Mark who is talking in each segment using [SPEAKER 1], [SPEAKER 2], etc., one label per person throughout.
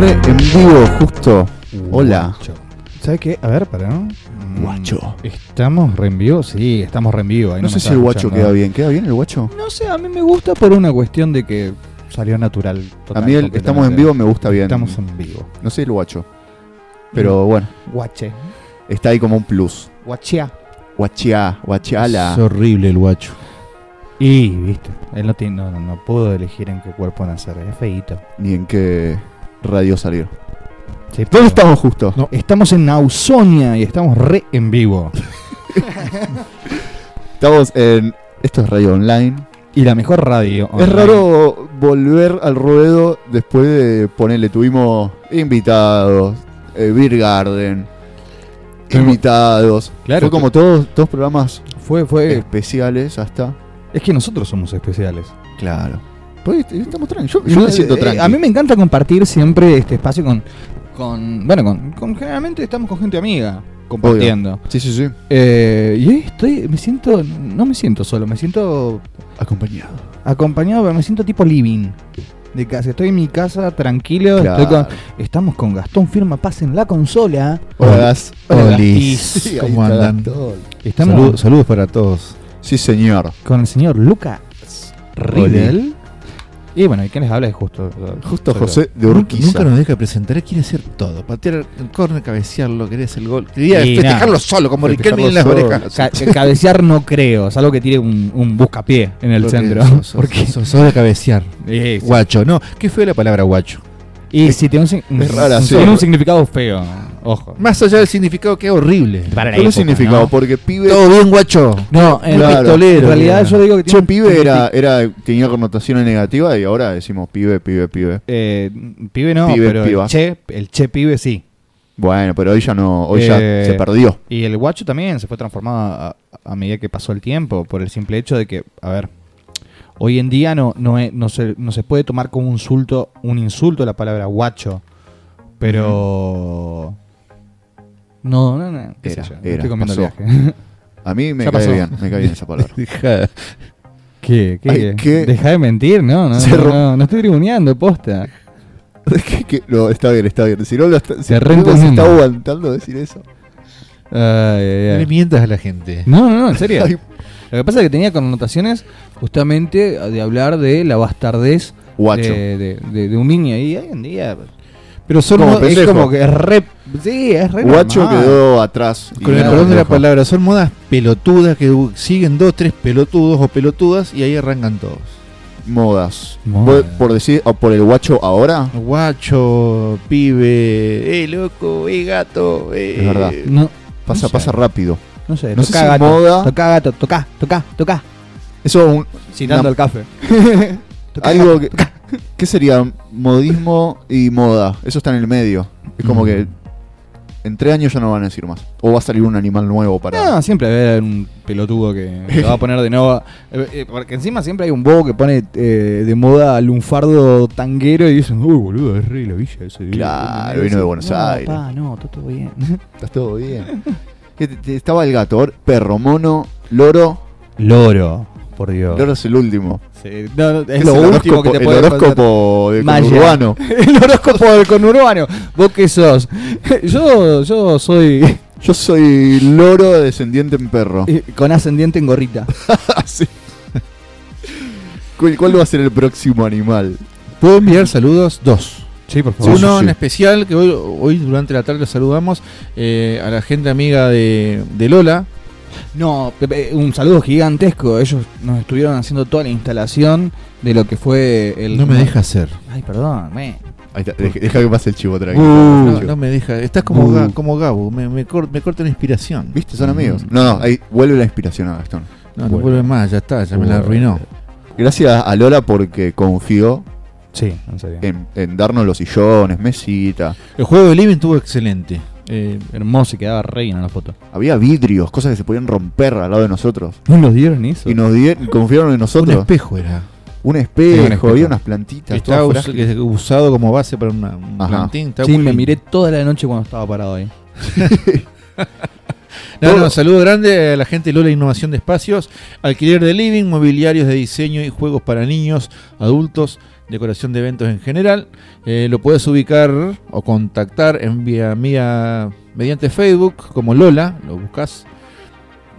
[SPEAKER 1] vivo, justo. Hola.
[SPEAKER 2] Mm. Guacho. ¿Sabes qué? A ver, para, ¿no? Mm,
[SPEAKER 1] Guacho.
[SPEAKER 2] ¿Estamos re en vivo? Sí, estamos re en vivo. ahí
[SPEAKER 1] No sé
[SPEAKER 2] me
[SPEAKER 1] si
[SPEAKER 2] estaba
[SPEAKER 1] el guacho
[SPEAKER 2] escuchando.
[SPEAKER 1] queda bien. ¿Queda bien el guacho?
[SPEAKER 2] No sé, a mí me gusta por una cuestión de que salió natural.
[SPEAKER 1] A
[SPEAKER 2] total,
[SPEAKER 1] mí el
[SPEAKER 2] completamente.
[SPEAKER 1] estamos en vivo me gusta bien.
[SPEAKER 2] Estamos en vivo.
[SPEAKER 1] No sé el guacho. Pero bueno,
[SPEAKER 2] Guache.
[SPEAKER 1] está ahí como un plus.
[SPEAKER 2] Guachea.
[SPEAKER 1] Guachiá, guachiala.
[SPEAKER 3] Es horrible el guacho.
[SPEAKER 2] Y, viste, él no, tiene, no, no, no puedo elegir en qué cuerpo nacer, es feíto.
[SPEAKER 1] Ni en qué radio salir.
[SPEAKER 2] Sí, pero-
[SPEAKER 1] ¿Dónde estamos justo?
[SPEAKER 2] No, estamos en Ausonia y estamos re en vivo.
[SPEAKER 1] Estamos en. Esto es radio online.
[SPEAKER 2] Y la mejor radio.
[SPEAKER 1] Es
[SPEAKER 2] online.
[SPEAKER 1] raro volver al ruedo después de ponerle, tuvimos invitados, eh, Beer Garden,
[SPEAKER 2] Tuvimos-
[SPEAKER 1] invitados.
[SPEAKER 2] Claro,
[SPEAKER 1] Fue como todos, todos programas
[SPEAKER 2] Fue,
[SPEAKER 1] Eh.
[SPEAKER 2] fue.
[SPEAKER 1] especiales hasta.
[SPEAKER 2] Es que nosotros somos especiales.
[SPEAKER 1] Claro. Pues
[SPEAKER 2] este,
[SPEAKER 1] estamos tranquilos. Yo, yo me
[SPEAKER 2] eh,
[SPEAKER 1] siento
[SPEAKER 2] eh,
[SPEAKER 1] tranquilo.
[SPEAKER 2] A mí me encanta compartir siempre este espacio con. con bueno, con, con- Generalmente estamos con gente amiga compartiendo.
[SPEAKER 1] Sí, sí, sí.
[SPEAKER 2] Eh, y hoy estoy. Me siento. No me siento solo, me siento
[SPEAKER 1] Acompañado.
[SPEAKER 2] acompañado, pero me siento tipo living. De casa. Estoy en mi casa tranquilo. estoy
[SPEAKER 1] Claro.
[SPEAKER 2] con- estamos con Gastón Firma Paz en la consola.
[SPEAKER 1] Hola, Gas.
[SPEAKER 2] Hola,
[SPEAKER 3] Olis.
[SPEAKER 1] Sí, ahí
[SPEAKER 3] ¿Cómo
[SPEAKER 1] está
[SPEAKER 3] andan?
[SPEAKER 1] Gastón.
[SPEAKER 2] Estamos
[SPEAKER 3] Saludos- saludos para todos.
[SPEAKER 1] Sí, señor.
[SPEAKER 2] con el señor Lucas Riddle. Y bueno, ¿y quién les habla? Es justo.
[SPEAKER 1] Justo
[SPEAKER 2] Soy
[SPEAKER 1] José de
[SPEAKER 3] Nunca,
[SPEAKER 1] Urquiza.
[SPEAKER 3] nunca nos deja presentar, él quiere hacer todo. Patear el córner, cabecearlo, quería hacer el gol. Quería
[SPEAKER 2] Y
[SPEAKER 3] festejarlo
[SPEAKER 2] nada.
[SPEAKER 3] solo, como
[SPEAKER 1] Festejarlo
[SPEAKER 3] Riquelme en las
[SPEAKER 1] solo.
[SPEAKER 3] orejas.
[SPEAKER 2] Ca- cabecear no creo, salvo que tire un, un buscapié en el
[SPEAKER 3] Porque
[SPEAKER 2] centro.
[SPEAKER 3] sos- sos-
[SPEAKER 2] Porque,
[SPEAKER 3] sos- sos de cabecear.
[SPEAKER 2] Eh, sí.
[SPEAKER 3] Guacho, no, qué feo la palabra guacho.
[SPEAKER 2] y si tiene un, sig- un-
[SPEAKER 1] es rara,
[SPEAKER 2] un-
[SPEAKER 1] sí.
[SPEAKER 2] tiene un significado feo, ojo.
[SPEAKER 3] Más allá del significado, qué horrible.
[SPEAKER 2] Para la
[SPEAKER 1] ¿Cuál es el
[SPEAKER 2] época,
[SPEAKER 1] significado?
[SPEAKER 2] ¿no?
[SPEAKER 1] Porque pibe.
[SPEAKER 3] Todo bien, guacho.
[SPEAKER 2] No, en,
[SPEAKER 1] Claro.
[SPEAKER 2] en realidad
[SPEAKER 3] mira.
[SPEAKER 2] yo digo que tiene
[SPEAKER 1] Che,
[SPEAKER 2] un-
[SPEAKER 1] pibe
[SPEAKER 2] un-
[SPEAKER 1] era, era, tenía connotaciones negativas y ahora decimos pibe, pibe, pibe.
[SPEAKER 2] eh, pibe no,
[SPEAKER 1] Pibe,
[SPEAKER 2] pero
[SPEAKER 1] piba.
[SPEAKER 2] el che, el che pibe sí.
[SPEAKER 1] Bueno, pero hoy ya no, hoy ya
[SPEAKER 2] Eh,
[SPEAKER 1] se perdió.
[SPEAKER 2] Y el guacho también se fue transformado a, a medida que pasó el tiempo, por el simple hecho de que, a ver, hoy en día no, no, es- no se, no se puede tomar como un insulto, un insulto la palabra guacho, pero... No, no, no, qué sé
[SPEAKER 1] Era,
[SPEAKER 2] yo, me
[SPEAKER 1] era,
[SPEAKER 2] estoy comiendo el
[SPEAKER 1] pasó.
[SPEAKER 2] viaje.
[SPEAKER 1] A mí me
[SPEAKER 2] ya
[SPEAKER 1] cae
[SPEAKER 2] pasó.
[SPEAKER 1] bien, me cae bien esa palabra.
[SPEAKER 3] Deja-
[SPEAKER 2] ¿Qué? ¿Qué?
[SPEAKER 1] Ay, ¿qué?
[SPEAKER 2] Deja de mentir, ¿no? No,
[SPEAKER 1] Se
[SPEAKER 2] no,
[SPEAKER 1] rom-
[SPEAKER 2] no, no estoy tribuneando, posta.
[SPEAKER 1] Que- que- no, está bien, está bien. Si no lo está, si no se
[SPEAKER 2] Te reentendí.
[SPEAKER 1] está aguantando decir eso.
[SPEAKER 2] Ay, ay,
[SPEAKER 3] No
[SPEAKER 2] ay.
[SPEAKER 3] le mientas a la gente.
[SPEAKER 2] No, no, no, en serio.
[SPEAKER 1] Ay,
[SPEAKER 2] Lo que pasa es que tenía connotaciones justamente de hablar de la bastardez
[SPEAKER 1] Guacho.
[SPEAKER 2] De, de- de- de un niño y hoy en día
[SPEAKER 3] Pero son
[SPEAKER 1] Como
[SPEAKER 3] mo- es
[SPEAKER 1] pendejo.
[SPEAKER 2] es como que es re sí es re
[SPEAKER 1] Guacho
[SPEAKER 2] normal.
[SPEAKER 1] quedó atrás. y
[SPEAKER 3] Con el
[SPEAKER 1] no,
[SPEAKER 2] Claro,
[SPEAKER 3] perdón de la
[SPEAKER 1] dejo.
[SPEAKER 3] palabra, son modas pelotudas que u- siguen dos, tres pelotudos o pelotudas y ahí arrancan todos.
[SPEAKER 1] Modas.
[SPEAKER 2] Moda.
[SPEAKER 1] Por- Por decir, o por el guacho ahora.
[SPEAKER 3] Guacho, pibe, eh, loco, eh, gato, eh.
[SPEAKER 1] Es verdad.
[SPEAKER 2] no
[SPEAKER 1] Pasa,
[SPEAKER 2] No sé.
[SPEAKER 1] pasa rápido.
[SPEAKER 2] no sé
[SPEAKER 1] No sé
[SPEAKER 2] toca
[SPEAKER 1] si
[SPEAKER 2] gato
[SPEAKER 1] moda-
[SPEAKER 2] toca gato toca toca toca
[SPEAKER 1] Eso es un-
[SPEAKER 2] citando
[SPEAKER 1] No.
[SPEAKER 2] el café Toca
[SPEAKER 1] algo
[SPEAKER 2] gato.
[SPEAKER 1] que. ¿Qué sería? Modismo y moda. Eso está en el medio. Es como
[SPEAKER 3] Mm.
[SPEAKER 1] que. En tres años ya no van a decir más. O va a salir un animal nuevo para.
[SPEAKER 2] no siempre va a haber un pelotudo que que va a poner de nuevo eh, eh, porque encima siempre hay un bobo que pone eh, de moda al lunfardo tanguero y dicen uy boludo es re la villa ese
[SPEAKER 1] Claro, vino de Buenos
[SPEAKER 2] no,
[SPEAKER 1] Aires.
[SPEAKER 2] pa, no todo- todo bien
[SPEAKER 1] Estás todo bien. Que te- te- Estaba el gato, ahora perro, mono, loro.
[SPEAKER 2] loro por Dios
[SPEAKER 1] Loro es el último.
[SPEAKER 2] Sí, no, no, es,
[SPEAKER 1] Es
[SPEAKER 2] lo
[SPEAKER 1] el
[SPEAKER 2] último que
[SPEAKER 1] horóscopo-
[SPEAKER 2] te
[SPEAKER 1] El
[SPEAKER 2] puede pasar.
[SPEAKER 1] horóscopo de
[SPEAKER 2] Maya.
[SPEAKER 1] conurbano.
[SPEAKER 2] El horóscopo del conurbano. ¿Vos qué sos? Yo, yo soy
[SPEAKER 1] Yo soy loro descendiente en perro.
[SPEAKER 2] eh, con ascendiente en gorrita. Ah,
[SPEAKER 1] Sí. ¿Cuál, cuál va a ser el próximo animal?
[SPEAKER 3] Puedo enviar saludos, dos.
[SPEAKER 2] Sí, por
[SPEAKER 1] favor. Sí,
[SPEAKER 3] Uno
[SPEAKER 1] sí, sí.
[SPEAKER 3] en especial, que hoy, hoy durante la tarde lo saludamos, eh, a la gente amiga de, de Lola.
[SPEAKER 2] No, pe- pe- un saludo gigantesco. Ellos nos estuvieron haciendo toda la instalación de lo que fue el.
[SPEAKER 3] No me deja hacer.
[SPEAKER 2] Ay, perdón, me.
[SPEAKER 1] Ahí está, deja, deja que pase el chivo tranquilo.
[SPEAKER 2] Uh,
[SPEAKER 3] No, no me deja. Estás como,
[SPEAKER 1] Uh.
[SPEAKER 3] Ga- como Gabo, me, me, cor- me corta la inspiración. Mm.
[SPEAKER 1] ¿Viste? Son amigos. No, no, ahí vuelve la inspiración a Gastón.
[SPEAKER 3] No, no
[SPEAKER 2] Bueno.
[SPEAKER 3] vuelve más, ya está, ya me la arruinó.
[SPEAKER 1] Gracias a Lola porque confió
[SPEAKER 2] Sí, en serio.
[SPEAKER 1] en, en darnos los sillones, mesita.
[SPEAKER 3] El juego de Living estuvo excelente. Eh,
[SPEAKER 2] Hermoso y quedaba reina en la foto.
[SPEAKER 1] Había vidrios, cosas que se podían romper al lado de nosotros.
[SPEAKER 2] No nos dieron eso.
[SPEAKER 1] Y nos di- confiaron en
[SPEAKER 3] un
[SPEAKER 1] nosotros.
[SPEAKER 3] espejo era.
[SPEAKER 1] Un espejo,
[SPEAKER 2] Sí, un espejo.
[SPEAKER 1] había unas plantitas.
[SPEAKER 3] Está
[SPEAKER 1] todas
[SPEAKER 3] us-
[SPEAKER 1] frágiles.
[SPEAKER 3] que- usado como base para una, un
[SPEAKER 1] Ajá.
[SPEAKER 3] plantín. está
[SPEAKER 2] sí,
[SPEAKER 3] muy
[SPEAKER 2] me
[SPEAKER 3] lindo.
[SPEAKER 2] miré toda la noche cuando estaba parado ahí.
[SPEAKER 3] No,
[SPEAKER 1] Todo.
[SPEAKER 3] no, saludo grande a la gente de Lola Innovación de Espacios, alquiler de living, mobiliarios de diseño y juegos para niños, adultos, decoración de eventos en general. Eh, lo puedes ubicar o contactar en vía mía mediante Facebook como Lola, lo buscas.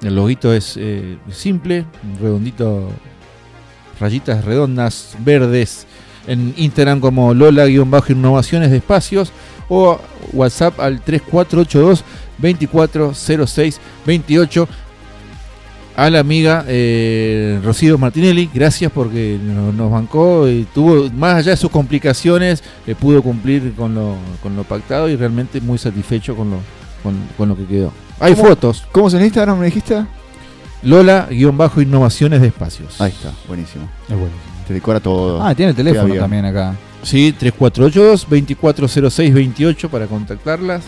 [SPEAKER 3] El loguito es eh, simple, un redondito, rayitas redondas verdes. En Instagram como Lola-innovaciones de espacios o WhatsApp al 3482 2406 28 a la amiga eh, Rocío Martinelli, gracias porque no- nos bancó y tuvo, más allá de sus complicaciones, eh, pudo cumplir con lo, con lo pactado y realmente muy satisfecho con lo, con, con lo que quedó. Hay
[SPEAKER 1] ¿Cómo?
[SPEAKER 3] fotos,
[SPEAKER 1] ¿Cómo es en Instagram, me dijiste?
[SPEAKER 3] Lola-innovaciones de espacios.
[SPEAKER 1] Ahí está, buenísimo.
[SPEAKER 2] Es bueno.
[SPEAKER 1] Te decora todo.
[SPEAKER 2] Ah, tiene teléfono
[SPEAKER 1] Queda bien.
[SPEAKER 2] también acá.
[SPEAKER 3] Sí, 3482-2406-28 para contactarlas.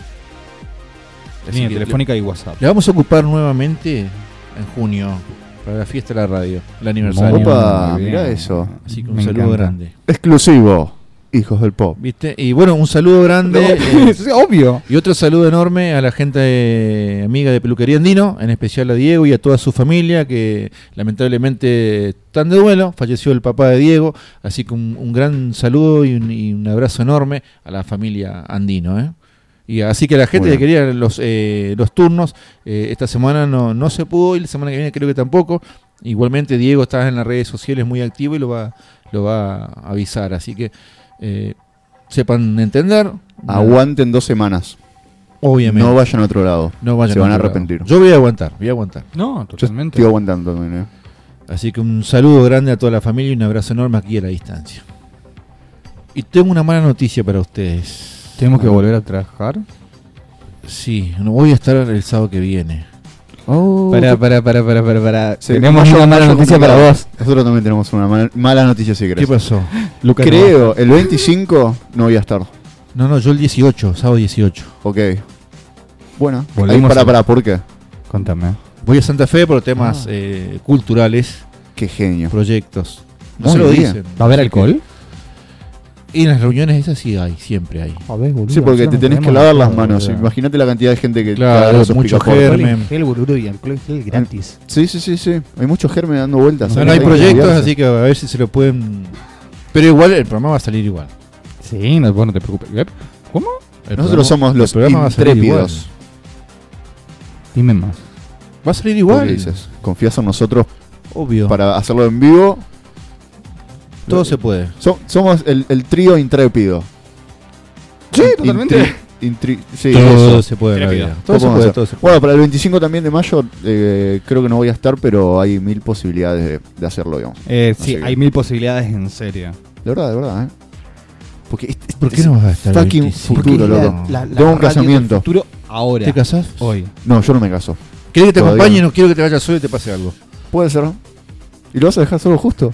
[SPEAKER 3] Así
[SPEAKER 2] Línea
[SPEAKER 3] que le-
[SPEAKER 2] telefónica y WhatsApp.
[SPEAKER 3] Le vamos a ocupar nuevamente en junio para la fiesta de la radio, el aniversario.
[SPEAKER 2] Muy
[SPEAKER 1] Opa,
[SPEAKER 2] bien.
[SPEAKER 1] mirá eso.
[SPEAKER 3] Así que un
[SPEAKER 2] Me
[SPEAKER 3] saludo
[SPEAKER 2] encanta.
[SPEAKER 3] grande.
[SPEAKER 1] Exclusivo. Hijos del pop.
[SPEAKER 3] ¿Viste? Y bueno, un saludo grande. eh,
[SPEAKER 2] Es obvio.
[SPEAKER 3] y otro saludo enorme a la gente eh, amiga de Peluquería Andino, en especial a Diego y a toda su familia, que lamentablemente están de duelo. Falleció el papá de Diego. Así que un, un gran saludo y un, y un abrazo enorme a la familia Andino. ¿eh? Y así que la gente
[SPEAKER 1] Muy
[SPEAKER 3] que quería los, eh, los turnos, eh, esta semana no, no se pudo y la semana que viene creo que tampoco. Igualmente Diego está en las redes sociales muy activo y lo va, lo va a avisar. Así que eh, sepan entender.
[SPEAKER 1] Aguanten dos semanas.
[SPEAKER 3] Obviamente.
[SPEAKER 1] No vayan a otro lado.
[SPEAKER 3] No vayan
[SPEAKER 1] Se van a
[SPEAKER 3] otro lado.
[SPEAKER 1] arrepentir.
[SPEAKER 3] Yo voy a aguantar, voy a aguantar.
[SPEAKER 2] No,
[SPEAKER 1] Yo
[SPEAKER 2] totalmente.
[SPEAKER 1] estoy aguantando también, eh.
[SPEAKER 3] Así que un saludo grande a toda la familia y un abrazo enorme aquí a la distancia. Y tengo una mala noticia para ustedes.
[SPEAKER 2] Tenemos que volver a trabajar.
[SPEAKER 3] Sí, no voy a estar el sábado que viene.
[SPEAKER 1] Uh,
[SPEAKER 2] Para, para, para, para, para, para.
[SPEAKER 1] Se-
[SPEAKER 2] Tenemos
[SPEAKER 1] mayo-
[SPEAKER 2] una mala
[SPEAKER 1] mayo
[SPEAKER 2] noticia para
[SPEAKER 1] complicado.
[SPEAKER 2] vos.
[SPEAKER 1] Nosotros también tenemos una mal- mala noticia
[SPEAKER 3] ¿Qué
[SPEAKER 1] secreta.
[SPEAKER 3] pasó?
[SPEAKER 2] Lucas,
[SPEAKER 1] Creo, el 25 no voy a estar.
[SPEAKER 3] No, no, yo el 18, sábado 18.
[SPEAKER 1] Ok. Bueno, ahí
[SPEAKER 2] Volvemos
[SPEAKER 1] para,
[SPEAKER 2] a-
[SPEAKER 1] para, ¿por qué?
[SPEAKER 2] no. Contame.
[SPEAKER 3] Voy a Santa Fe por temas eh, culturales,
[SPEAKER 1] Qué genio.
[SPEAKER 3] proyectos. No
[SPEAKER 1] Muy
[SPEAKER 3] se lo
[SPEAKER 1] bien.
[SPEAKER 3] dicen.
[SPEAKER 2] ¿Va a haber alcohol?
[SPEAKER 3] Y en las reuniones esas sí hay, siempre hay.
[SPEAKER 1] Sí, porque te tenés que lavar las manos. Imagínate la cantidad de gente que
[SPEAKER 3] Claro,
[SPEAKER 1] agarra esos
[SPEAKER 3] mucho
[SPEAKER 1] picaportes.
[SPEAKER 3] germen.
[SPEAKER 2] boludo, y alcohol en
[SPEAKER 1] Ah.
[SPEAKER 2] gel gratis.
[SPEAKER 1] Sí, sí, sí, sí. Hay muchos germen dando vueltas.
[SPEAKER 3] No, no hay
[SPEAKER 1] que
[SPEAKER 3] proyectos,
[SPEAKER 1] cuidarse.
[SPEAKER 3] así que a ver si se lo pueden... Pero igual el programa va a salir igual.
[SPEAKER 2] Sí, no, vos no te preocupes. ¿Eh? ¿Cómo?
[SPEAKER 3] El
[SPEAKER 1] Nosotros
[SPEAKER 3] programa-
[SPEAKER 1] somos
[SPEAKER 3] el
[SPEAKER 1] los
[SPEAKER 3] programa va a salir
[SPEAKER 1] intrépidos.
[SPEAKER 2] Dime más.
[SPEAKER 3] Va a salir
[SPEAKER 1] ¿Por
[SPEAKER 3] igual.
[SPEAKER 1] qué dices? Confías en nosotros
[SPEAKER 3] Obvio.
[SPEAKER 1] para hacerlo en vivo.
[SPEAKER 3] Todo se puede.
[SPEAKER 1] So- somos el, el trío intrépido.
[SPEAKER 2] Sí,
[SPEAKER 1] In-
[SPEAKER 2] totalmente.
[SPEAKER 1] intri- intri- sí,
[SPEAKER 3] todo
[SPEAKER 1] eso.
[SPEAKER 3] se puede en la vida.
[SPEAKER 1] Lo
[SPEAKER 3] Todo se
[SPEAKER 1] podemos
[SPEAKER 3] puede,
[SPEAKER 1] hacer.
[SPEAKER 3] todo se puede.
[SPEAKER 1] Bueno, para el 25 también de mayo eh, creo que no voy a estar, pero hay mil posibilidades de, de hacerlo, digamos.
[SPEAKER 2] Eh,
[SPEAKER 1] Así
[SPEAKER 2] sí,
[SPEAKER 1] que-
[SPEAKER 2] hay mil posibilidades en serio.
[SPEAKER 1] De verdad, de verdad, ¿eh? Porque este- este-
[SPEAKER 3] ¿Por qué no vas a estar el
[SPEAKER 1] fucking
[SPEAKER 3] 25?
[SPEAKER 1] futuro,
[SPEAKER 2] Porque
[SPEAKER 1] loco.
[SPEAKER 2] la- la- la
[SPEAKER 1] Tengo un
[SPEAKER 2] radio
[SPEAKER 1] casamiento.
[SPEAKER 2] del futuro ahora.
[SPEAKER 3] ¿Te casás?
[SPEAKER 2] Hoy.
[SPEAKER 1] No, yo no me caso.
[SPEAKER 3] ¿Quieres que te
[SPEAKER 1] Todavía
[SPEAKER 3] acompañe?
[SPEAKER 1] no.
[SPEAKER 3] No quiero que te vayas solo y te pase algo.
[SPEAKER 1] Puede ser. ¿Y lo vas a dejar solo justo?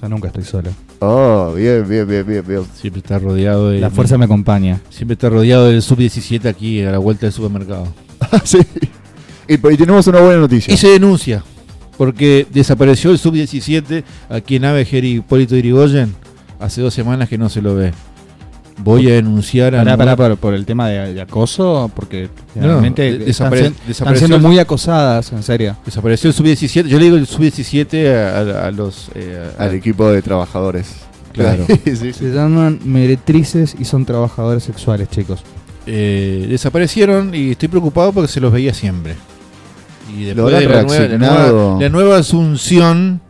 [SPEAKER 2] Yo nunca estoy solo.
[SPEAKER 1] Oh, bien, bien, bien, bien, bien.
[SPEAKER 3] Siempre está rodeado de...
[SPEAKER 2] La fuerza me acompaña.
[SPEAKER 3] Siempre está rodeado del sub-17 aquí a la vuelta del supermercado.
[SPEAKER 1] Ah, sí. Y, pues, y tenemos una buena noticia.
[SPEAKER 3] Y se denuncia. Porque desapareció el sub-17 aquí en Avejer y Hipólito Irigoyen. Hace dos semanas que no se lo ve. Voy a denunciar a...
[SPEAKER 2] Pará, pará, por, por el tema de, de acoso, porque realmente
[SPEAKER 3] de- desapare-
[SPEAKER 2] están
[SPEAKER 3] desapareció
[SPEAKER 2] siendo
[SPEAKER 3] el-
[SPEAKER 2] muy acosadas, en serio.
[SPEAKER 3] Desapareció el sub-17. Yo le digo el sub-17 a, a- a los... eh, a-
[SPEAKER 1] Al equipo de trabajadores.
[SPEAKER 3] Claro.
[SPEAKER 1] Sí, sí.
[SPEAKER 2] Se llaman meretrices y son trabajadores sexuales, chicos.
[SPEAKER 3] eh, desaparecieron y estoy preocupado porque se los veía siempre. Y
[SPEAKER 1] Lo habrán
[SPEAKER 3] después de la nueva, la
[SPEAKER 1] reaccionado.
[SPEAKER 3] nueva- la nueva asunción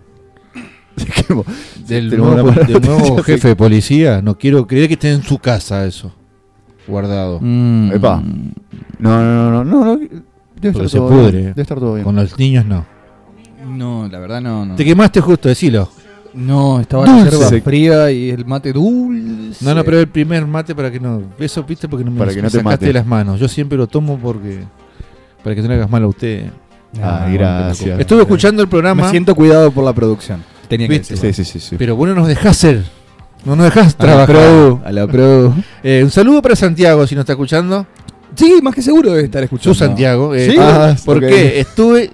[SPEAKER 3] del
[SPEAKER 1] Tenemos
[SPEAKER 3] nuevo,
[SPEAKER 1] una mala
[SPEAKER 3] del nuevo
[SPEAKER 1] noticia, sí.
[SPEAKER 3] jefe de policía, no quiero creer que esté en su casa eso, guardado,
[SPEAKER 1] Mm, Epa. No, no, no, no, no. no, Debe
[SPEAKER 3] Porque
[SPEAKER 1] estar,
[SPEAKER 3] se
[SPEAKER 1] todo
[SPEAKER 3] pudre.
[SPEAKER 1] bien. Debe estar todo bien.
[SPEAKER 3] con los niños no.
[SPEAKER 2] No, la verdad no. No,
[SPEAKER 3] Te quemaste justo, decilo.
[SPEAKER 2] no estaba la
[SPEAKER 1] Dulce.
[SPEAKER 2] yerba fría y el mate dulce.
[SPEAKER 3] No, no, pero el primer mate para que no, eso viste porque no me,
[SPEAKER 1] Para que
[SPEAKER 3] me
[SPEAKER 1] no te
[SPEAKER 3] sacaste
[SPEAKER 1] mate.
[SPEAKER 3] de las manos. Yo siempre lo tomo porque para que no le hagas mal a usted.
[SPEAKER 1] Ah,
[SPEAKER 2] bueno,
[SPEAKER 1] gracias.
[SPEAKER 3] Estuve escuchando el
[SPEAKER 2] Me
[SPEAKER 3] programa,
[SPEAKER 2] siento cuidado por la producción. Tenía que
[SPEAKER 3] Viste,
[SPEAKER 2] decirlo.
[SPEAKER 1] Sí, sí, sí. sí.
[SPEAKER 3] pero bueno, nos dejás ser. No
[SPEAKER 1] Ah,
[SPEAKER 3] nos dejás
[SPEAKER 2] A la
[SPEAKER 3] trabajar.
[SPEAKER 2] pro, a la pro.
[SPEAKER 3] Eh, un saludo para Santiago, si nos está escuchando.
[SPEAKER 2] Sí, más que seguro debe estar escuchando.
[SPEAKER 3] Yo, Santiago. eh,
[SPEAKER 2] Sí.
[SPEAKER 1] Ah,
[SPEAKER 3] ¿Por
[SPEAKER 1] ok.
[SPEAKER 3] qué? Estuve.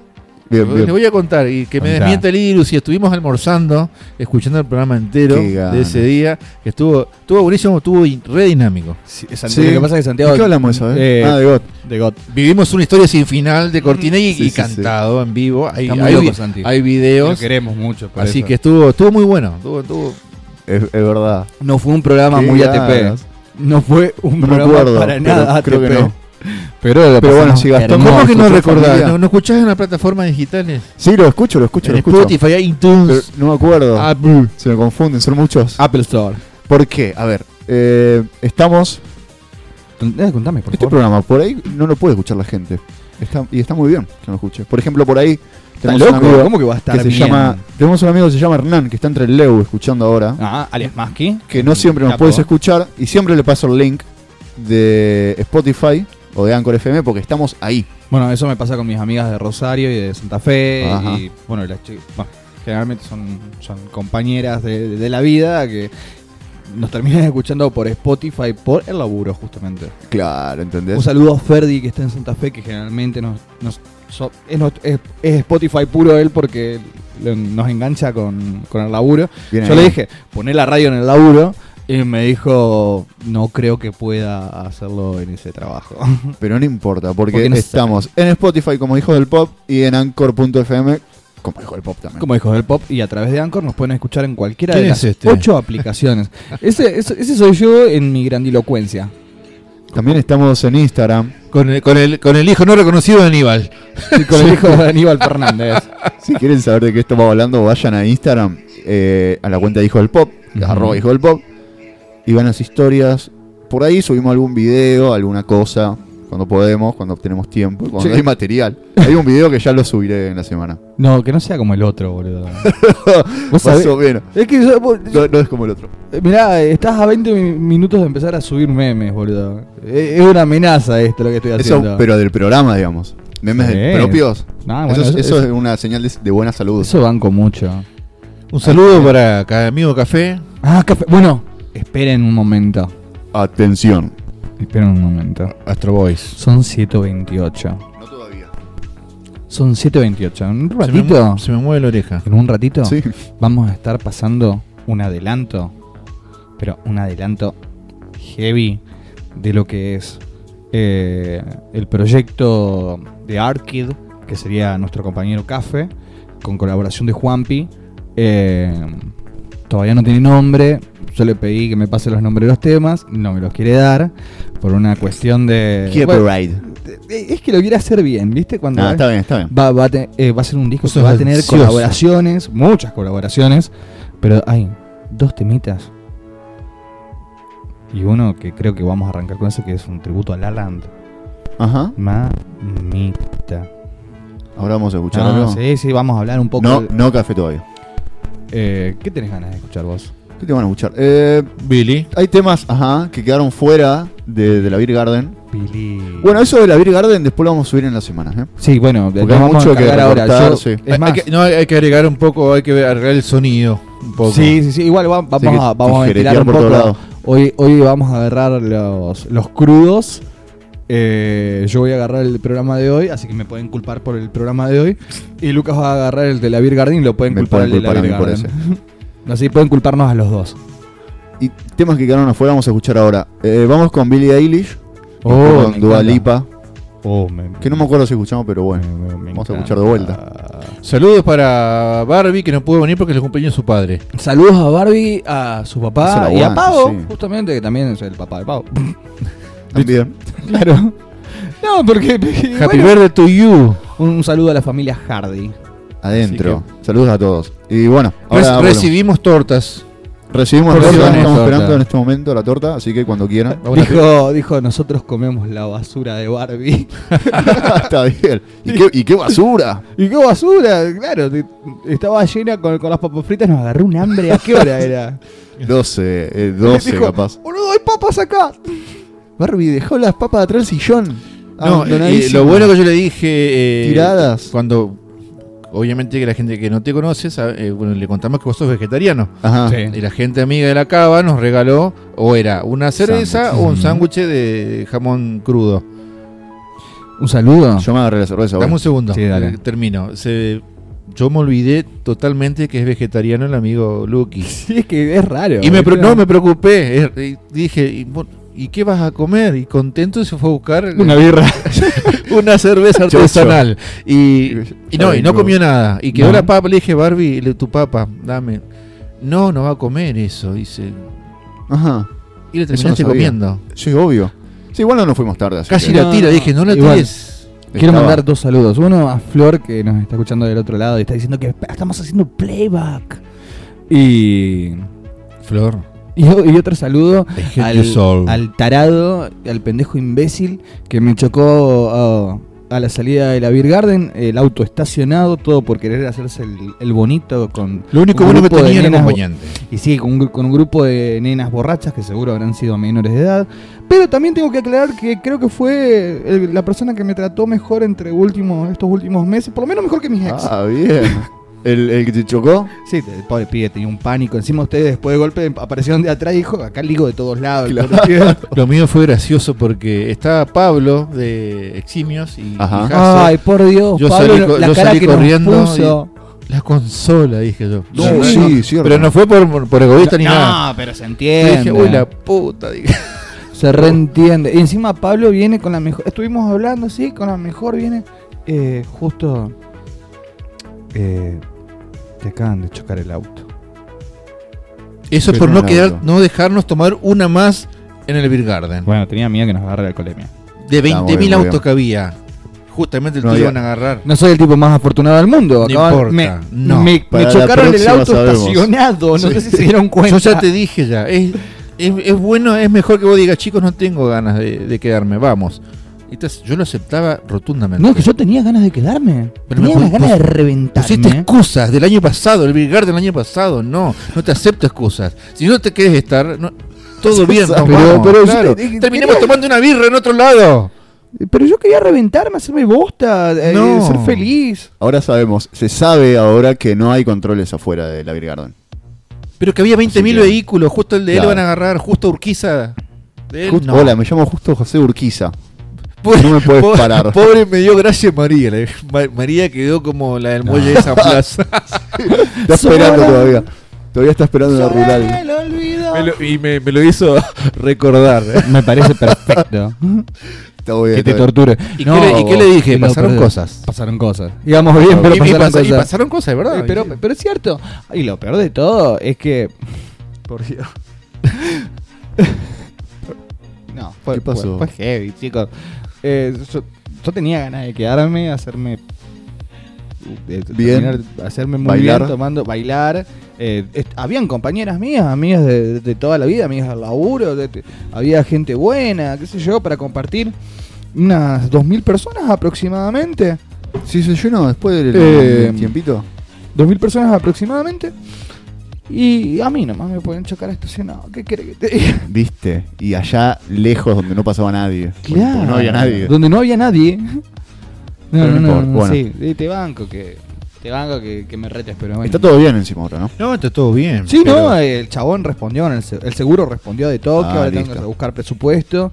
[SPEAKER 1] Bien,
[SPEAKER 3] Le
[SPEAKER 1] bien.
[SPEAKER 3] voy a contar y que me
[SPEAKER 2] Contá.
[SPEAKER 3] desmienta el Irus. Y estuvimos almorzando, escuchando el programa entero
[SPEAKER 1] Qué ganas.
[SPEAKER 3] de ese día. Que estuvo, estuvo buenísimo, estuvo in- re dinámico.
[SPEAKER 2] Sí, Santiago, Lo que pasa es que Santiago.
[SPEAKER 1] ¿De qué hablamos esa vez?
[SPEAKER 2] Eh,
[SPEAKER 1] ah, de God.
[SPEAKER 2] de God.
[SPEAKER 3] Vivimos una historia sin final de Cortinelli
[SPEAKER 1] Sí,
[SPEAKER 3] y
[SPEAKER 1] sí,
[SPEAKER 3] cantado en vivo. Hay,
[SPEAKER 2] Está muy
[SPEAKER 3] hay
[SPEAKER 2] loco,
[SPEAKER 3] vi-
[SPEAKER 2] Santi.
[SPEAKER 3] hay videos.
[SPEAKER 2] queremos mucho.
[SPEAKER 3] Así que estuvo, estuvo muy bueno. Estuvo, estuvo-
[SPEAKER 1] Es, es verdad.
[SPEAKER 2] No fue un programa
[SPEAKER 1] Qué
[SPEAKER 2] muy
[SPEAKER 1] ganas.
[SPEAKER 2] ATP. No fue un
[SPEAKER 1] No me
[SPEAKER 2] programa
[SPEAKER 1] acuerdo,
[SPEAKER 2] para
[SPEAKER 1] pero
[SPEAKER 2] nada
[SPEAKER 1] creo
[SPEAKER 2] ATP.
[SPEAKER 1] que no.
[SPEAKER 2] Pero, la
[SPEAKER 1] Pero bueno,
[SPEAKER 2] pasamos
[SPEAKER 1] si Gastón-
[SPEAKER 2] hermoso.
[SPEAKER 1] ¿Cómo
[SPEAKER 3] ¿Cómo que no
[SPEAKER 1] tu
[SPEAKER 3] recordás?
[SPEAKER 1] familia.
[SPEAKER 3] ¿No, no escuchás en las plataformas digitales?
[SPEAKER 1] Sí, lo escucho, lo escucho,
[SPEAKER 3] en
[SPEAKER 1] lo escucho.
[SPEAKER 3] Spotify,
[SPEAKER 1] Pero
[SPEAKER 3] iTunes,
[SPEAKER 1] no me acuerdo.
[SPEAKER 3] Apple.
[SPEAKER 1] Se me confunden, son muchos.
[SPEAKER 2] Apple Store.
[SPEAKER 1] ¿Por qué? A ver, eh, estamos.
[SPEAKER 2] Eh, contame, por
[SPEAKER 1] Este
[SPEAKER 2] favor.
[SPEAKER 1] programa por ahí no lo puede escuchar la gente. Está, y está muy bien que no lo escuche. Por ejemplo, por ahí
[SPEAKER 2] ¿Estás
[SPEAKER 1] tenemos un amigo
[SPEAKER 2] ¿Cómo que va a estar
[SPEAKER 1] que se
[SPEAKER 2] bien?
[SPEAKER 1] llama. Tenemos un amigo que se llama Hernán, que está entre el Leu escuchando ahora.
[SPEAKER 2] Ah, alias Maski.
[SPEAKER 1] que no siempre nos
[SPEAKER 2] Capo.
[SPEAKER 1] puedes escuchar y siempre le paso el link de Spotify o de Anchor FM porque estamos ahí.
[SPEAKER 2] Bueno, eso me pasa con mis amigas de Rosario y de Santa Fe.
[SPEAKER 1] Ajá.
[SPEAKER 2] Y bueno, las chicas. bueno, generalmente son, son compañeras de, de la vida que nos terminan escuchando por Spotify, por el laburo, justamente.
[SPEAKER 1] Claro, ¿entendés?
[SPEAKER 2] Un saludo a Ferdi que está en Santa Fe, que generalmente nos, nos- so- es, nuestro- es- es Spotify puro él porque lo- nos engancha con, con el laburo.
[SPEAKER 1] Bien
[SPEAKER 2] Yo
[SPEAKER 1] ahí.
[SPEAKER 2] le dije, poné la radio en el laburo. Y me dijo, no creo que pueda hacerlo en ese trabajo.
[SPEAKER 1] Pero no importa, porque,
[SPEAKER 2] Porque no se
[SPEAKER 1] estamos en Spotify como Hijos del Pop y en Anchor.fm como Hijos del Pop también.
[SPEAKER 2] Como hijos del pop, y a través de Anchor nos pueden escuchar en cualquiera de
[SPEAKER 3] ¿Quién
[SPEAKER 2] las
[SPEAKER 3] es este?
[SPEAKER 2] ocho aplicaciones. Ese, ese, ese soy yo en mi grandilocuencia.
[SPEAKER 1] También estamos en Instagram.
[SPEAKER 3] Con el, con, el, con el hijo no reconocido de Aníbal.
[SPEAKER 2] Estoy con el hijo de Aníbal Fernández.
[SPEAKER 1] Si quieren saber de qué estamos hablando, vayan a Instagram, eh, a la cuenta de Hijos del Pop,
[SPEAKER 2] Ujú.
[SPEAKER 1] arroba Hijos del Pop, y van las historias. Por ahí subimos algún video, alguna cosa, cuando podemos, cuando tenemos tiempo, cuando
[SPEAKER 2] Sí.
[SPEAKER 1] hay material. Hay un video que ya lo subiré en la semana.
[SPEAKER 2] No, que no sea como el otro, boludo.
[SPEAKER 1] Más
[SPEAKER 2] Vos sabés-
[SPEAKER 1] o menos.
[SPEAKER 2] Es que yo- vos-
[SPEAKER 1] No, no es como el otro.
[SPEAKER 2] Eh, Mirá, estás a 20 mi- minutos de empezar a subir memes, boludo. Eh, Es una amenaza esto lo que estoy haciendo.
[SPEAKER 1] Eso, pero del programa, digamos. Memes
[SPEAKER 2] Sí.
[SPEAKER 1] de- propios.
[SPEAKER 2] Nah,
[SPEAKER 1] eso,
[SPEAKER 2] bueno,
[SPEAKER 1] es-
[SPEAKER 2] eso,
[SPEAKER 1] eso
[SPEAKER 2] eso-
[SPEAKER 1] es una señal de, de buena salud.
[SPEAKER 2] eso banco mucho.
[SPEAKER 3] Un saludo para cada amigo café.
[SPEAKER 2] Ah, café. Bueno, esperen un momento.
[SPEAKER 1] Atención.
[SPEAKER 2] Esperen un momento.
[SPEAKER 3] Astro Boys.
[SPEAKER 2] Son 7.28.
[SPEAKER 1] No todavía.
[SPEAKER 2] Son 7.28. En un
[SPEAKER 3] Se me,
[SPEAKER 2] ratito.
[SPEAKER 3] mu- se me mueve la oreja.
[SPEAKER 2] En un ratito
[SPEAKER 1] Sí.
[SPEAKER 2] vamos a estar pasando un adelanto. Pero un adelanto heavy de lo que es eh, el proyecto de ArtKid, que sería nuestro compañero Cafe, con colaboración de Juanpi. Eh, todavía no tiene nombre. Yo le pedí que me pase los nombres de los temas. No me los quiere dar. Por una cuestión de. Bueno,
[SPEAKER 1] Ride.
[SPEAKER 2] es que lo quiere hacer bien, ¿viste? Cuando
[SPEAKER 1] Ah, está bien, está bien.
[SPEAKER 2] Va, va, a te- eh, va a ser un disco
[SPEAKER 3] Vos
[SPEAKER 2] que
[SPEAKER 3] sos
[SPEAKER 2] va a tener
[SPEAKER 3] ansioso.
[SPEAKER 2] colaboraciones, muchas colaboraciones, pero hay dos temitas. Y uno que creo que vamos a arrancar con eso, que es un tributo a La Land.
[SPEAKER 1] Ajá.
[SPEAKER 2] Mamita.
[SPEAKER 1] Ahora vamos a escuchar
[SPEAKER 2] No,
[SPEAKER 1] algo.
[SPEAKER 2] Ah, sí, sí, vamos a hablar un poco.
[SPEAKER 1] No,
[SPEAKER 2] de-
[SPEAKER 1] no café todavía.
[SPEAKER 2] Eh, ¿Qué tenés ganas de escuchar vos?
[SPEAKER 1] ¿Qué te van a escuchar? Eh,
[SPEAKER 3] Billy.
[SPEAKER 1] hay temas, ajá, que quedaron fuera de, de la Beer Garden.
[SPEAKER 2] Pili.
[SPEAKER 1] Bueno, eso de la Beer Garden después lo vamos a subir en la semana, ¿eh?
[SPEAKER 2] sí, bueno,
[SPEAKER 1] porque
[SPEAKER 2] nos
[SPEAKER 1] hay
[SPEAKER 2] vamos
[SPEAKER 1] mucho
[SPEAKER 2] a
[SPEAKER 1] que
[SPEAKER 2] encargar ahora.
[SPEAKER 1] recortar,
[SPEAKER 2] Yo-
[SPEAKER 1] sí.
[SPEAKER 2] es más,
[SPEAKER 3] Hay que, no, hay que agregar un poco, hay que ver- arreglar el sonido. Un poco.
[SPEAKER 2] Sí, sí, sí. Igual va-
[SPEAKER 1] Así
[SPEAKER 2] vamos,
[SPEAKER 1] que
[SPEAKER 2] a, vamos a
[SPEAKER 1] tijeretear
[SPEAKER 2] ventilar un
[SPEAKER 1] por todos
[SPEAKER 2] poco.
[SPEAKER 1] lados.
[SPEAKER 2] Hoy, hoy vamos a agarrar los, los crudos. Eh, yo voy a agarrar el programa de hoy, así que me pueden culpar por el programa de hoy. Y Lucas va a agarrar el de la Beer Garden y lo pueden
[SPEAKER 1] Me
[SPEAKER 2] culpar,
[SPEAKER 1] pueden
[SPEAKER 2] al de la
[SPEAKER 1] culpar a
[SPEAKER 2] Beer
[SPEAKER 1] mí por
[SPEAKER 2] Garden. Así pueden culparnos a los dos.
[SPEAKER 1] Y temas que quedaron afuera vamos a escuchar ahora. Eh, vamos con Billie Eilish.
[SPEAKER 2] Oh, me
[SPEAKER 1] con Dua
[SPEAKER 2] encanta.
[SPEAKER 1] Lipa.
[SPEAKER 2] Oh, me-
[SPEAKER 1] Que no me acuerdo si escuchamos, pero bueno.
[SPEAKER 2] me- me- me
[SPEAKER 1] vamos a
[SPEAKER 2] encanta.
[SPEAKER 1] escuchar de vuelta.
[SPEAKER 3] Saludos para Barbie, que no pudo venir porque le cumpleaños su padre.
[SPEAKER 2] Saludos a Barbie, a su
[SPEAKER 1] Se
[SPEAKER 2] papá
[SPEAKER 1] la
[SPEAKER 2] y a
[SPEAKER 1] aguanta,
[SPEAKER 2] Pavo,
[SPEAKER 1] sí.
[SPEAKER 2] justamente, que también es el papá de Pavo.
[SPEAKER 1] También.
[SPEAKER 2] claro. No, porque.
[SPEAKER 3] Happy
[SPEAKER 2] bueno,
[SPEAKER 3] birthday to you.
[SPEAKER 2] un, un saludo a la familia Hardy.
[SPEAKER 1] Adentro. Saludos a todos. Y bueno,
[SPEAKER 3] Res-
[SPEAKER 1] ahora volvemos.
[SPEAKER 3] recibimos tortas.
[SPEAKER 1] recibimos
[SPEAKER 2] Por
[SPEAKER 1] la torta.
[SPEAKER 2] cierto,
[SPEAKER 1] Estamos
[SPEAKER 2] torta.
[SPEAKER 1] esperando en este momento la torta, así que cuando quieran.
[SPEAKER 3] Vamos a-
[SPEAKER 2] Dijo, dijo, nosotros comemos la basura de Barbie.
[SPEAKER 1] Está bien. ¿Y qué, y qué basura?
[SPEAKER 2] ¿Y qué basura? Claro, te- estaba llena con, con las papas fritas, nos agarró un hambre. ¿A qué hora era?
[SPEAKER 1] 12, eh, 12
[SPEAKER 2] Dijo,
[SPEAKER 1] capaz.
[SPEAKER 2] Boludo, hay papas acá.
[SPEAKER 1] Barbie dejó las papas atrás del sillón.
[SPEAKER 3] No, eh, lo bueno que yo le dije. eh,
[SPEAKER 1] Tiradas.
[SPEAKER 3] Cuando. Obviamente que la gente que no te conoce, sabe- eh, bueno, le contamos que vos sos vegetariano.
[SPEAKER 1] Ajá.
[SPEAKER 2] Sí.
[SPEAKER 3] Y la gente amiga de la cava nos regaló, o era una cerveza
[SPEAKER 1] Sándwich.
[SPEAKER 3] o un
[SPEAKER 2] Ujú.
[SPEAKER 3] sándwich de jamón crudo.
[SPEAKER 2] Un saludo.
[SPEAKER 1] Ah, Yo me agarré la cerveza.
[SPEAKER 3] Dame
[SPEAKER 1] bueno.
[SPEAKER 3] un segundo,
[SPEAKER 2] Sí, dale.
[SPEAKER 3] eh, termino. Se- yo me olvidé totalmente que es vegetariano el amigo Lucky.
[SPEAKER 2] Sí, es que es raro.
[SPEAKER 3] Y me,
[SPEAKER 2] ¿viste?
[SPEAKER 3] pre- no, me preocupé. eh, eh, dije, ¿y, vos- ¿y qué vas a comer? Y contento se fue a buscar eh,
[SPEAKER 2] Una birra.
[SPEAKER 3] una cerveza
[SPEAKER 1] Chocho.
[SPEAKER 3] artesanal. Y, y no, y no comió nada. Y quedó
[SPEAKER 2] No.
[SPEAKER 3] la papa. Le dije, Barbie, le- tu papa, dame. No, no va a comer eso, dice.
[SPEAKER 1] Ajá.
[SPEAKER 3] Y le
[SPEAKER 1] Eso no
[SPEAKER 3] terminaste
[SPEAKER 1] sabía.
[SPEAKER 3] comiendo.
[SPEAKER 1] Sí, obvio. Sí, igual no nos fuimos tarde. así
[SPEAKER 3] Casi
[SPEAKER 1] que
[SPEAKER 3] la
[SPEAKER 2] No,
[SPEAKER 3] tira,
[SPEAKER 2] no,
[SPEAKER 3] dije, no la
[SPEAKER 2] igual.
[SPEAKER 3] tires.
[SPEAKER 2] Quiero
[SPEAKER 1] estaba-
[SPEAKER 2] mandar dos saludos. Uno a Flor, que nos está escuchando del otro lado y está diciendo que estamos haciendo playback. Y,
[SPEAKER 3] Flor.
[SPEAKER 2] y, y otro saludo
[SPEAKER 3] Al- al-
[SPEAKER 2] al tarado, al pendejo imbécil que me chocó oh, a la salida de la Beer Garden, el auto estacionado, todo por querer hacerse el, el bonito con
[SPEAKER 3] Lo único
[SPEAKER 2] un
[SPEAKER 3] bueno que
[SPEAKER 2] grupo de
[SPEAKER 3] tenía era el
[SPEAKER 2] nenas-
[SPEAKER 3] acompañante.
[SPEAKER 2] y sigue con un, gru- con un grupo de nenas borrachas que seguro habrán sido menores de edad. Pero también tengo que aclarar que creo que fue el- la persona que me trató mejor entre último, estos últimos meses, por lo menos mejor que mis ex.
[SPEAKER 1] Ah, bien. ¿El, el que te chocó?
[SPEAKER 2] Sí, el pobre pibe tenía un pánico. Encima ustedes después de golpe aparecieron de atrás y dijo, acá ligo de todos lados. el pobre pibe.
[SPEAKER 3] Lo mío fue gracioso porque estaba Pablo de Eximios y, y
[SPEAKER 1] Ajá.
[SPEAKER 3] Jasso.
[SPEAKER 2] Ay, por Dios,
[SPEAKER 3] Yo
[SPEAKER 2] Pablo,
[SPEAKER 3] salí co-
[SPEAKER 2] la
[SPEAKER 3] yo
[SPEAKER 2] cara
[SPEAKER 3] salí
[SPEAKER 2] que nos
[SPEAKER 3] corriendo
[SPEAKER 2] puso.
[SPEAKER 3] La consola, dije yo.
[SPEAKER 1] No,
[SPEAKER 3] La-
[SPEAKER 1] sí,
[SPEAKER 3] no,
[SPEAKER 1] cierto.
[SPEAKER 3] Pero no fue por, por egoísta ni nada.
[SPEAKER 2] No, pero se
[SPEAKER 3] Yo
[SPEAKER 2] entiende.
[SPEAKER 3] dije, uy, la puta. Dije.
[SPEAKER 2] Se reentiende. Y encima Pablo viene con la mejor. Estuvimos hablando, sí, con la mejor viene. eh, justo. eh, te acaban de chocar el auto.
[SPEAKER 3] Eso es por
[SPEAKER 1] Pero
[SPEAKER 3] no
[SPEAKER 1] no,
[SPEAKER 3] quedar,
[SPEAKER 1] no.
[SPEAKER 3] no dejarnos tomar una más en el Beer Garden.
[SPEAKER 2] Bueno, tenía miedo que nos agarre la colemia.
[SPEAKER 3] De
[SPEAKER 1] Está muy
[SPEAKER 3] 20.000
[SPEAKER 1] bien, muy
[SPEAKER 3] autos que había. Justamente el
[SPEAKER 1] No
[SPEAKER 3] tuyo
[SPEAKER 1] había-
[SPEAKER 3] iban a agarrar.
[SPEAKER 2] No soy el tipo más afortunado del mundo.
[SPEAKER 3] No
[SPEAKER 2] acaban-
[SPEAKER 3] importa,
[SPEAKER 2] me,
[SPEAKER 3] no.
[SPEAKER 2] me- me
[SPEAKER 1] Para la
[SPEAKER 2] chocaron el
[SPEAKER 1] próxima
[SPEAKER 2] auto
[SPEAKER 1] sabemos.
[SPEAKER 2] estacionado. No sé si se dieron cuenta.
[SPEAKER 3] Yo ya
[SPEAKER 1] ah.
[SPEAKER 3] te dije ya. Es, es, es bueno, es mejor que vos digas, chicos, no tengo ganas de, de quedarme, vamos. Entonces, yo lo aceptaba rotundamente.
[SPEAKER 2] No, que yo tenía ganas de quedarme.
[SPEAKER 3] Pero
[SPEAKER 2] tenía
[SPEAKER 3] me
[SPEAKER 2] unas
[SPEAKER 3] pus-
[SPEAKER 2] ganas de
[SPEAKER 3] pus- Pusiste
[SPEAKER 2] reventarme.
[SPEAKER 3] excusas del año pasado, el Bill Garden del año pasado. No, no te acepto excusas. Si no te querés estar, no- todo bien. nos
[SPEAKER 1] Pero-
[SPEAKER 3] vamos,
[SPEAKER 1] pero yo
[SPEAKER 3] claro.
[SPEAKER 1] te- te-
[SPEAKER 3] Terminemos
[SPEAKER 1] quería-
[SPEAKER 3] tomando una birra en otro lado.
[SPEAKER 2] Pero yo quería reventarme, hacerme bosta, eh,
[SPEAKER 3] No.
[SPEAKER 2] ser feliz.
[SPEAKER 1] Ahora sabemos, se sabe ahora que no hay controles afuera de la Beer Garden.
[SPEAKER 3] Pero que había 20.000
[SPEAKER 1] que-
[SPEAKER 3] vehículos, justo el de
[SPEAKER 1] Claro.
[SPEAKER 3] él van a agarrar, justo Urquiza. de él,
[SPEAKER 1] Just-
[SPEAKER 3] Eh, no.
[SPEAKER 1] Hola, me llamo justo José Urquiza.
[SPEAKER 3] Pobre-
[SPEAKER 1] No me podés
[SPEAKER 3] pobre-
[SPEAKER 1] parar.
[SPEAKER 3] Pobre me dio gracia María. la- Ma- María quedó como la del muelle de esa plaza.
[SPEAKER 1] Está esperando todavía. Todavía está esperando la rural.
[SPEAKER 2] el olvido.
[SPEAKER 3] Me lo- y me, me lo hizo recordar. eh.
[SPEAKER 2] Me parece perfecto.
[SPEAKER 1] Está muy bien,
[SPEAKER 2] que te
[SPEAKER 1] está bien.
[SPEAKER 2] torture.
[SPEAKER 3] ¿Y qué le- y qué le dije?
[SPEAKER 2] no,
[SPEAKER 3] Pasaron
[SPEAKER 2] perdón.
[SPEAKER 3] cosas.
[SPEAKER 2] Pasaron cosas. Íbamos bien, pero
[SPEAKER 3] y, y
[SPEAKER 2] pasaron
[SPEAKER 3] pas- y
[SPEAKER 2] cosas.
[SPEAKER 3] pasaron cosas, ¿verdad?
[SPEAKER 2] Eh, pero, pero es cierto. Y lo peor de todo es que. Por Dios. no, fue,
[SPEAKER 1] ¿Qué pasó?
[SPEAKER 2] fue- fue heavy, chicos. Eh, yo, yo tenía ganas de quedarme, hacerme. de- de
[SPEAKER 1] Bien.
[SPEAKER 2] hacerme muy
[SPEAKER 1] Bailar.
[SPEAKER 2] bien, tomando, bailar. Eh, est- habían compañeras mías, amigas de, de toda la vida, amigas del laburo. de- de- había gente buena, qué sé yo, para compartir. Unas 2.000 personas aproximadamente.
[SPEAKER 1] Sí, se llenó después del
[SPEAKER 2] Eh,
[SPEAKER 1] del tiempito.
[SPEAKER 2] 2.000 personas aproximadamente. Y a mí nomás me pueden chocar estacionado. ¿Qué quiere que te diga?
[SPEAKER 1] Viste, y allá lejos donde no pasaba nadie. Porque No había nadie.
[SPEAKER 2] Donde no había nadie. No,
[SPEAKER 1] Pero no
[SPEAKER 2] no, no,
[SPEAKER 1] importa,
[SPEAKER 2] no,
[SPEAKER 1] bueno.
[SPEAKER 2] sí. Eh, Te banco que. Te banco que, que me retes, pero bueno.
[SPEAKER 1] Está todo bien encima ahora, ¿no?
[SPEAKER 3] No, está todo bien.
[SPEAKER 2] Sí,
[SPEAKER 3] pero-
[SPEAKER 2] no, el chabón respondió, en el, se- el seguro respondió de toque,
[SPEAKER 1] Ah,
[SPEAKER 2] ahora tengo
[SPEAKER 1] listo.
[SPEAKER 2] que buscar presupuesto.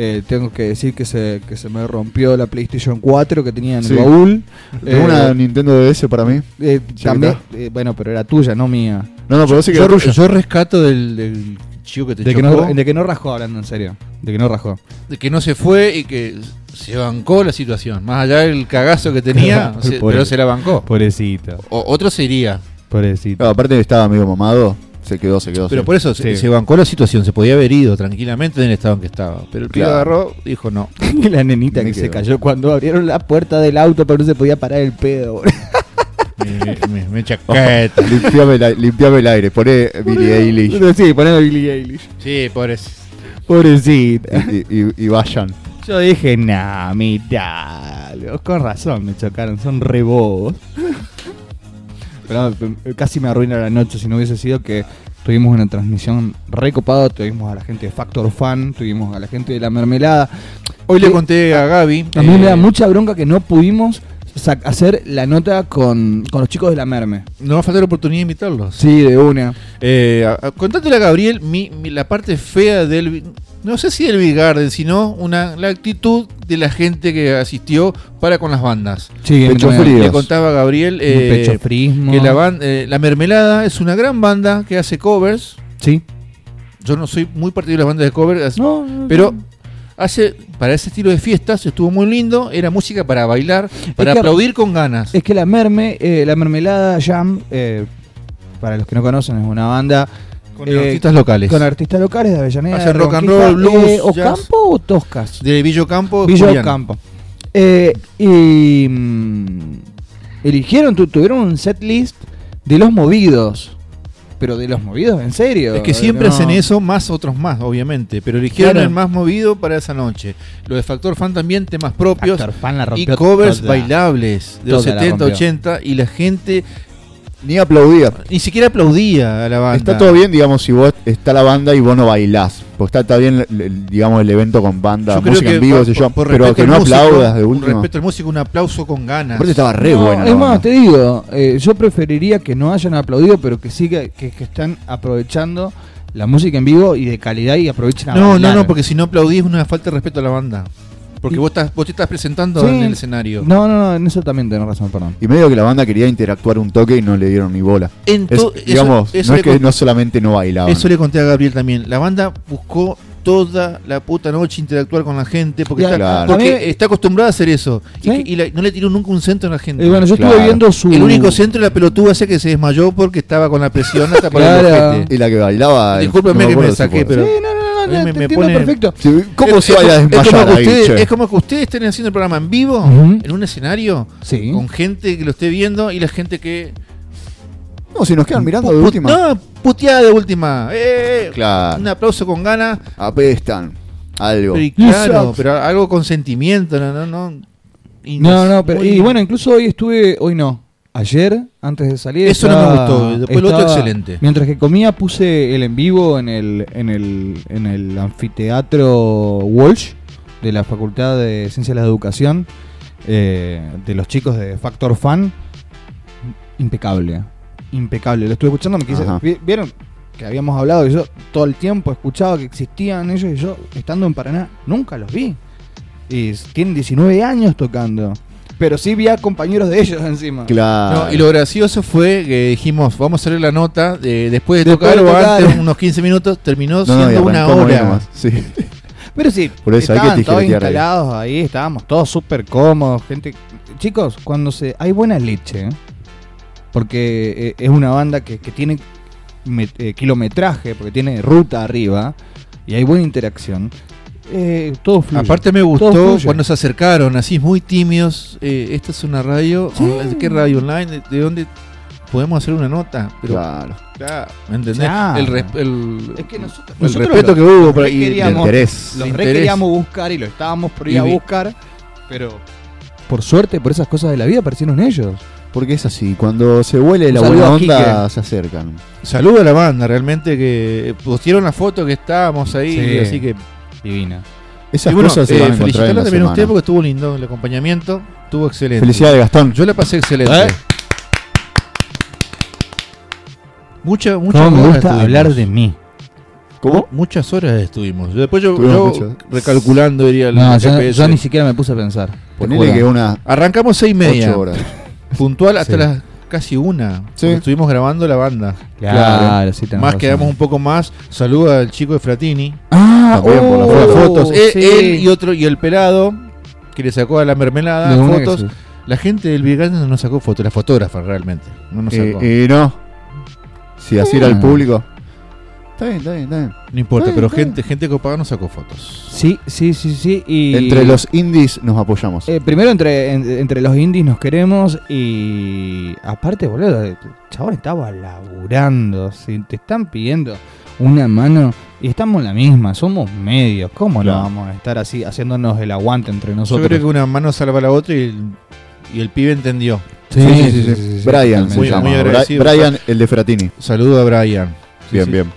[SPEAKER 2] Eh, tengo que decir que se, que se me rompió la PlayStation 4 que tenía en
[SPEAKER 1] Sí.
[SPEAKER 2] el baúl.
[SPEAKER 1] Tengo
[SPEAKER 2] Eh,
[SPEAKER 1] una Nintendo DS para mí.
[SPEAKER 2] eh,
[SPEAKER 1] Ya
[SPEAKER 2] también, eh, bueno, pero era tuya, no mía.
[SPEAKER 1] No, no, pero sé que
[SPEAKER 3] Yo,
[SPEAKER 1] era tuya.
[SPEAKER 3] yo rescato del, del chico que te
[SPEAKER 2] De que,
[SPEAKER 3] chocó,
[SPEAKER 2] no, de que no rajó, hablando en serio. De que no rajó.
[SPEAKER 3] de que no se fue y que se bancó la situación. Más allá del cagazo que tenía,
[SPEAKER 2] Claro,
[SPEAKER 3] se-
[SPEAKER 2] pobre.
[SPEAKER 3] pero se la bancó.
[SPEAKER 2] Pobrecito,
[SPEAKER 3] O- otro se iría.
[SPEAKER 2] pobrecito.
[SPEAKER 1] No, aparte estaba medio mamado. Se quedó, se quedó.
[SPEAKER 3] Pero
[SPEAKER 1] sí.
[SPEAKER 3] por eso se-
[SPEAKER 2] Sí.
[SPEAKER 3] se bancó la situación, se podía haber ido tranquilamente del estado en que estaba. Pero el pibe
[SPEAKER 1] Claro.
[SPEAKER 3] agarró, dijo no.
[SPEAKER 2] Y la nenita
[SPEAKER 1] Me
[SPEAKER 2] que se
[SPEAKER 1] quedo.
[SPEAKER 2] cayó cuando abrieron la puerta del auto, pero no se podía parar el pedo. boludo.
[SPEAKER 3] Me, me- me chaqueta.
[SPEAKER 1] limpiame, la- limpiame el aire. Poné Billie Eilish
[SPEAKER 2] Pero sí, poné a Billie Eilish.
[SPEAKER 3] Sí, pobre.
[SPEAKER 2] Pobrecita.
[SPEAKER 1] y, y- y vayan.
[SPEAKER 2] Yo dije, nah, mirá. loco, Con razón me chocaron, son re bobos. Pero eh, casi me arruina la noche si no hubiese sido que tuvimos una transmisión recopada, tuvimos a la gente de Factor Fan, tuvimos a la gente de La Mermelada.
[SPEAKER 3] Hoy le
[SPEAKER 2] Eh,
[SPEAKER 3] conté a Gaby.
[SPEAKER 2] A mí
[SPEAKER 3] eh,
[SPEAKER 2] me da mucha bronca que no pudimos sa- hacer la nota con, con los chicos de la Merme.
[SPEAKER 3] No va a faltar oportunidad de invitarlos.
[SPEAKER 2] Sí, de una.
[SPEAKER 3] Eh, a- a- contátele a Gabriel mi- mi- la parte fea del. vi- No sé si del Big Garden, sino una, la actitud de la gente que asistió para con las bandas.
[SPEAKER 2] Sí,
[SPEAKER 1] Pecho
[SPEAKER 2] también.
[SPEAKER 1] frío.
[SPEAKER 3] Le
[SPEAKER 1] Dios.
[SPEAKER 3] contaba a Gabriel eh,
[SPEAKER 2] Un pecho frismo.
[SPEAKER 3] que la, ban- eh, la Mermelada es una gran banda que hace covers.
[SPEAKER 2] Sí.
[SPEAKER 3] Yo no soy muy partidario de las bandas de covers,
[SPEAKER 2] No,
[SPEAKER 3] pero hace para ese estilo de fiestas estuvo muy lindo. Era música para bailar, para
[SPEAKER 2] que-
[SPEAKER 3] aplaudir con ganas.
[SPEAKER 2] Es que la Merme, eh, la mermelada Jam, eh, para los que no conocen, es una banda
[SPEAKER 3] Con
[SPEAKER 2] eh,
[SPEAKER 3] artistas locales.
[SPEAKER 2] con artistas locales de Avellaneda.
[SPEAKER 3] Hacen
[SPEAKER 2] de
[SPEAKER 3] rock and
[SPEAKER 2] Reconquista,
[SPEAKER 3] roll, blues,
[SPEAKER 2] eh,
[SPEAKER 3] jazz.
[SPEAKER 2] ¿Ocampo o Toscas?
[SPEAKER 3] de Villocampo.
[SPEAKER 2] Villa
[SPEAKER 3] Julián.
[SPEAKER 2] Ocampo. Eh, y mm, eligieron, tu- tuvieron un set list de los movidos. Pero de los movidos, en serio.
[SPEAKER 3] Es que siempre
[SPEAKER 2] No.
[SPEAKER 3] hacen eso, más otros más, obviamente. Pero eligieron
[SPEAKER 2] Claro.
[SPEAKER 3] el más movido para esa noche. Lo de Factor Fan también, temas propios.
[SPEAKER 2] Factor Fan la
[SPEAKER 3] Y
[SPEAKER 2] rompió
[SPEAKER 3] covers
[SPEAKER 2] toda.
[SPEAKER 3] bailables de los
[SPEAKER 2] Toda la
[SPEAKER 3] 70,
[SPEAKER 2] rompió.
[SPEAKER 3] 80. Y la gente
[SPEAKER 1] Ni aplaudía.
[SPEAKER 3] ni siquiera aplaudía a la banda.
[SPEAKER 1] Está todo bien, digamos, si vos está la banda y vos no bailás. Pues está, está bien, el- el- digamos, el evento con banda,
[SPEAKER 3] Yo creo
[SPEAKER 1] música en
[SPEAKER 3] que
[SPEAKER 1] vivo,
[SPEAKER 3] por-
[SPEAKER 1] qué sé yo,
[SPEAKER 3] por
[SPEAKER 1] pero
[SPEAKER 3] respeto
[SPEAKER 1] que
[SPEAKER 3] al
[SPEAKER 1] no
[SPEAKER 3] músico,
[SPEAKER 1] aplaudas de
[SPEAKER 3] un
[SPEAKER 1] última.
[SPEAKER 3] Respeto al músico, un aplauso con ganas.
[SPEAKER 1] Aparte estaba re
[SPEAKER 2] No,
[SPEAKER 1] buena. la
[SPEAKER 2] Es más,
[SPEAKER 1] banda.
[SPEAKER 2] te digo, eh, yo preferiría que no hayan aplaudido, pero que sí que, que- que están aprovechando la música en vivo y de calidad y aprovechen a
[SPEAKER 3] No, no,
[SPEAKER 2] bailar.
[SPEAKER 3] no, porque si no aplaudís es una falta de respeto a la banda. Porque
[SPEAKER 2] Y-
[SPEAKER 3] vos, estás, vos te estás presentando
[SPEAKER 2] Sí.
[SPEAKER 3] en el escenario.
[SPEAKER 2] No, no, no, en eso también tenés razón, perdón.
[SPEAKER 1] Y medio que la banda quería interactuar un toque y no le dieron ni bola.
[SPEAKER 3] En
[SPEAKER 1] Es-
[SPEAKER 3] to- eso-
[SPEAKER 1] digamos,
[SPEAKER 3] eso
[SPEAKER 1] no
[SPEAKER 3] le
[SPEAKER 1] es que
[SPEAKER 3] con-
[SPEAKER 1] no solamente no bailaban.
[SPEAKER 3] Eso le conté a Gabriel también. La banda buscó toda la puta noche interactuar con la gente porque,
[SPEAKER 2] Y
[SPEAKER 3] está,
[SPEAKER 1] claro.
[SPEAKER 3] porque
[SPEAKER 2] a mí-
[SPEAKER 3] está acostumbrada a hacer eso. Y
[SPEAKER 2] Sí.
[SPEAKER 3] que- Y, la- no le tiró nunca un centro a la gente.
[SPEAKER 2] Eh, bueno, yo
[SPEAKER 1] Claro.
[SPEAKER 2] estuve viendo su.
[SPEAKER 3] El único centro era la pelotuda esa que se desmayó porque estaba con la presión hasta para
[SPEAKER 2] Claro.
[SPEAKER 3] el ojete.
[SPEAKER 1] Y la que bailaba.
[SPEAKER 3] Discúlpeme que me
[SPEAKER 1] acuerdo si
[SPEAKER 3] saqué,
[SPEAKER 1] fue.
[SPEAKER 3] pero-
[SPEAKER 2] Sí, no, no, no,
[SPEAKER 3] mí
[SPEAKER 2] no,
[SPEAKER 3] me-
[SPEAKER 2] te
[SPEAKER 3] me
[SPEAKER 2] entiendo
[SPEAKER 3] pone-
[SPEAKER 2] perfecto.
[SPEAKER 1] Sí, ¿Cómo
[SPEAKER 3] Es-
[SPEAKER 1] se
[SPEAKER 3] es
[SPEAKER 1] baila
[SPEAKER 3] como- es como
[SPEAKER 1] desmayar
[SPEAKER 3] que
[SPEAKER 1] ahí,
[SPEAKER 3] ustedes-
[SPEAKER 1] che?
[SPEAKER 3] Es como que ustedes estén haciendo el programa en vivo,
[SPEAKER 2] Ujú.
[SPEAKER 3] en un escenario,
[SPEAKER 2] Sí.
[SPEAKER 3] con gente que lo esté viendo y la gente que.
[SPEAKER 1] No, si nos quedan mirando de
[SPEAKER 3] Pu-
[SPEAKER 1] última.
[SPEAKER 3] No, puteada de última. Eh,
[SPEAKER 1] Claro.
[SPEAKER 3] Un aplauso con ganas.
[SPEAKER 1] Apestan. Algo.
[SPEAKER 3] Pero, y claro, pero algo con sentimiento, no, no, no. Y
[SPEAKER 2] No,
[SPEAKER 3] es
[SPEAKER 2] no, pero,
[SPEAKER 3] muy-
[SPEAKER 2] y bueno, incluso hoy estuve, hoy no, ayer, antes de salir.
[SPEAKER 3] Eso no me gustó, después lo otro excelente.
[SPEAKER 2] Mientras que comía puse el en vivo en el, en el, en el anfiteatro Walsh de la Facultad de Ciencias de la Educación, eh, de los chicos de Factor Fan, impecable, impecable. Lo estuve escuchando, me quise,
[SPEAKER 1] Ajá.
[SPEAKER 2] vi- vieron que habíamos hablado, y yo todo el tiempo escuchaba que existían ellos y yo estando en Paraná nunca los vi. Y s- tienen 19 años tocando. Pero sí vi a compañeros de ellos encima.
[SPEAKER 1] Claro.
[SPEAKER 3] No, y lo gracioso fue que dijimos, vamos a hacer la nota, de- después de
[SPEAKER 2] Después
[SPEAKER 3] tocar
[SPEAKER 2] de
[SPEAKER 3] o
[SPEAKER 2] tocar.
[SPEAKER 3] antes, unos 15 minutos, terminó
[SPEAKER 1] No, no, y
[SPEAKER 3] siendo una
[SPEAKER 1] arrancó muy
[SPEAKER 3] hora.
[SPEAKER 1] nomás, sí.
[SPEAKER 2] Pero sí,
[SPEAKER 1] Por eso hay que
[SPEAKER 2] estaban
[SPEAKER 1] tijeretear
[SPEAKER 2] todos
[SPEAKER 1] ahí.
[SPEAKER 2] instalados ahí. estábamos todos súper cómodos, gente. Chicos, cuando se. hay buena leche, ¿eh? porque eh, es una banda que, que tiene me- eh, kilometraje, porque tiene ruta arriba, y hay buena interacción. eh, todo fluye.
[SPEAKER 3] Aparte me
[SPEAKER 2] Todo
[SPEAKER 3] gustó
[SPEAKER 2] fluye.
[SPEAKER 3] cuando se acercaron, así muy tímidos. eh, esta es una radio,
[SPEAKER 2] Sí.
[SPEAKER 3] online, ¿qué radio online? ¿De, de dónde podemos hacer una nota? Pero,
[SPEAKER 1] Claro.
[SPEAKER 3] ya, ¿me entendés?
[SPEAKER 2] Claro.
[SPEAKER 3] El, res- el-
[SPEAKER 2] es que nosotros,
[SPEAKER 3] el
[SPEAKER 2] nosotros
[SPEAKER 3] respeto
[SPEAKER 2] lo-
[SPEAKER 3] que hubo por
[SPEAKER 2] re
[SPEAKER 3] ahí.
[SPEAKER 1] El
[SPEAKER 2] queríamos. Digamos,
[SPEAKER 1] interés.
[SPEAKER 2] Lo
[SPEAKER 3] El
[SPEAKER 2] re
[SPEAKER 3] interés.
[SPEAKER 2] queríamos buscar y lo estábamos por ir
[SPEAKER 3] Y
[SPEAKER 2] a
[SPEAKER 3] vi-
[SPEAKER 2] buscar, pero por suerte, por esas cosas de la vida aparecieron ellos.
[SPEAKER 1] Porque es así, cuando se huele
[SPEAKER 2] Un
[SPEAKER 1] la
[SPEAKER 2] saludo
[SPEAKER 1] buena
[SPEAKER 2] a
[SPEAKER 1] onda, se acercan.
[SPEAKER 3] Saludo a la banda, realmente que eh, pusieron la foto que estábamos ahí,
[SPEAKER 2] Sí.
[SPEAKER 3] así que
[SPEAKER 2] Divina.
[SPEAKER 1] Esas
[SPEAKER 3] Y bueno,
[SPEAKER 1] cosas se
[SPEAKER 3] eh,
[SPEAKER 1] van a encontrar en
[SPEAKER 3] felicitarla
[SPEAKER 1] la
[SPEAKER 3] también a usted
[SPEAKER 1] semana.
[SPEAKER 3] porque estuvo lindo el acompañamiento, estuvo excelente.
[SPEAKER 1] Felicidades, Gastón.
[SPEAKER 3] Yo la pasé excelente.
[SPEAKER 2] ¿Eh?
[SPEAKER 3] Mucha, muchas
[SPEAKER 2] ¿Cómo me
[SPEAKER 3] horas
[SPEAKER 2] gusta
[SPEAKER 3] estuvimos.
[SPEAKER 2] hablar de mí?
[SPEAKER 1] ¿Cómo?
[SPEAKER 3] Muchas horas estuvimos. Después yo,
[SPEAKER 1] Estuvimos
[SPEAKER 3] yo
[SPEAKER 1] muchas.
[SPEAKER 3] recalculando diría el
[SPEAKER 2] No, yo,
[SPEAKER 3] GPS.
[SPEAKER 2] yo ni siquiera me puse a pensar. te
[SPEAKER 1] Ponele
[SPEAKER 2] juro.
[SPEAKER 1] que unas
[SPEAKER 3] Arrancamos seis y media,
[SPEAKER 1] 8 horas.
[SPEAKER 3] puntual hasta
[SPEAKER 2] Sí.
[SPEAKER 3] las casi una.
[SPEAKER 1] Sí.
[SPEAKER 3] porque Estuvimos grabando la banda.
[SPEAKER 2] Claro,
[SPEAKER 3] Claro.
[SPEAKER 2] sí tenés
[SPEAKER 3] más
[SPEAKER 2] razón.
[SPEAKER 3] quedamos un poco más. Saluda al chico de Fratini.
[SPEAKER 2] Ah,
[SPEAKER 1] También por la
[SPEAKER 3] Por las
[SPEAKER 1] Oh,
[SPEAKER 3] fotos. Él,
[SPEAKER 2] sí.
[SPEAKER 3] él y otro y el pelado que le sacó a la mermelada
[SPEAKER 2] De una que
[SPEAKER 3] fotos.
[SPEAKER 2] sí.
[SPEAKER 3] La gente del Virgano no sacó fotos, la fotógrafa realmente. No nos sacó.
[SPEAKER 1] Y, y Eh, no. Si así era el
[SPEAKER 2] Ah.
[SPEAKER 1] público. Está bien, está bien, está bien.
[SPEAKER 3] no importa,
[SPEAKER 1] está
[SPEAKER 3] pero
[SPEAKER 1] bien, está
[SPEAKER 3] gente, gente copada no sacó fotos.
[SPEAKER 2] Sí, sí, sí, sí. Y
[SPEAKER 1] Entre los indies nos apoyamos.
[SPEAKER 2] Eh, primero entre, en- entre los indies nos queremos y aparte, boludo, el chabón estaba laburando, si te están pidiendo una mano y estamos en la misma, somos medios, ¿cómo
[SPEAKER 1] Claro.
[SPEAKER 2] no vamos a estar así haciéndonos el aguante entre
[SPEAKER 3] Yo
[SPEAKER 2] nosotros?
[SPEAKER 3] creo que una mano salva a la otra y el, y el pibe entendió.
[SPEAKER 1] Sí, sí, sí, sí, Brian
[SPEAKER 2] totalmente.
[SPEAKER 1] se
[SPEAKER 3] Muy-
[SPEAKER 1] llama.
[SPEAKER 3] muy
[SPEAKER 1] Bra-
[SPEAKER 3] agradecido.
[SPEAKER 1] Brian, el de Fratini.
[SPEAKER 3] Saludo a Brian. Sí,
[SPEAKER 1] Bien,
[SPEAKER 3] sí.
[SPEAKER 1] bien.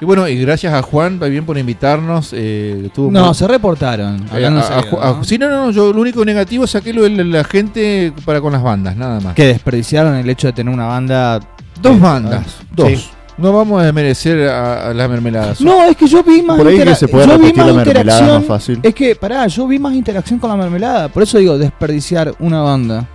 [SPEAKER 3] Y bueno, y gracias a Juan también por invitarnos. Eh, estuvo
[SPEAKER 2] No,
[SPEAKER 3] muy-
[SPEAKER 2] se reportaron.
[SPEAKER 3] eh,
[SPEAKER 2] hablando
[SPEAKER 3] a-
[SPEAKER 2] en
[SPEAKER 3] a-
[SPEAKER 2] serio,
[SPEAKER 3] a-
[SPEAKER 2] ¿no?
[SPEAKER 3] sí, no, no, no, yo lo único negativo saqué lo de la- la gente para con las bandas, nada más.
[SPEAKER 2] Que desperdiciaron el hecho de tener una banda.
[SPEAKER 3] Dos
[SPEAKER 2] Eh,
[SPEAKER 3] bandas, dos.
[SPEAKER 2] sí.
[SPEAKER 3] No vamos a desmerecer a, a las mermeladas.
[SPEAKER 2] No, es que yo vi más
[SPEAKER 1] Por ahí que
[SPEAKER 2] intera-
[SPEAKER 1] se puede
[SPEAKER 2] yo vi
[SPEAKER 1] repetir
[SPEAKER 2] más
[SPEAKER 1] la mermelada
[SPEAKER 2] interacción-
[SPEAKER 1] más fácil.
[SPEAKER 2] Es que, pará, yo vi más interacción con la mermelada. Por eso digo, desperdiciar una banda.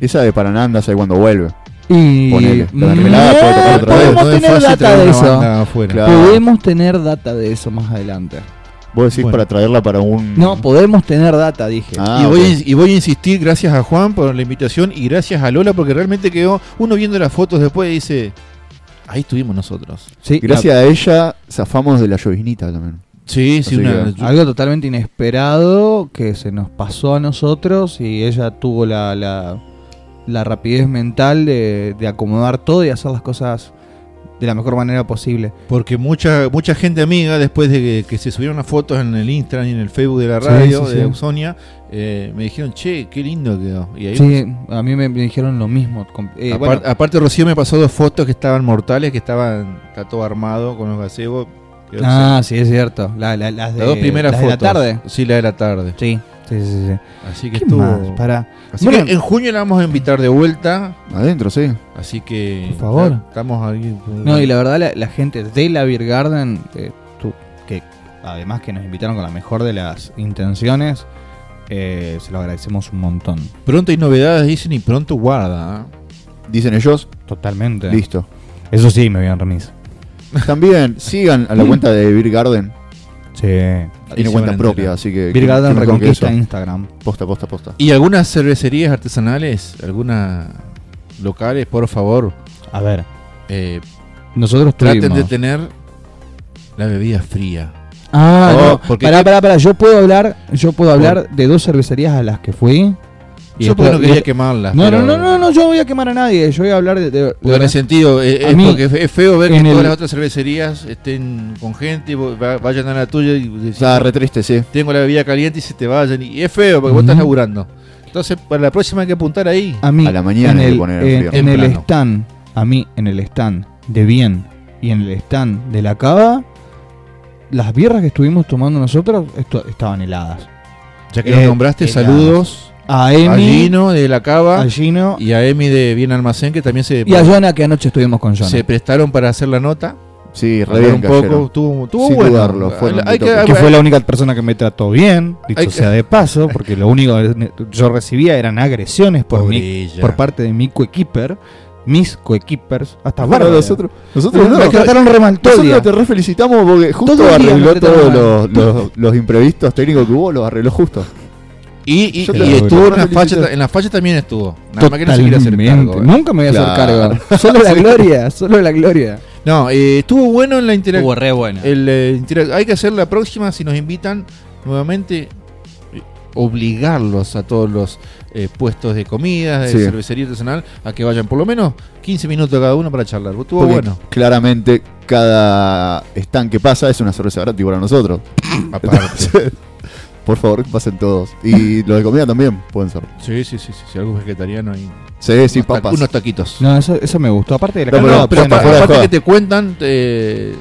[SPEAKER 1] Esa de Paraná anda ahí cuando vuelve.
[SPEAKER 2] Y.
[SPEAKER 1] Ponele, la mermelada
[SPEAKER 2] Eh,
[SPEAKER 1] puede tocar otra vez.
[SPEAKER 2] podemos
[SPEAKER 3] No es
[SPEAKER 2] tener
[SPEAKER 3] fácil
[SPEAKER 2] data
[SPEAKER 3] tener
[SPEAKER 2] de
[SPEAKER 3] una
[SPEAKER 2] eso.
[SPEAKER 3] banda afuera.
[SPEAKER 1] Claro.
[SPEAKER 2] Podemos tener data de eso más adelante.
[SPEAKER 1] Vos decís
[SPEAKER 3] Bueno.
[SPEAKER 1] para traerla para un.
[SPEAKER 2] No, podemos tener data, dije.
[SPEAKER 1] Mm. Ah,
[SPEAKER 3] y,
[SPEAKER 1] ok.
[SPEAKER 3] voy a, ins- y voy a insistir, gracias a Juan por la invitación y gracias a Lola porque realmente quedó uno viendo las fotos después y dice, Ahí estuvimos nosotros.
[SPEAKER 2] Sí,
[SPEAKER 1] Gracias a ella zafamos de la llovinita también.
[SPEAKER 3] Sí,
[SPEAKER 1] Así
[SPEAKER 3] sí, una,
[SPEAKER 1] que-
[SPEAKER 2] la- algo totalmente inesperado que se nos pasó a nosotros y ella tuvo la, la, la rapidez mental de, de acomodar todo y hacer las cosas de la mejor manera posible.
[SPEAKER 3] Porque mucha mucha gente amiga, después de que, que se subieron las fotos en el Instagram y en el Facebook de la
[SPEAKER 2] Sí,
[SPEAKER 3] radio
[SPEAKER 2] sí,
[SPEAKER 3] de
[SPEAKER 2] sí.
[SPEAKER 3] Ausonia, eh, me dijeron, che, qué lindo quedó. Y ahí
[SPEAKER 2] Sí, a mí me, me dijeron lo mismo. com- eh,
[SPEAKER 3] Apar-
[SPEAKER 2] bueno,
[SPEAKER 3] eh, Aparte, Rocío me pasó dos fotos que estaban mortales, que estaban está todo armado con los gazebos. que
[SPEAKER 2] ah, sí, es cierto. La- la- las
[SPEAKER 3] son
[SPEAKER 2] de,
[SPEAKER 3] las dos primeras
[SPEAKER 2] las de
[SPEAKER 3] fotos.
[SPEAKER 2] la tarde.
[SPEAKER 3] Sí, la de la tarde.
[SPEAKER 2] Sí, sí, sí. sí.
[SPEAKER 3] Así que
[SPEAKER 2] ¿Qué
[SPEAKER 3] estuvo.
[SPEAKER 2] más? Para,
[SPEAKER 3] Así
[SPEAKER 2] Bueno.
[SPEAKER 3] que en junio la vamos a invitar de vuelta.
[SPEAKER 1] Adentro, sí.
[SPEAKER 3] Así que.
[SPEAKER 2] Por favor.
[SPEAKER 3] ya Estamos ahí.
[SPEAKER 2] No, y la verdad, la, la gente de la Beer Garden, eh, tú- que además que nos invitaron con la mejor de las intenciones, eh, se lo agradecemos un montón.
[SPEAKER 3] Pronto hay novedades, dicen, y pronto guarda. ¿eh?
[SPEAKER 1] Dicen ellos,
[SPEAKER 2] Totalmente.
[SPEAKER 1] listo.
[SPEAKER 2] Eso sí, me veían remis.
[SPEAKER 1] También sigan a la cuenta de Beer Garden.
[SPEAKER 2] Sí.
[SPEAKER 3] Ahí
[SPEAKER 1] Tiene
[SPEAKER 3] se
[SPEAKER 1] cuenta
[SPEAKER 3] van a
[SPEAKER 1] propia,
[SPEAKER 3] enterar.
[SPEAKER 1] así que.
[SPEAKER 2] Beer
[SPEAKER 1] ¿qué-
[SPEAKER 2] Garden
[SPEAKER 1] qué mejor que
[SPEAKER 2] reconquista
[SPEAKER 1] eso?
[SPEAKER 2] Instagram.
[SPEAKER 3] ¿eh?
[SPEAKER 1] Posta, posta, posta.
[SPEAKER 3] Y algunas cervecerías artesanales, algunas locales, por favor,
[SPEAKER 2] A ver,
[SPEAKER 3] eh,
[SPEAKER 2] nosotros
[SPEAKER 3] traten de
[SPEAKER 2] tuvimos-
[SPEAKER 3] tener la bebida fría.
[SPEAKER 2] Ah,
[SPEAKER 3] Oh,
[SPEAKER 2] no.
[SPEAKER 3] porque-
[SPEAKER 2] Pará, pará, pará. Yo puedo hablar, yo puedo hablar de dos cervecerías a las que fui. Y
[SPEAKER 3] Yo
[SPEAKER 2] esto-
[SPEAKER 3] porque no quería
[SPEAKER 2] y-
[SPEAKER 3] quemarla.
[SPEAKER 2] No, no,
[SPEAKER 3] pero-
[SPEAKER 2] no, no, no, yo no voy a quemar a nadie. Yo voy a hablar de. de- de-
[SPEAKER 3] Porque en ese sentido, eh,
[SPEAKER 2] A
[SPEAKER 3] es
[SPEAKER 2] mí,
[SPEAKER 3] porque es feo ver que
[SPEAKER 2] en
[SPEAKER 3] todas
[SPEAKER 2] el-
[SPEAKER 3] las otras cervecerías estén con gente, y vos va- vayan a la tuya y decís,
[SPEAKER 1] Está re triste, sí.
[SPEAKER 3] tengo la bebida caliente y se te vayan. Y es feo porque vos
[SPEAKER 2] Ujú. Ah,
[SPEAKER 3] estás laburando. Entonces, para la próxima hay que apuntar ahí.
[SPEAKER 2] A mí,
[SPEAKER 1] A la mañana
[SPEAKER 2] en
[SPEAKER 1] hay que
[SPEAKER 2] el,
[SPEAKER 1] poner el
[SPEAKER 2] en,
[SPEAKER 1] frío.
[SPEAKER 2] en el
[SPEAKER 3] Temprano.
[SPEAKER 2] stand, a mí en el stand de Bien y en el stand de la Cava, las birras que estuvimos tomando nosotros esto- estaban heladas.
[SPEAKER 3] Ya que
[SPEAKER 2] eh,
[SPEAKER 3] nos nombraste,
[SPEAKER 2] heladas.
[SPEAKER 3] saludos
[SPEAKER 2] A
[SPEAKER 3] a
[SPEAKER 2] Emi,
[SPEAKER 3] Gino de la Cava
[SPEAKER 2] a Gino
[SPEAKER 3] y a Emi de Bien Almacén, que también se,
[SPEAKER 2] y a Jonah que anoche estuvimos con Jonah.
[SPEAKER 3] se prestaron para hacer la nota.
[SPEAKER 1] Sí, re
[SPEAKER 3] Hablar
[SPEAKER 1] bien
[SPEAKER 3] un
[SPEAKER 1] cayeron.
[SPEAKER 3] poco, tuvo, tuvo
[SPEAKER 1] Sin
[SPEAKER 3] bueno.
[SPEAKER 1] dudarlo, fueron de
[SPEAKER 3] hay, que,
[SPEAKER 1] toque.
[SPEAKER 2] que
[SPEAKER 3] hay-
[SPEAKER 2] fue la única persona que me trató bien, dicho
[SPEAKER 3] Hay que-
[SPEAKER 2] sea de paso, porque lo único que yo recibía eran agresiones por,
[SPEAKER 3] Pobre
[SPEAKER 2] mi-
[SPEAKER 3] ella.
[SPEAKER 2] por parte de mi coequiper, mis coequippers, hasta
[SPEAKER 1] Ah, Bueno,
[SPEAKER 2] Bárbara.
[SPEAKER 1] nosotros, nosotros no.
[SPEAKER 2] me trataron re mal todo el día.
[SPEAKER 1] Nosotros te re felicitamos porque justo
[SPEAKER 2] Todo el día
[SPEAKER 1] arregló
[SPEAKER 2] me trataron
[SPEAKER 1] todos los,
[SPEAKER 2] mal.
[SPEAKER 1] los- los imprevistos técnicos que hubo, los arregló justo.
[SPEAKER 3] Y, y-
[SPEAKER 1] Yo
[SPEAKER 3] y
[SPEAKER 1] te-
[SPEAKER 3] estuvo en
[SPEAKER 1] te
[SPEAKER 3] las
[SPEAKER 1] felicito.
[SPEAKER 3] fallas, en las fallas también estuvo. Nada más que no se quiere hacer cargo,
[SPEAKER 2] Totalmente.
[SPEAKER 3] ¿eh?
[SPEAKER 2] Nunca me voy a
[SPEAKER 1] Claro.
[SPEAKER 2] hacer cargo. Solo la gloria, solo la gloria.
[SPEAKER 3] No, eh, estuvo bueno en la interacción.
[SPEAKER 2] Estuvo re buena.
[SPEAKER 3] Eh, hay que hacer la próxima si nos invitan nuevamente. eh, Obligarlos a todos los eh, puestos de comida, de
[SPEAKER 1] Sí.
[SPEAKER 3] cervecería artesanal, a que vayan por lo menos 15 minutos cada uno para charlar. Estuvo
[SPEAKER 1] Porque
[SPEAKER 3] bueno.
[SPEAKER 1] claramente cada stand que pasa es una cerveza gratis para nosotros.
[SPEAKER 3] Aparte.
[SPEAKER 1] Por favor, pasen todos. Y los de comida también pueden ser.
[SPEAKER 3] sí, sí, sí, sí, sí, Algo vegetariano y
[SPEAKER 1] Sí, sí,
[SPEAKER 3] unos ta-
[SPEAKER 1] papas.
[SPEAKER 3] unos taquitos.
[SPEAKER 2] No, eso, eso me gustó. Aparte de la
[SPEAKER 1] No,
[SPEAKER 2] carne
[SPEAKER 1] pero-
[SPEAKER 2] de
[SPEAKER 1] pero
[SPEAKER 2] opciones.
[SPEAKER 1] fuera de
[SPEAKER 3] aparte
[SPEAKER 1] joda.
[SPEAKER 3] que te cuentan, eh,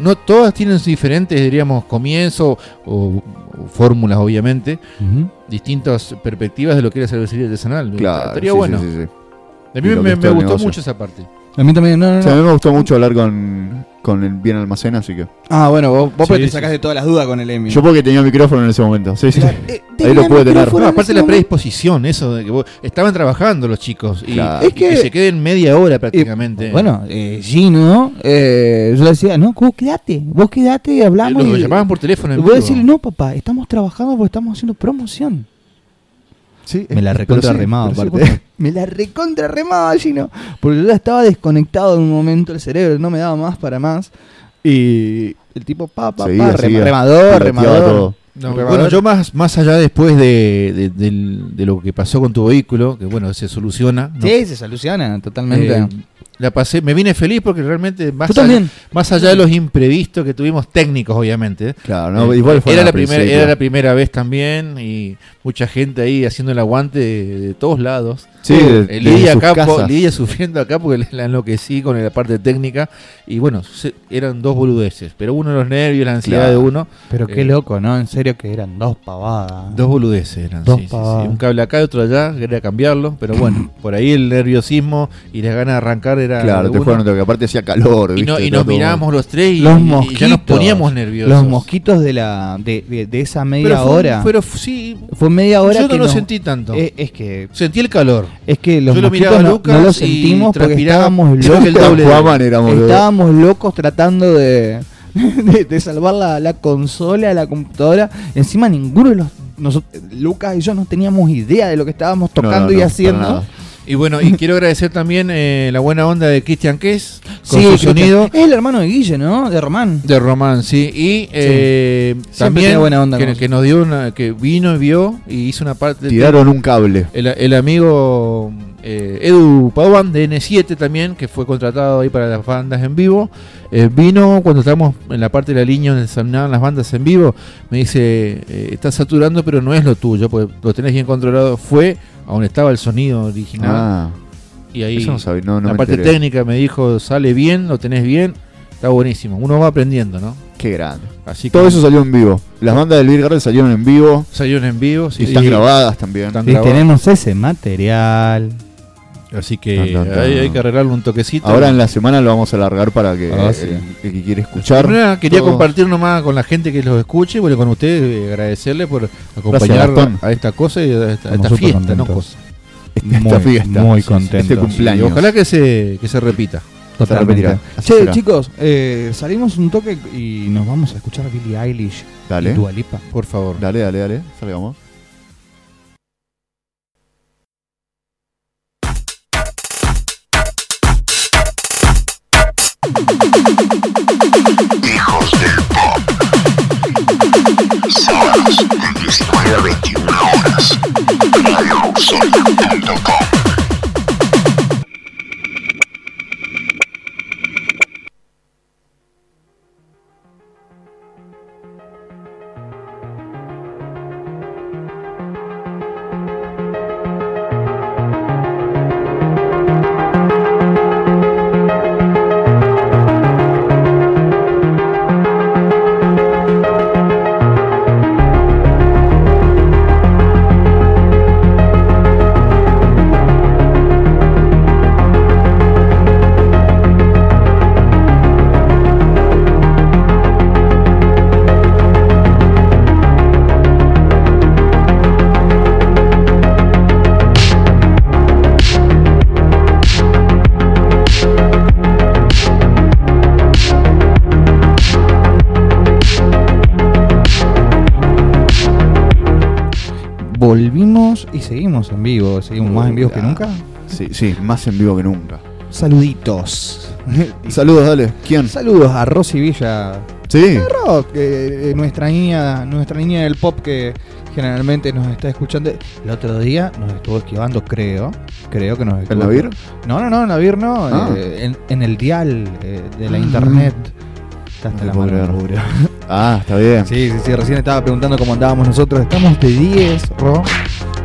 [SPEAKER 3] no todas tienen sus diferentes, diríamos, comienzo o, o fórmulas, obviamente,
[SPEAKER 2] Ujú.
[SPEAKER 3] distintas perspectivas de lo que era cervecería artesanal.
[SPEAKER 1] Claro,
[SPEAKER 3] Estaría
[SPEAKER 1] sí,
[SPEAKER 3] bueno.
[SPEAKER 1] sí, sí, sí.
[SPEAKER 3] A
[SPEAKER 1] Y
[SPEAKER 3] mí me,
[SPEAKER 1] lo que
[SPEAKER 3] me
[SPEAKER 1] es todo el
[SPEAKER 3] gustó
[SPEAKER 1] negocio.
[SPEAKER 3] mucho esa parte.
[SPEAKER 2] A mí también, no, no,
[SPEAKER 1] Sí, a
[SPEAKER 2] no.
[SPEAKER 1] mí me gustó mucho hablar con, con el bien almacén, así que.
[SPEAKER 2] Ah, bueno, vos, vos
[SPEAKER 3] Sí,
[SPEAKER 2] te
[SPEAKER 3] sí,
[SPEAKER 2] sacás
[SPEAKER 3] sí.
[SPEAKER 2] de todas las dudas con el Emmy.
[SPEAKER 1] Yo porque tenía micrófono en ese momento. Sí, sí.
[SPEAKER 2] tenía
[SPEAKER 1] lo puede tener.
[SPEAKER 2] micrófono
[SPEAKER 3] No,
[SPEAKER 2] en
[SPEAKER 3] aparte
[SPEAKER 2] ese
[SPEAKER 3] la
[SPEAKER 2] momento.
[SPEAKER 3] predisposición, eso de que vos- estaban trabajando los chicos y,
[SPEAKER 1] Claro.
[SPEAKER 3] y
[SPEAKER 2] Es
[SPEAKER 3] que,
[SPEAKER 2] que-
[SPEAKER 3] se queden media hora prácticamente.
[SPEAKER 2] Bueno, eh, Gino, eh, yo le decía, no, vos quedate, vos quedate y
[SPEAKER 3] Eh,
[SPEAKER 2] hablamos.
[SPEAKER 3] los
[SPEAKER 2] y,
[SPEAKER 3] llamaban por teléfono.
[SPEAKER 2] y
[SPEAKER 3] en
[SPEAKER 2] voy a
[SPEAKER 3] vivo.
[SPEAKER 2] decirle, no, papá, estamos trabajando porque estamos haciendo promoción.
[SPEAKER 1] Sí,
[SPEAKER 2] Me la
[SPEAKER 1] pero
[SPEAKER 2] recontra
[SPEAKER 1] sí,
[SPEAKER 2] remaba,
[SPEAKER 1] pero sí,
[SPEAKER 2] aparte. Me la recontra remaba, Gino. Porque yo ya estaba desconectado en un momento el cerebro, no me daba más para más. Y el tipo, pa, pa,
[SPEAKER 1] Seguía,
[SPEAKER 2] pa, rem-
[SPEAKER 1] seguía.
[SPEAKER 2] remador,
[SPEAKER 1] Reteaba
[SPEAKER 2] remador.
[SPEAKER 1] todo.
[SPEAKER 3] No,
[SPEAKER 2] Porque, a
[SPEAKER 3] bueno,
[SPEAKER 2] ver-
[SPEAKER 3] yo más, más allá después de, de- del- de lo que pasó con tu vehículo, que bueno, se soluciona. ¿no?
[SPEAKER 2] Sí, se soluciona totalmente.
[SPEAKER 3] Eh, la pasé, me vine feliz porque realmente más,
[SPEAKER 2] yo
[SPEAKER 3] allá,
[SPEAKER 2] también.
[SPEAKER 3] más allá de los imprevistos que tuvimos técnicos, obviamente. ¿eh?
[SPEAKER 1] Claro, no,
[SPEAKER 3] Eh,
[SPEAKER 1] igual fue
[SPEAKER 3] era
[SPEAKER 1] al
[SPEAKER 3] la primera,
[SPEAKER 1] principio.
[SPEAKER 3] era la primera vez también y mucha gente ahí haciendo el aguante de, de todos lados.
[SPEAKER 1] Sí, de-
[SPEAKER 3] Eh,
[SPEAKER 1] de
[SPEAKER 3] Lidia,
[SPEAKER 1] sus
[SPEAKER 3] acá, po-
[SPEAKER 1] casas.
[SPEAKER 3] Lidia sufriendo acá porque la- la enloquecí con la parte técnica y bueno, se- eran dos boludeces, pero uno los nervios, la ansiedad
[SPEAKER 1] Claro.
[SPEAKER 3] de uno,
[SPEAKER 2] Pero
[SPEAKER 3] eh,
[SPEAKER 2] qué loco, ¿no? En serio que eran dos pavadas.
[SPEAKER 3] dos boludeces eran,
[SPEAKER 2] Dos
[SPEAKER 3] sí, sí, sí.
[SPEAKER 2] pavadas.
[SPEAKER 3] un cable acá y otro allá, quería cambiarlo, pero bueno, por ahí el nerviosismo y las ganas de arrancar era de
[SPEAKER 1] Claro, te
[SPEAKER 3] uno.
[SPEAKER 1] juegan otro que aparte hacía calor.
[SPEAKER 3] Y, no-
[SPEAKER 1] ¿viste?
[SPEAKER 3] y
[SPEAKER 1] Estaba
[SPEAKER 3] nos
[SPEAKER 1] todo-
[SPEAKER 3] mirábamos los tres y,
[SPEAKER 2] Los
[SPEAKER 3] y ya nos
[SPEAKER 2] mosquitos.
[SPEAKER 3] poníamos nerviosos.
[SPEAKER 2] Los mosquitos de la de, de- de esa media
[SPEAKER 3] Pero fue-
[SPEAKER 2] hora.
[SPEAKER 3] Pero f- sí,
[SPEAKER 2] fue media hora
[SPEAKER 3] yo no
[SPEAKER 2] que
[SPEAKER 3] lo
[SPEAKER 2] nos-
[SPEAKER 3] sentí tanto.
[SPEAKER 2] eh, es que
[SPEAKER 3] sentí el calor.
[SPEAKER 2] es que los
[SPEAKER 3] yo lo miraba
[SPEAKER 2] mosquitos
[SPEAKER 3] a
[SPEAKER 2] no,
[SPEAKER 3] Lucas
[SPEAKER 2] no
[SPEAKER 3] y
[SPEAKER 2] los sentimos porque
[SPEAKER 3] transpiraba
[SPEAKER 2] estábamos
[SPEAKER 3] creo que el
[SPEAKER 2] locos.
[SPEAKER 3] doble de-
[SPEAKER 1] Aquaman éramos, boludo.
[SPEAKER 2] Estábamos locos tratando de, de, de salvar la, la consola, la computadora. Encima ninguno de los... noso- Lucas y yo no teníamos idea de lo que estábamos
[SPEAKER 1] No, no,
[SPEAKER 2] tocando
[SPEAKER 1] no,
[SPEAKER 2] y
[SPEAKER 1] para
[SPEAKER 2] haciendo.
[SPEAKER 1] nada.
[SPEAKER 3] Y bueno, y quiero agradecer también eh, la buena onda de Cristian Kess con
[SPEAKER 2] Sí,
[SPEAKER 3] su
[SPEAKER 2] Cristian.
[SPEAKER 3] sonido.
[SPEAKER 2] Es el hermano de Guille, ¿no? De Román.
[SPEAKER 3] De Román, sí. Y eh, también
[SPEAKER 2] tiene buena onda con
[SPEAKER 3] que, que nos dio una, que vino y vio y hizo una parte.
[SPEAKER 1] Tiraron un cable.
[SPEAKER 3] El, el amigo eh, Edu Paduan de N7 también, que fue contratado ahí para las bandas en vivo, eh, vino cuando estábamos en la parte de la línea donde se sonaban las bandas en vivo, me dice, eh, está saturando pero no es lo tuyo, porque lo tenés bien controlado, fue a donde estaba el sonido original.
[SPEAKER 1] Ah,
[SPEAKER 3] y ahí
[SPEAKER 1] eso no sabía, no, no
[SPEAKER 3] la
[SPEAKER 1] me
[SPEAKER 3] parte
[SPEAKER 1] enteré.
[SPEAKER 3] técnica me dijo, sale bien, lo tenés bien, está buenísimo, uno va aprendiendo, ¿no?
[SPEAKER 1] Qué grande.
[SPEAKER 3] Así que
[SPEAKER 1] Todo eso salió en vivo. Las bandas de Luis Garrel salieron en vivo
[SPEAKER 3] salieron en vivo, sí,
[SPEAKER 1] y están
[SPEAKER 3] sí.
[SPEAKER 1] grabadas también.
[SPEAKER 3] Están
[SPEAKER 2] Y
[SPEAKER 3] grabadas.
[SPEAKER 2] tenemos ese material.
[SPEAKER 3] Así que
[SPEAKER 1] Tan, tan, tan.
[SPEAKER 3] ahí hay que arreglarle un toquecito.
[SPEAKER 1] Ahora en la semana lo vamos a alargar para que
[SPEAKER 2] Ah,
[SPEAKER 1] eh,
[SPEAKER 2] sí.
[SPEAKER 1] el, el que quiere escuchar.
[SPEAKER 3] Nada, quería
[SPEAKER 1] todo.
[SPEAKER 3] compartir nomás con la gente que los escuche, bueno, con ustedes, eh, agradecerles por acompañar
[SPEAKER 1] Gastón.
[SPEAKER 3] a esta cosa y a esta,
[SPEAKER 2] Estamos
[SPEAKER 3] a esta
[SPEAKER 2] súper
[SPEAKER 3] fiesta, ¿no?
[SPEAKER 2] contentos.
[SPEAKER 3] Cosa.
[SPEAKER 1] Este, Esta
[SPEAKER 2] muy,
[SPEAKER 1] fiesta,
[SPEAKER 2] muy
[SPEAKER 1] sí, sí,
[SPEAKER 2] contentos.
[SPEAKER 1] Este
[SPEAKER 3] Y
[SPEAKER 1] cumpleaños.
[SPEAKER 3] ojalá que se, que se repita.
[SPEAKER 1] Totalmente.
[SPEAKER 2] Totalmente.
[SPEAKER 1] Así
[SPEAKER 2] Che,
[SPEAKER 1] será.
[SPEAKER 2] chicos, eh, salimos un toque y nos vamos a escuchar a Billie Eilish y
[SPEAKER 1] Dale,
[SPEAKER 2] Dua Lipa.
[SPEAKER 3] Por favor.
[SPEAKER 1] dale, dale, dale. Salgamos.
[SPEAKER 2] Volvimos y seguimos en vivo. Seguimos más en vivo que
[SPEAKER 1] Hola.
[SPEAKER 2] nunca.
[SPEAKER 1] Sí, sí, más en vivo que nunca.
[SPEAKER 2] Saluditos.
[SPEAKER 1] Saludos, dale. ¿Quién?
[SPEAKER 2] Saludos a Rosy Villa.
[SPEAKER 1] Sí.
[SPEAKER 2] Rock, eh, eh, nuestra niña, nuestra niña del pop que generalmente nos está escuchando. El otro día nos estuvo esquivando, creo. Creo que nos estuvo.
[SPEAKER 1] ¿El Navir?
[SPEAKER 2] No, no, no, en la vir no.
[SPEAKER 1] Ah.
[SPEAKER 2] eh, en, en el dial eh, de la
[SPEAKER 1] Ah.
[SPEAKER 2] internet. Está
[SPEAKER 1] No
[SPEAKER 2] hasta
[SPEAKER 1] te
[SPEAKER 2] la
[SPEAKER 1] puedo
[SPEAKER 2] mano,
[SPEAKER 1] creer.
[SPEAKER 2] juro.
[SPEAKER 1] Ah, está bien.
[SPEAKER 2] Sí, sí, sí, recién estaba preguntando cómo andábamos nosotros. Estamos de 10, Ro.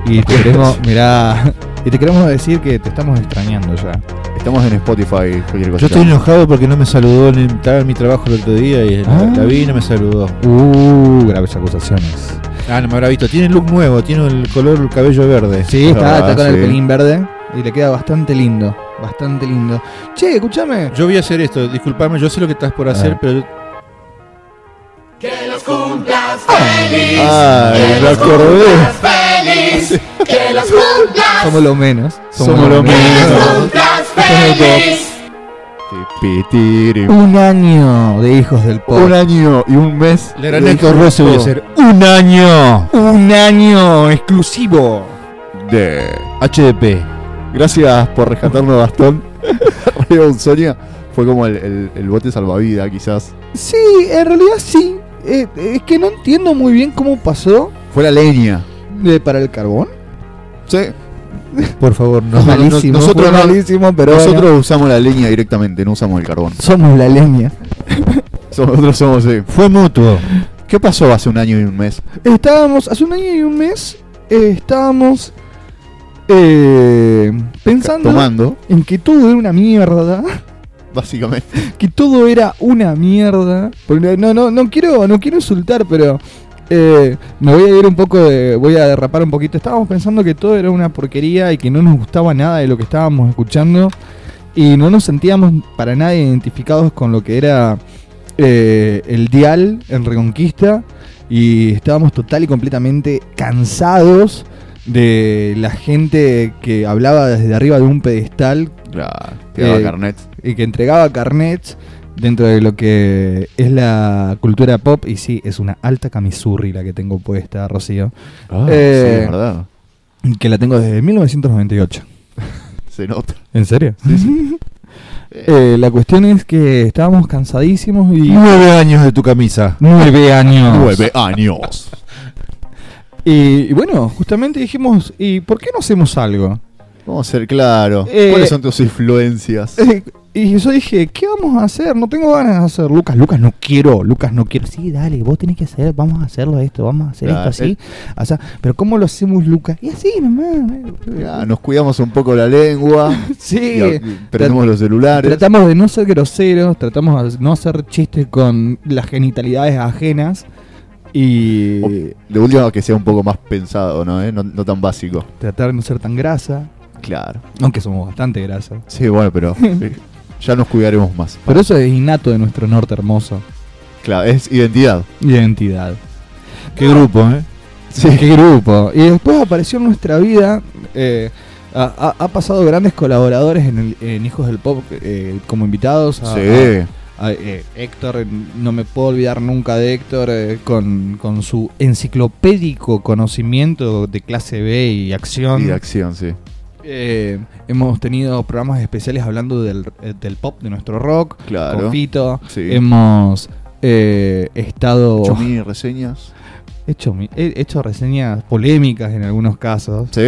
[SPEAKER 2] Y te queremos, mirá, y te queremos decir que te estamos extrañando ya.
[SPEAKER 1] Estamos en Spotify, cualquier cosa.
[SPEAKER 3] Yo estoy enojado porque no me saludó, en- estaba en mi trabajo el otro día y la,
[SPEAKER 2] Ah.
[SPEAKER 3] la vi y no me saludó.
[SPEAKER 2] Uh, graves acusaciones.
[SPEAKER 3] Ah, no me habrá visto. Tiene look nuevo, tiene el color el cabello verde.
[SPEAKER 2] Sí,
[SPEAKER 1] Ah,
[SPEAKER 2] está, está con el
[SPEAKER 1] sí.
[SPEAKER 2] pelín verde y le queda bastante lindo, bastante lindo. Che, escúchame.
[SPEAKER 3] Yo voy a hacer esto, disculpame, yo sé lo que estás por hacer,
[SPEAKER 2] Ah.
[SPEAKER 3] pero
[SPEAKER 4] Que los cumplas feliz.
[SPEAKER 1] Ay,
[SPEAKER 4] que
[SPEAKER 1] me
[SPEAKER 4] los
[SPEAKER 1] acordé.
[SPEAKER 4] cumplas feliz. Que los cumplas.
[SPEAKER 2] Somos lo menos.
[SPEAKER 1] Somos lo
[SPEAKER 4] que los
[SPEAKER 1] menos.
[SPEAKER 4] cumplas feliz.
[SPEAKER 1] Tipitiri.
[SPEAKER 2] Un año de hijos del
[SPEAKER 1] Un
[SPEAKER 2] pueblo.
[SPEAKER 1] año y un mes.
[SPEAKER 3] le
[SPEAKER 1] de
[SPEAKER 3] agradezco a
[SPEAKER 1] disfruto
[SPEAKER 3] Rose voy a hacer un año
[SPEAKER 2] Un año exclusivo.
[SPEAKER 1] de-
[SPEAKER 3] HDP.
[SPEAKER 1] Gracias por rescatarnos, Bastón. Río Sonia fue como el, el- el bote salvavidas, quizás.
[SPEAKER 2] Sí, en realidad sí. Eh, es que no entiendo muy bien cómo pasó
[SPEAKER 1] Fue la leña.
[SPEAKER 2] de para el carbón.
[SPEAKER 1] Sí.
[SPEAKER 3] Por favor, no.
[SPEAKER 1] no,
[SPEAKER 2] malísimo,
[SPEAKER 1] nosotros
[SPEAKER 2] fue
[SPEAKER 1] no-
[SPEAKER 2] malísimo, pero
[SPEAKER 1] Nosotros
[SPEAKER 2] bueno,
[SPEAKER 1] usamos la leña directamente, no usamos el carbón.
[SPEAKER 2] somos la leña.
[SPEAKER 1] Nosotros somos, sí.
[SPEAKER 3] Fue mutuo.
[SPEAKER 1] ¿Qué pasó hace un año y un mes?
[SPEAKER 2] Estábamos, hace un año y un mes, eh, estábamos eh, pensando
[SPEAKER 1] Tomando,
[SPEAKER 2] en que todo era una mierda,
[SPEAKER 1] básicamente.
[SPEAKER 2] que todo era una mierda. Porque No, no, no quiero, no quiero insultar, pero eh, me voy a ir un poco de, voy a derrapar un poquito. Estábamos pensando que todo era una porquería y que no nos gustaba nada de lo que estábamos escuchando y no nos sentíamos para nada identificados con lo que era eh, el dial en Reconquista y estábamos total y completamente cansados de la gente que hablaba desde arriba de un pedestal
[SPEAKER 1] La tiraba
[SPEAKER 2] Eh,
[SPEAKER 1] carnet.
[SPEAKER 2] y que entregaba carnets dentro de lo que es la cultura pop. Y sí, es una alta camisurri la que tengo puesta, Rocío.
[SPEAKER 1] Ah, sí,
[SPEAKER 2] eh,
[SPEAKER 1] es verdad.
[SPEAKER 2] Que la tengo desde 1998.
[SPEAKER 1] Se nota.
[SPEAKER 2] ¿En serio? Eh, la cuestión es que estábamos cansadísimos y...
[SPEAKER 3] Nueve años de tu camisa.
[SPEAKER 2] Nueve años.
[SPEAKER 1] Nueve años.
[SPEAKER 2] Y, y bueno, justamente dijimos, ¿y por qué no hacemos algo?
[SPEAKER 1] Vamos a ser claro.
[SPEAKER 2] Eh,
[SPEAKER 1] ¿Cuáles son tus influencias?
[SPEAKER 2] Eh, y yo dije, ¿qué vamos a hacer? No tengo ganas de hacer. Lucas, Lucas, no quiero. Lucas, no quiero. Sí, dale, vos tenés que hacer. Vamos a hacerlo esto. Vamos a hacer
[SPEAKER 1] Claro,
[SPEAKER 2] esto así. O sea, pero ¿cómo lo hacemos, Lucas? Y así nomás.
[SPEAKER 1] Ya, nos cuidamos un poco la lengua.
[SPEAKER 2] Sí.
[SPEAKER 1] y a- y prendemos los celulares.
[SPEAKER 2] Tratamos de no ser groseros. Tratamos de no hacer chistes con las genitalidades ajenas. Y
[SPEAKER 1] O- De última que sea un poco más pensado, ¿no? ¿Eh? No, no tan básico.
[SPEAKER 2] tratar de no ser tan grasa.
[SPEAKER 1] Claro.
[SPEAKER 2] Aunque somos bastante grasa.
[SPEAKER 1] Sí, bueno, pero eh, ya nos cuidaremos más.
[SPEAKER 2] Pero eso es innato de nuestro norte hermoso.
[SPEAKER 1] Claro, es identidad.
[SPEAKER 2] Identidad.
[SPEAKER 3] Qué grupo, ¿eh?
[SPEAKER 2] Sí, qué grupo. Y después apareció en nuestra vida. eh, ha, ha- ha pasado grandes colaboradores en, el- en Hijos del Pop eh, como invitados. A,
[SPEAKER 1] sí.
[SPEAKER 2] a- a, eh, Héctor, eh, no me puedo olvidar nunca de Héctor eh, con, con su enciclopédico conocimiento de clase B y acción.
[SPEAKER 1] Y de acción, sí.
[SPEAKER 2] Eh, hemos tenido programas especiales hablando del, eh, del pop, de nuestro rock.
[SPEAKER 1] Claro.
[SPEAKER 2] con Fito.
[SPEAKER 1] Sí.
[SPEAKER 2] Hemos eh, estado
[SPEAKER 1] Ocho mini reseñas.
[SPEAKER 2] hecho, mi- he hecho reseñas polémicas en algunos casos.
[SPEAKER 1] Sí.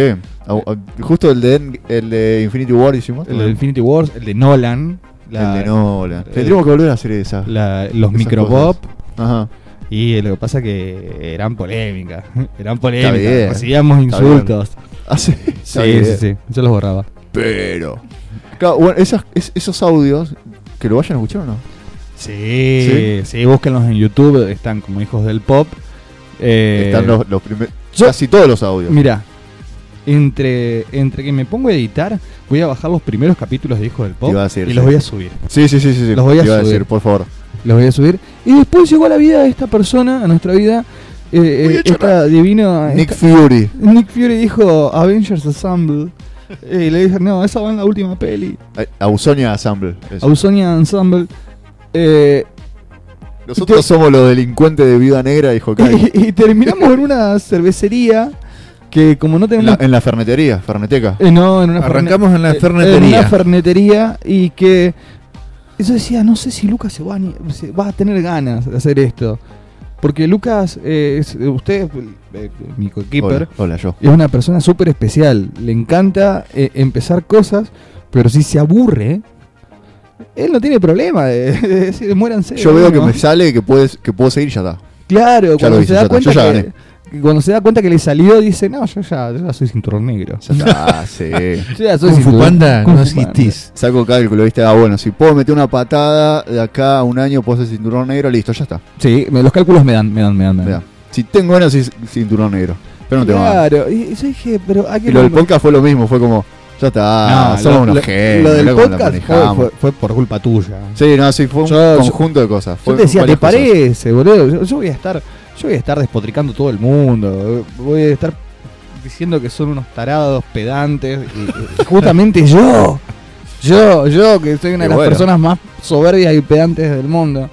[SPEAKER 1] Au- au- Justo el de, End- el de Infinity War hicimos.
[SPEAKER 2] El de Infinity Wars, el de Nolan, la-
[SPEAKER 1] El de Nolan.
[SPEAKER 2] eh,
[SPEAKER 1] Tendríamos que volver a hacer esa.
[SPEAKER 2] la- los
[SPEAKER 1] Esas
[SPEAKER 2] micropop.
[SPEAKER 1] Ajá.
[SPEAKER 2] Y lo que pasa que eran polémicas. Eran polémicas.
[SPEAKER 1] bien,
[SPEAKER 2] Recibíamos
[SPEAKER 1] está bien.
[SPEAKER 2] insultos.
[SPEAKER 1] Ah, sí. Está
[SPEAKER 2] Sí,
[SPEAKER 1] bien.
[SPEAKER 2] sí, sí. Yo los borraba.
[SPEAKER 1] Pero. Claro, bueno, esas- es- esos audios, que lo vayan a escuchar o no.
[SPEAKER 2] Sí, sí, búsquenlos en YouTube. Están como hijos del pop. Eh,
[SPEAKER 1] Están los, los primeros.
[SPEAKER 2] yo-
[SPEAKER 1] Casi todos los audios.
[SPEAKER 2] Mira, entre, entre que me pongo a editar, voy a bajar los primeros capítulos de Hijos del Pop
[SPEAKER 1] iba a decir,
[SPEAKER 2] y
[SPEAKER 1] sí.
[SPEAKER 2] los voy a subir.
[SPEAKER 1] Sí, sí, sí, sí. sí.
[SPEAKER 2] Los voy a
[SPEAKER 1] Te iba
[SPEAKER 2] subir.
[SPEAKER 1] decir, por favor.
[SPEAKER 2] Los voy a subir. Y después llegó a la vida de esta persona, a nuestra vida, eh, eh, esta divina.
[SPEAKER 1] Nick
[SPEAKER 2] esta-
[SPEAKER 1] Fury.
[SPEAKER 2] Nick Fury dijo Avengers Assemble. Eh, y le dije, no, esa va en la última peli.
[SPEAKER 1] Eh, Ausonia Assemble. eso.
[SPEAKER 2] Ausonia Ensemble. Eh,
[SPEAKER 1] Nosotros somos los delincuentes de Viuda Negra y Hawkeye.
[SPEAKER 2] y, y terminamos en una cervecería que como no
[SPEAKER 1] en,
[SPEAKER 2] tenemos...
[SPEAKER 1] la, en la fernetería, ferneteca.
[SPEAKER 2] Eh, no, en una
[SPEAKER 3] Arrancamos en la
[SPEAKER 2] eh, En una
[SPEAKER 3] fernetería.
[SPEAKER 2] fernetería y que... y Yo decía, no sé si Lucas se va, a ni- se va a tener ganas de hacer esto. Porque Lucas, eh, es- usted, eh, mi coequiper,
[SPEAKER 1] Hola, hola, yo.
[SPEAKER 2] Es una persona súper especial. Le encanta eh, empezar cosas, pero si se aburre, él no tiene problema de, de decir, muéranse.
[SPEAKER 1] Yo veo que
[SPEAKER 2] bueno".
[SPEAKER 1] me sale que puedes que puedo seguir y ya está.
[SPEAKER 2] Claro,
[SPEAKER 1] lo
[SPEAKER 2] cuando se
[SPEAKER 1] hice,
[SPEAKER 2] da
[SPEAKER 1] ya está,
[SPEAKER 2] cuenta
[SPEAKER 1] yo ya
[SPEAKER 2] que, que cuando se da cuenta que le salió, dice, no, yo ya, yo ya soy cinturón negro.
[SPEAKER 1] Ya está, sí.
[SPEAKER 2] Yo ya soy
[SPEAKER 3] Kung Fu
[SPEAKER 2] cinturón-
[SPEAKER 3] Panda,
[SPEAKER 2] Kung
[SPEAKER 3] no
[SPEAKER 2] Fu Panda.
[SPEAKER 3] asistís.
[SPEAKER 1] Saco cálculo, viste, ah, bueno, si puedo meter una patada de acá a un año, puedo hacer cinturón negro, listo, ya está.
[SPEAKER 2] Sí, me- los cálculos me dan, me dan, me dan. me dan.
[SPEAKER 1] Mirá. Si tengo ganas, sí, cinturón negro. Pero no tengo ganas.
[SPEAKER 2] claro, y, y yo dije, pero hay que...
[SPEAKER 1] Y lo del podcast fue lo mismo, fue como, ya está,
[SPEAKER 2] No,
[SPEAKER 1] somos
[SPEAKER 2] lo,
[SPEAKER 1] unos
[SPEAKER 2] lo-
[SPEAKER 1] genios,
[SPEAKER 2] lo del
[SPEAKER 1] mirá cómo la
[SPEAKER 2] podcast fue,
[SPEAKER 1] manejamos.
[SPEAKER 2] fue- fue por culpa tuya.
[SPEAKER 1] Sí, no, sí, fue un
[SPEAKER 2] Yo-
[SPEAKER 1] conjunto de cosas.
[SPEAKER 2] Yo
[SPEAKER 1] fue
[SPEAKER 2] te decía, ¿te
[SPEAKER 1] varias cosas.
[SPEAKER 2] parece, boludo? Yo, yo voy a estar, yo voy a estar despotricando todo el mundo. Voy a estar diciendo que son unos tarados pedantes. y- y justamente yo. Yo, yo, que soy
[SPEAKER 1] Y
[SPEAKER 2] una de las
[SPEAKER 1] bueno.
[SPEAKER 2] personas más soberbias y pedantes del mundo.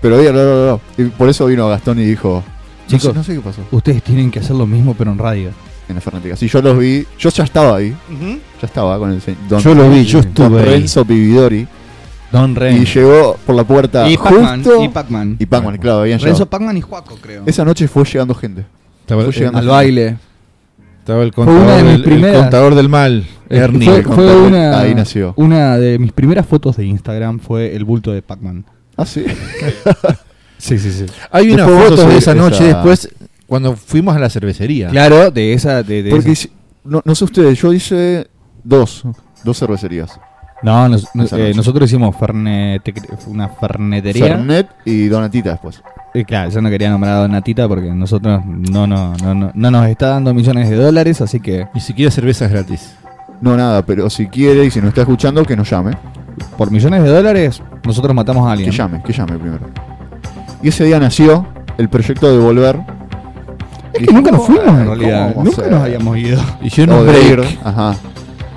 [SPEAKER 1] Pero oye, no, no, no. Y por eso vino Gastón y dijo,
[SPEAKER 2] Chicos.
[SPEAKER 1] chicos, no sé qué pasó
[SPEAKER 2] Ustedes tienen que hacer lo mismo, pero en radio.
[SPEAKER 1] en la Fernández. Si yo los vi, yo ya estaba ahí, ya estaba con el se- don,
[SPEAKER 3] Yo lo vi, yo
[SPEAKER 1] don
[SPEAKER 3] estuve ahí.
[SPEAKER 1] Renzo Pividori.
[SPEAKER 2] Don
[SPEAKER 1] Y
[SPEAKER 2] Renzo.
[SPEAKER 1] llegó por la puerta
[SPEAKER 2] Y, Pac-Man.
[SPEAKER 1] justo.
[SPEAKER 2] Y Pac-Man.
[SPEAKER 1] Y Pac-Man, claro, habían
[SPEAKER 2] Renzo,
[SPEAKER 1] llegado.
[SPEAKER 2] Pac-Man y Juaco, creo.
[SPEAKER 1] Esa noche fue llegando gente.
[SPEAKER 3] Estaba,
[SPEAKER 1] Fue llegando.
[SPEAKER 2] Al baile.
[SPEAKER 3] estaba el
[SPEAKER 2] una de
[SPEAKER 3] contador,
[SPEAKER 2] mis
[SPEAKER 3] del- el
[SPEAKER 2] primeras.
[SPEAKER 3] contador del mal, Ernie.
[SPEAKER 2] fue
[SPEAKER 1] el
[SPEAKER 2] fue
[SPEAKER 1] contador,
[SPEAKER 2] una,
[SPEAKER 1] ahí nació.
[SPEAKER 2] una de mis primeras fotos de Instagram fue el bulto de Pac-Man.
[SPEAKER 1] Ah, sí.
[SPEAKER 2] Sí, sí, sí.
[SPEAKER 3] Hay una
[SPEAKER 1] Después vos
[SPEAKER 3] foto de
[SPEAKER 1] subís
[SPEAKER 3] esa noche
[SPEAKER 1] esa-
[SPEAKER 3] después, cuando fuimos a la cervecería.
[SPEAKER 2] Claro, de esa. De, de
[SPEAKER 1] Porque
[SPEAKER 2] esa.
[SPEAKER 1] si- no, no sé ustedes, yo hice dos. Dos cervecerías.
[SPEAKER 2] No, nos- nos-
[SPEAKER 1] Esa
[SPEAKER 2] eh,
[SPEAKER 1] noche.
[SPEAKER 2] nosotros hicimos ferne- tec- una fernetería.
[SPEAKER 1] Fernet y Donatita después.
[SPEAKER 2] Eh, claro, yo no quería nombrar a Donatita porque nosotros no, no, no, no, no nos está dando millones de dólares, así que
[SPEAKER 3] Ni siquiera cervezas gratis.
[SPEAKER 1] No, nada, pero si quiere y si no está escuchando, que nos llame.
[SPEAKER 2] por millones de dólares nosotros matamos a alguien.
[SPEAKER 1] Que llame, que llame primero. Y ese día nació el proyecto de volver.
[SPEAKER 2] Es que nunca nos fuimos
[SPEAKER 1] Ay,
[SPEAKER 2] en realidad,
[SPEAKER 1] ¿cómo
[SPEAKER 2] nunca
[SPEAKER 1] hacer?
[SPEAKER 2] nos habíamos ido.
[SPEAKER 3] Hicieron
[SPEAKER 1] O
[SPEAKER 3] un
[SPEAKER 1] de ir,
[SPEAKER 3] break.
[SPEAKER 1] ajá.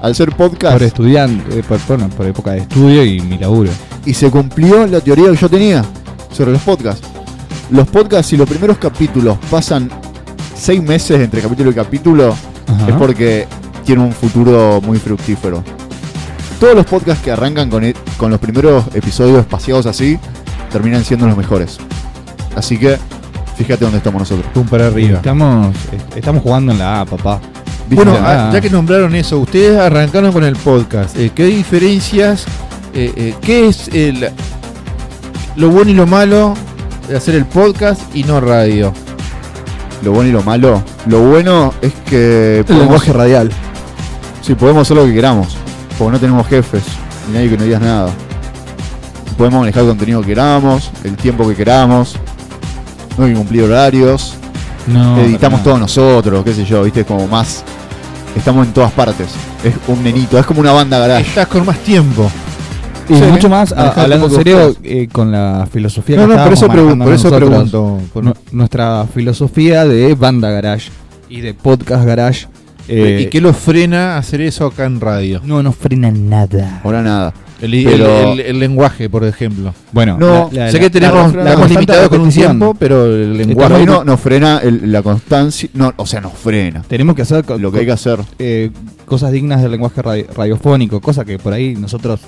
[SPEAKER 1] Al ser
[SPEAKER 2] Por
[SPEAKER 1] podcast.
[SPEAKER 2] estudiante, eh, por, bueno, por época de estudio y mi laburo.
[SPEAKER 1] Y se cumplió la teoría que yo tenía sobre los podcasts. Los podcasts, si los primeros capítulos pasan seis meses entre capítulo y capítulo,
[SPEAKER 2] Ajá.
[SPEAKER 1] es porque tiene un futuro muy fructífero. Todos los podcasts que arrancan con, e- con los primeros episodios espaciados así, terminan siendo los mejores. Así que, fíjate dónde estamos nosotros.
[SPEAKER 3] Pum para arriba.
[SPEAKER 2] Estamos, est- estamos jugando en la A, papá.
[SPEAKER 3] Bueno,
[SPEAKER 2] Viste,
[SPEAKER 3] ah,
[SPEAKER 2] ah.
[SPEAKER 3] ya que nombraron eso, ustedes arrancaron con el podcast. Eh, ¿Qué diferencias? eh, eh, ¿Qué es el, lo bueno y lo malo de hacer el podcast y no radio?
[SPEAKER 1] Lo bueno y lo malo. Lo bueno es que
[SPEAKER 5] El
[SPEAKER 1] podemos,
[SPEAKER 5] lenguaje radial.
[SPEAKER 1] sí, podemos hacer lo que queramos. Porque no tenemos jefes, ni nadie que nos diga nada. Podemos manejar el contenido que queramos, el tiempo que queramos. No hay que cumplir horarios.
[SPEAKER 2] No,
[SPEAKER 1] editamos
[SPEAKER 2] para
[SPEAKER 1] todos nosotros, qué sé yo, viste, como más. Estamos en todas partes. Es un nenito, es como una banda garage.
[SPEAKER 3] Estás con más tiempo.
[SPEAKER 2] nada.
[SPEAKER 1] Sí,
[SPEAKER 2] Y mucho
[SPEAKER 1] me-
[SPEAKER 2] más, a-
[SPEAKER 1] manejate
[SPEAKER 2] hablando en
[SPEAKER 1] un poco
[SPEAKER 2] serio,
[SPEAKER 1] vos.
[SPEAKER 2] eh, con la filosofía
[SPEAKER 3] No,
[SPEAKER 2] que
[SPEAKER 3] no, por
[SPEAKER 2] estábamos
[SPEAKER 3] eso, pregun-
[SPEAKER 2] manejando
[SPEAKER 3] por eso
[SPEAKER 2] nosotros.
[SPEAKER 3] pregunto. por-
[SPEAKER 2] Nu- Nuestra filosofía de banda garage y de podcast garage. eh,
[SPEAKER 3] ¿Y qué lo frena a hacer eso acá en radio?
[SPEAKER 2] no nos frena nada.
[SPEAKER 1] Ahora nada.
[SPEAKER 3] El, el-
[SPEAKER 1] Pero-
[SPEAKER 3] el- el lenguaje, por ejemplo.
[SPEAKER 2] Bueno,
[SPEAKER 1] No,
[SPEAKER 2] la- la-
[SPEAKER 3] sé
[SPEAKER 2] la-
[SPEAKER 3] que tenemos,
[SPEAKER 1] la-
[SPEAKER 3] estamos
[SPEAKER 2] constante
[SPEAKER 3] limitados con un
[SPEAKER 2] repetición.
[SPEAKER 3] tiempo, pero el lenguaje.
[SPEAKER 1] Por ahí no, nos frena el- la constancia. No, o sea, nos frena.
[SPEAKER 2] tenemos que hacer co-
[SPEAKER 1] Lo que hay que hacer.
[SPEAKER 2] eh, cosas dignas del lenguaje radi- radiofónico, cosa que por ahí nosotros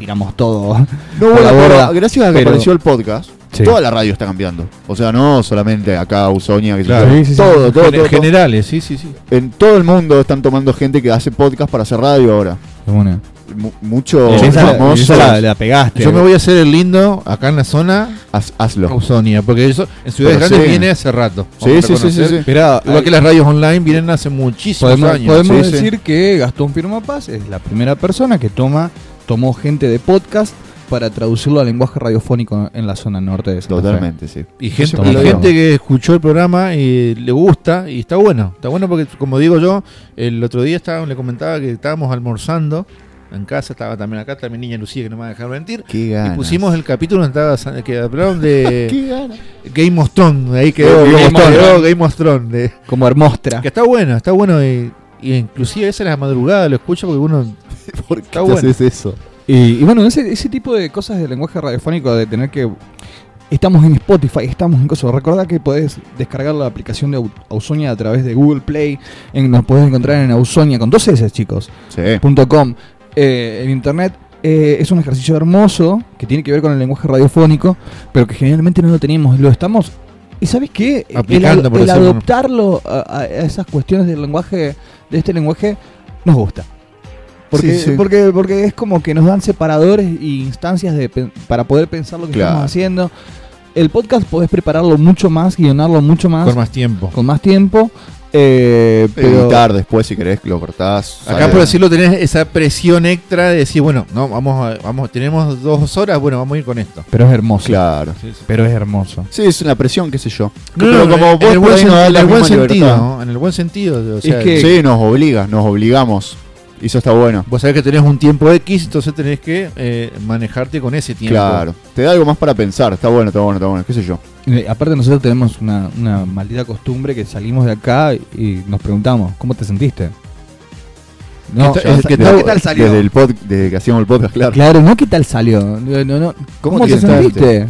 [SPEAKER 2] tiramos todo.
[SPEAKER 1] No,
[SPEAKER 2] Por
[SPEAKER 1] bueno,
[SPEAKER 2] la
[SPEAKER 1] pero
[SPEAKER 2] borda.
[SPEAKER 1] gracias a que
[SPEAKER 2] Pero-
[SPEAKER 1] apareció el podcast,
[SPEAKER 2] Sí.
[SPEAKER 1] toda la radio está cambiando. O sea, no solamente acá, Usoña, que
[SPEAKER 3] Claro.
[SPEAKER 2] Sí, sí, sí.
[SPEAKER 1] todo, todo, todo,
[SPEAKER 3] Gen-
[SPEAKER 1] todo.
[SPEAKER 3] generales, eh, sí, sí, sí.
[SPEAKER 1] En todo el mundo están tomando gente que hace podcast para hacer radio ahora.
[SPEAKER 2] Bueno, eh,
[SPEAKER 1] Mu- mucho
[SPEAKER 2] esa, la-
[SPEAKER 1] famoso.
[SPEAKER 2] esa la, la pegaste.
[SPEAKER 3] Yo me voy a hacer el lindo acá en la zona
[SPEAKER 1] Haz- hazlo.
[SPEAKER 3] Ausonia, porque eso en ciudades
[SPEAKER 1] Pero
[SPEAKER 3] grandes
[SPEAKER 1] sí.
[SPEAKER 3] viene hace rato.
[SPEAKER 1] Sí,
[SPEAKER 3] vamos a
[SPEAKER 1] sí, sí, sí,
[SPEAKER 3] reconocer.
[SPEAKER 1] sí.
[SPEAKER 2] Esperá,
[SPEAKER 3] Igual que las radios online vienen hace muchísimos
[SPEAKER 2] podemos,
[SPEAKER 3] años.
[SPEAKER 2] podemos
[SPEAKER 1] sí, sí.
[SPEAKER 2] decir que Gastón Firmapaz es la primera persona que toma tomó gente de podcast para traducirlo al lenguaje radiofónico en la zona norte de Santa Fe.
[SPEAKER 1] Totalmente, sí.
[SPEAKER 3] Y gente,
[SPEAKER 2] Toma,
[SPEAKER 3] y
[SPEAKER 2] toma.
[SPEAKER 3] gente que escuchó el programa y le gusta y está bueno. Está bueno porque, como digo yo, el otro día estaba, le comentaba que estábamos almorzando en casa, estaba también acá, también niña Lucía, que no me va a dejar mentir.
[SPEAKER 1] Qué
[SPEAKER 3] Y
[SPEAKER 1] ganas.
[SPEAKER 3] pusimos el capítulo donde estaba San- que hablaron de
[SPEAKER 1] Qué ganas.
[SPEAKER 3] Game of Thrones. Ahí quedó
[SPEAKER 2] Game
[SPEAKER 3] Game,
[SPEAKER 2] of
[SPEAKER 3] of Thrones.
[SPEAKER 2] Thrones.
[SPEAKER 3] quedó Game of Thrones, de-
[SPEAKER 2] Como hermostra.
[SPEAKER 3] que está bueno, está bueno. Y, y inclusive a veces a la madrugada lo escucho porque uno
[SPEAKER 1] ¿Por qué
[SPEAKER 3] Está
[SPEAKER 1] te
[SPEAKER 3] bueno.
[SPEAKER 1] haces eso?
[SPEAKER 2] Y, y bueno, ese, ese tipo de cosas del lenguaje radiofónico, de tener que. Estamos en Spotify, estamos en cosas. Recordá que podés descargar la aplicación de Au- Ausonia a través de Google Play. En, nos podés encontrar en Ausonia con dos S, chicos.
[SPEAKER 1] Sí.
[SPEAKER 2] punto .com. Eh, en internet eh, es un ejercicio hermoso que tiene que ver con el lenguaje radiofónico, pero que generalmente no lo tenemos. Lo estamos. ¿Y sabes qué? El-
[SPEAKER 3] Aplicando,
[SPEAKER 2] el
[SPEAKER 3] por decirlo.
[SPEAKER 2] adoptarlo a, a- a esas cuestiones del lenguaje, de este lenguaje, nos gusta. Porque,
[SPEAKER 1] Sí, sí.
[SPEAKER 2] porque porque es como que nos dan separadores y instancias de pen- para poder pensar lo que
[SPEAKER 1] Claro.
[SPEAKER 2] estamos haciendo. El podcast podés prepararlo mucho más, guionarlo mucho más,
[SPEAKER 3] con
[SPEAKER 2] con más,
[SPEAKER 3] más tiempo.
[SPEAKER 2] tiempo. eh, pero
[SPEAKER 1] Editar después si querés, lo cortás.
[SPEAKER 3] Acá por decirlo tenés esa presión extra de decir, bueno, no, vamos a- vamos, tenemos dos horas, bueno, vamos a ir con esto.
[SPEAKER 2] pero es hermoso.
[SPEAKER 1] Claro.
[SPEAKER 2] Pero es hermoso.
[SPEAKER 1] Sí, es una presión, qué sé yo.
[SPEAKER 3] No,
[SPEAKER 1] Pero
[SPEAKER 3] no,
[SPEAKER 1] como
[SPEAKER 3] en,
[SPEAKER 1] vos por
[SPEAKER 3] el buen,
[SPEAKER 1] ahí no
[SPEAKER 3] sen-
[SPEAKER 1] das
[SPEAKER 3] en
[SPEAKER 1] la
[SPEAKER 3] el buen
[SPEAKER 1] misma
[SPEAKER 3] sentido,
[SPEAKER 1] libertad.
[SPEAKER 3] ¿no? En el buen sentido. O sea,
[SPEAKER 2] que-
[SPEAKER 1] Sí, nos obligas, nos obligamos. Y eso está bueno.
[SPEAKER 3] vos sabés que tenés un tiempo X, entonces tenés que eh, manejarte con ese tiempo.
[SPEAKER 1] Claro. Te da algo más para pensar. Está bueno, está bueno, está bueno. Qué sé yo.
[SPEAKER 2] Eh, aparte nosotros tenemos una, una maldita costumbre que salimos de acá y nos preguntamos, ¿cómo te sentiste? No,
[SPEAKER 3] ¿Qué
[SPEAKER 2] ya
[SPEAKER 3] tal-
[SPEAKER 2] sa-
[SPEAKER 3] qué
[SPEAKER 2] no,
[SPEAKER 3] tal-
[SPEAKER 2] ¿qué tal salió?
[SPEAKER 1] Desde, el pod, desde que hacíamos el podcast, claro.
[SPEAKER 2] Claro, no qué tal salió. No, no, no, ¿Cómo,
[SPEAKER 1] te
[SPEAKER 2] te, sentiste?
[SPEAKER 1] sentiste?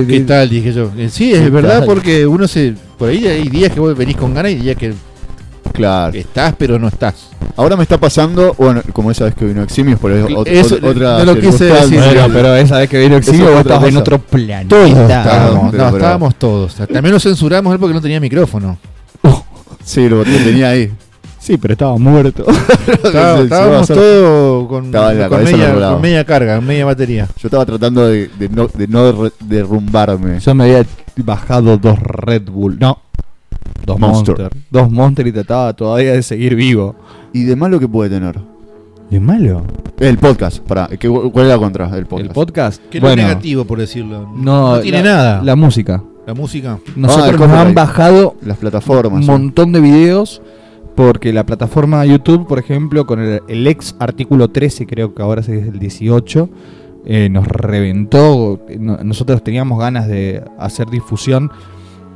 [SPEAKER 2] Eh,
[SPEAKER 3] ¿Qué
[SPEAKER 2] eh,
[SPEAKER 3] tal? Dije yo. Eh, Sí,
[SPEAKER 1] ¿Qué
[SPEAKER 3] es verdad,
[SPEAKER 1] tal?
[SPEAKER 3] porque uno se. Por ahí hay días que vos venís con ganas y días que
[SPEAKER 1] Claro.
[SPEAKER 3] estás, pero no estás.
[SPEAKER 1] Ahora me está pasando, bueno, como esa vez que vino Eximios, por eso ot-
[SPEAKER 3] Eso,
[SPEAKER 1] ot- otra.
[SPEAKER 3] no lo quise
[SPEAKER 1] circunstancia.
[SPEAKER 3] decir.
[SPEAKER 2] Bueno, pero esa vez que vino exilio
[SPEAKER 1] Eso es
[SPEAKER 2] vos
[SPEAKER 1] otra
[SPEAKER 2] estabas en
[SPEAKER 1] cosa.
[SPEAKER 2] otro planeta.
[SPEAKER 3] estábamos,
[SPEAKER 1] pero-
[SPEAKER 3] no,
[SPEAKER 1] pero-
[SPEAKER 3] estábamos todos. También lo censuramos él porque no tenía micrófono.
[SPEAKER 1] Sí, lo lo tenía ahí.
[SPEAKER 2] Sí, pero estaba muerto.
[SPEAKER 3] Estaba-
[SPEAKER 1] Se va a
[SPEAKER 3] estábamos
[SPEAKER 1] hacer-
[SPEAKER 3] todos con,
[SPEAKER 1] Estaba en la
[SPEAKER 3] con
[SPEAKER 1] cabeza
[SPEAKER 3] media,
[SPEAKER 1] nublado.
[SPEAKER 3] con media carga, con media batería.
[SPEAKER 1] Yo estaba tratando de, de no, de no derr- derrumbarme.
[SPEAKER 2] Yo me había bajado dos Red Bull. No. Dos Monster.
[SPEAKER 1] Monster.
[SPEAKER 2] Dos Monster y trataba todavía de seguir vivo.
[SPEAKER 1] Y de malo que puede tener.
[SPEAKER 2] ¿De malo?
[SPEAKER 1] El podcast, pará. ¿qué- ¿Cuál es la contra del podcast?
[SPEAKER 2] ¿El podcast?
[SPEAKER 3] Que
[SPEAKER 2] bueno,
[SPEAKER 3] es negativo, por decirlo.
[SPEAKER 2] no,
[SPEAKER 3] No tiene
[SPEAKER 2] la-
[SPEAKER 3] nada. La,
[SPEAKER 2] La música.
[SPEAKER 3] música.
[SPEAKER 1] Ah, el
[SPEAKER 2] Nosotros nos
[SPEAKER 1] copyright.
[SPEAKER 2] han bajado
[SPEAKER 1] Las
[SPEAKER 2] un
[SPEAKER 1] plataformas. ¿sí?
[SPEAKER 2] montón de videos porque la plataforma YouTube, por ejemplo, con el, el ex artículo 13, creo que ahora es el 18, eh, nos reventó. No- nosotros teníamos ganas de hacer difusión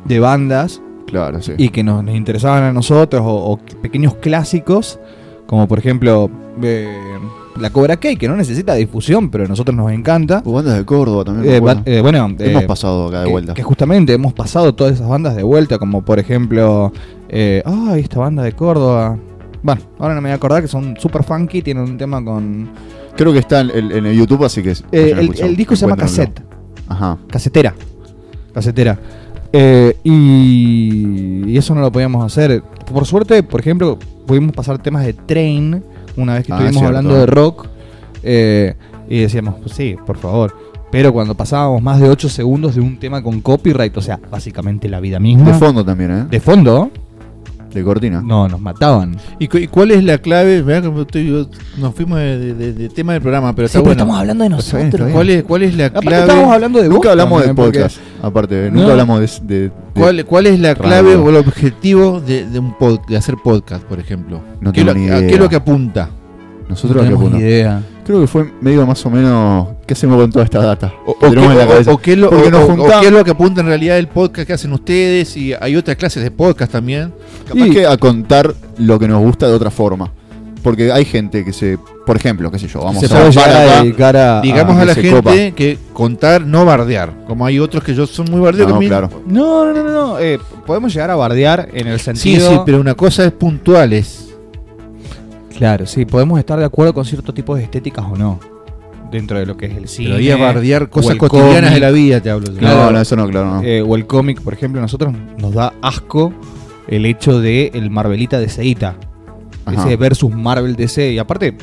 [SPEAKER 2] de bandas
[SPEAKER 1] Claro, sí.
[SPEAKER 2] y que nos, nos interesaban a nosotros o, o pequeños clásicos, como por ejemplo eh, la Cobra Kai, que no necesita difusión, pero a nosotros nos encanta.
[SPEAKER 1] O bandas de Córdoba también. me
[SPEAKER 2] Eh,
[SPEAKER 1] acuerdo.
[SPEAKER 2] ba- eh, bueno,
[SPEAKER 1] Hemos
[SPEAKER 2] eh,
[SPEAKER 1] pasado acá de
[SPEAKER 2] que-
[SPEAKER 1] vuelta.
[SPEAKER 2] Que, justamente hemos pasado todas esas bandas de vuelta, como por ejemplo, eh, ay, esta banda de Córdoba. Bueno, ahora no me voy a acordar que son super funky, tienen un tema con...
[SPEAKER 1] Creo que está en, el- en el YouTube, así que.
[SPEAKER 2] Eh,
[SPEAKER 1] vayan a
[SPEAKER 2] el,
[SPEAKER 1] escucharlo.
[SPEAKER 2] el disco se llama
[SPEAKER 1] Encuéntrenlo.
[SPEAKER 2] Cassette.
[SPEAKER 1] Ajá.
[SPEAKER 2] Casetera. Casetera. Eh, y, y eso no lo podíamos hacer. Por suerte, por ejemplo, pudimos pasar temas de train una vez que
[SPEAKER 1] Ah,
[SPEAKER 2] estuvimos
[SPEAKER 1] cierto.
[SPEAKER 2] hablando de rock. eh, y decíamos, pues sí, por favor. Pero cuando pasábamos más de 8 segundos de un tema con copyright, o sea, básicamente la vida misma.
[SPEAKER 1] De fondo también, ¿eh?
[SPEAKER 2] de fondo,
[SPEAKER 1] De cortina.
[SPEAKER 2] no, nos mataban.
[SPEAKER 3] ¿Y, cu- y cuál es la clave? Mirá que me estoy- nos fuimos de, de- de- de tema del programa, pero está
[SPEAKER 2] Sí, pero
[SPEAKER 3] bueno.
[SPEAKER 2] estamos hablando de
[SPEAKER 1] Está bien,
[SPEAKER 2] nosotros.
[SPEAKER 1] está bien.
[SPEAKER 3] ¿Cuál es, ¿Cuál es la
[SPEAKER 2] Aparte
[SPEAKER 3] clave?
[SPEAKER 2] estamos hablando de
[SPEAKER 1] Nunca
[SPEAKER 2] Boston,
[SPEAKER 1] hablamos de
[SPEAKER 2] ¿eh? Porque-
[SPEAKER 1] podcast, aparte, nunca
[SPEAKER 2] No.
[SPEAKER 1] hablamos de- de. de-
[SPEAKER 3] ¿Cuál, cuál es la
[SPEAKER 1] Raro.
[SPEAKER 3] clave o el objetivo de, de un pod- de hacer podcast, por ejemplo?
[SPEAKER 1] No
[SPEAKER 3] ¿Qué, es
[SPEAKER 1] tengo
[SPEAKER 3] lo-
[SPEAKER 1] ni
[SPEAKER 3] a-
[SPEAKER 1] idea.
[SPEAKER 3] qué es lo que apunta?
[SPEAKER 1] Nosotros
[SPEAKER 2] no
[SPEAKER 1] acá,
[SPEAKER 2] tenemos
[SPEAKER 1] bueno,
[SPEAKER 2] idea.
[SPEAKER 1] Creo que fue medio más o menos. ¿Qué hacemos con toda esta data?
[SPEAKER 3] O, o
[SPEAKER 1] que tenemos
[SPEAKER 3] qué-
[SPEAKER 1] en la
[SPEAKER 3] o-
[SPEAKER 1] cabeza.
[SPEAKER 3] o qué es lo,
[SPEAKER 1] Porque
[SPEAKER 3] o-
[SPEAKER 1] nos
[SPEAKER 3] o- o
[SPEAKER 1] juntamos.
[SPEAKER 3] qué es lo que apunta en realidad el podcast que hacen ustedes? Y hay otras clases de podcast también.
[SPEAKER 1] Capaz
[SPEAKER 2] Y-
[SPEAKER 1] que a contar lo que nos gusta de otra forma. Porque hay gente que se. Por ejemplo, qué sé yo, vamos
[SPEAKER 3] Se
[SPEAKER 1] a
[SPEAKER 2] Yo
[SPEAKER 3] puede
[SPEAKER 1] Bar
[SPEAKER 2] llegar a
[SPEAKER 1] acá.
[SPEAKER 2] dedicar a-
[SPEAKER 3] Digamos
[SPEAKER 1] ah,
[SPEAKER 3] a la
[SPEAKER 1] ese
[SPEAKER 3] gente
[SPEAKER 1] copa.
[SPEAKER 3] que contar, no bardear. Como hay otros que yo son muy bardeo.
[SPEAKER 1] No,
[SPEAKER 3] que a mí-
[SPEAKER 1] claro.
[SPEAKER 2] No, no, no, no, no. eh, podemos llegar a bardear en el
[SPEAKER 3] Sí,
[SPEAKER 2] sentido.
[SPEAKER 3] sí, pero una cosa es puntuales.
[SPEAKER 2] Claro, sí, podemos estar de acuerdo con cierto tipo de estéticas o no. Dentro de lo que es el cine.
[SPEAKER 3] Pero ahí a bardear
[SPEAKER 2] o
[SPEAKER 3] cosas
[SPEAKER 2] el
[SPEAKER 3] cotidianas
[SPEAKER 2] cómic.
[SPEAKER 3] de la vida, te hablo. yo.
[SPEAKER 2] Claro.
[SPEAKER 1] No, no, eso no, claro, no.
[SPEAKER 2] eh, o el cómic, por ejemplo, a nosotros nos da asco el hecho de el Marvelita de Seita.
[SPEAKER 1] Ajá.
[SPEAKER 2] Ese versus Marvel DC. Y aparte,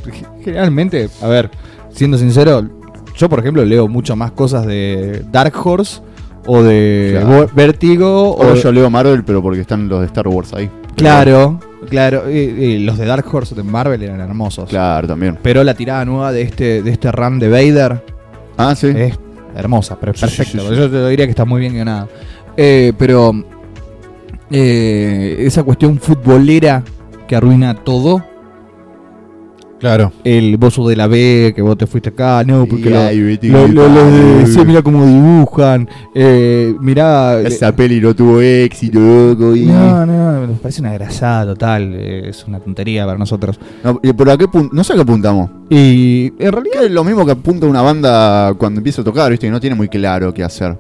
[SPEAKER 2] generalmente, a ver, siendo sincero, yo por ejemplo leo mucho más cosas de Dark Horse o de
[SPEAKER 1] Claro.
[SPEAKER 2] Vo- Vértigo o,
[SPEAKER 1] Ahora yo leo Marvel, pero porque están los de Star Wars ahí. Pero-
[SPEAKER 2] Claro, claro. eh, eh, los de Dark Horse de Marvel eran hermosos.
[SPEAKER 1] Claro, también.
[SPEAKER 2] Pero la tirada nueva de este, de este run de Vader
[SPEAKER 1] Ah, sí.
[SPEAKER 2] es hermosa, pero
[SPEAKER 1] Sí,
[SPEAKER 2] perfecta.
[SPEAKER 1] sí, sí,
[SPEAKER 2] pero Yo te diría que está muy bien ganada. Eh, pero eh, esa cuestión futbolera que arruina todo.
[SPEAKER 3] Claro.
[SPEAKER 2] El bozo de la B, que vos te fuiste acá, no, porque
[SPEAKER 1] Y
[SPEAKER 2] lo-
[SPEAKER 1] ahí, viste,
[SPEAKER 2] lo-
[SPEAKER 1] y-
[SPEAKER 2] lo- lo de-
[SPEAKER 1] Ay,
[SPEAKER 2] sí, mirá cómo dibujan, eh, mirá...
[SPEAKER 1] Esa peli no tuvo éxito, loco. Y...
[SPEAKER 2] No, no, me parece una grasada total, eh, es una tontería para nosotros.
[SPEAKER 1] No, ¿y ¿Pero a qué pun- No sé a qué apuntamos.
[SPEAKER 2] Y en realidad...
[SPEAKER 1] Que es lo mismo que apunta una banda cuando empieza a tocar, ¿viste? Que no tiene muy claro qué hacer.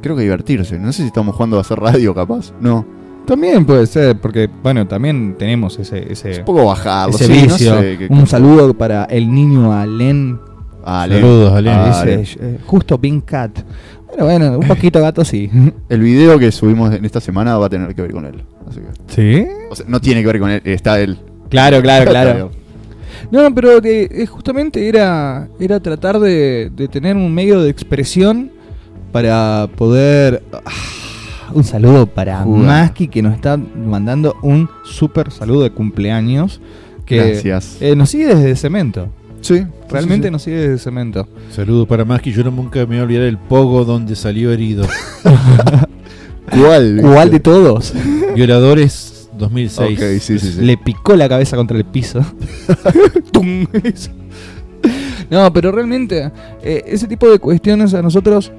[SPEAKER 1] Creo que divertirse. No sé si estamos jugando a hacer radio, capaz. No.
[SPEAKER 2] También puede ser, porque, bueno, también tenemos ese, ese,
[SPEAKER 1] Un poco bajarlo.
[SPEAKER 2] ese
[SPEAKER 1] sí, no
[SPEAKER 2] vicio.
[SPEAKER 1] sé qué-
[SPEAKER 2] Un saludo para el niño Alen.
[SPEAKER 1] Ah, Ale.
[SPEAKER 3] Saludos, Ale.
[SPEAKER 1] Ah,
[SPEAKER 2] ese,
[SPEAKER 1] Ale.
[SPEAKER 2] eh, justo Pink Cat. Bueno, bueno, un poquito gato sí.
[SPEAKER 1] El video que subimos en esta semana va a tener que ver con él. Así que-
[SPEAKER 2] ¿Sí?
[SPEAKER 1] o sea, no tiene que ver con él, está él.
[SPEAKER 2] Claro, claro, claro.
[SPEAKER 1] Está bien.
[SPEAKER 2] No, pero que, eh, justamente era, era tratar de, de tener un medio de expresión para poder... Ah, un saludo para
[SPEAKER 1] Jugar.
[SPEAKER 2] Maski que nos está mandando un súper saludo de cumpleaños. Que,
[SPEAKER 1] Gracias.
[SPEAKER 2] eh, nos sigue desde Cemento.
[SPEAKER 1] sí.
[SPEAKER 2] Realmente
[SPEAKER 1] sí,
[SPEAKER 2] nos sigue desde Cemento.
[SPEAKER 3] Saludos para más que yo no nunca me voy a olvidar el pogo donde salió herido.
[SPEAKER 1] sí. ¿Cuál? viste?
[SPEAKER 2] ¿Cuál de todos?
[SPEAKER 3] Violadores 2006.
[SPEAKER 1] Ok, sí, sí, sí.
[SPEAKER 2] Le picó la cabeza contra el piso. Tum. no, pero realmente, eh, ese tipo de cuestiones a nosotros.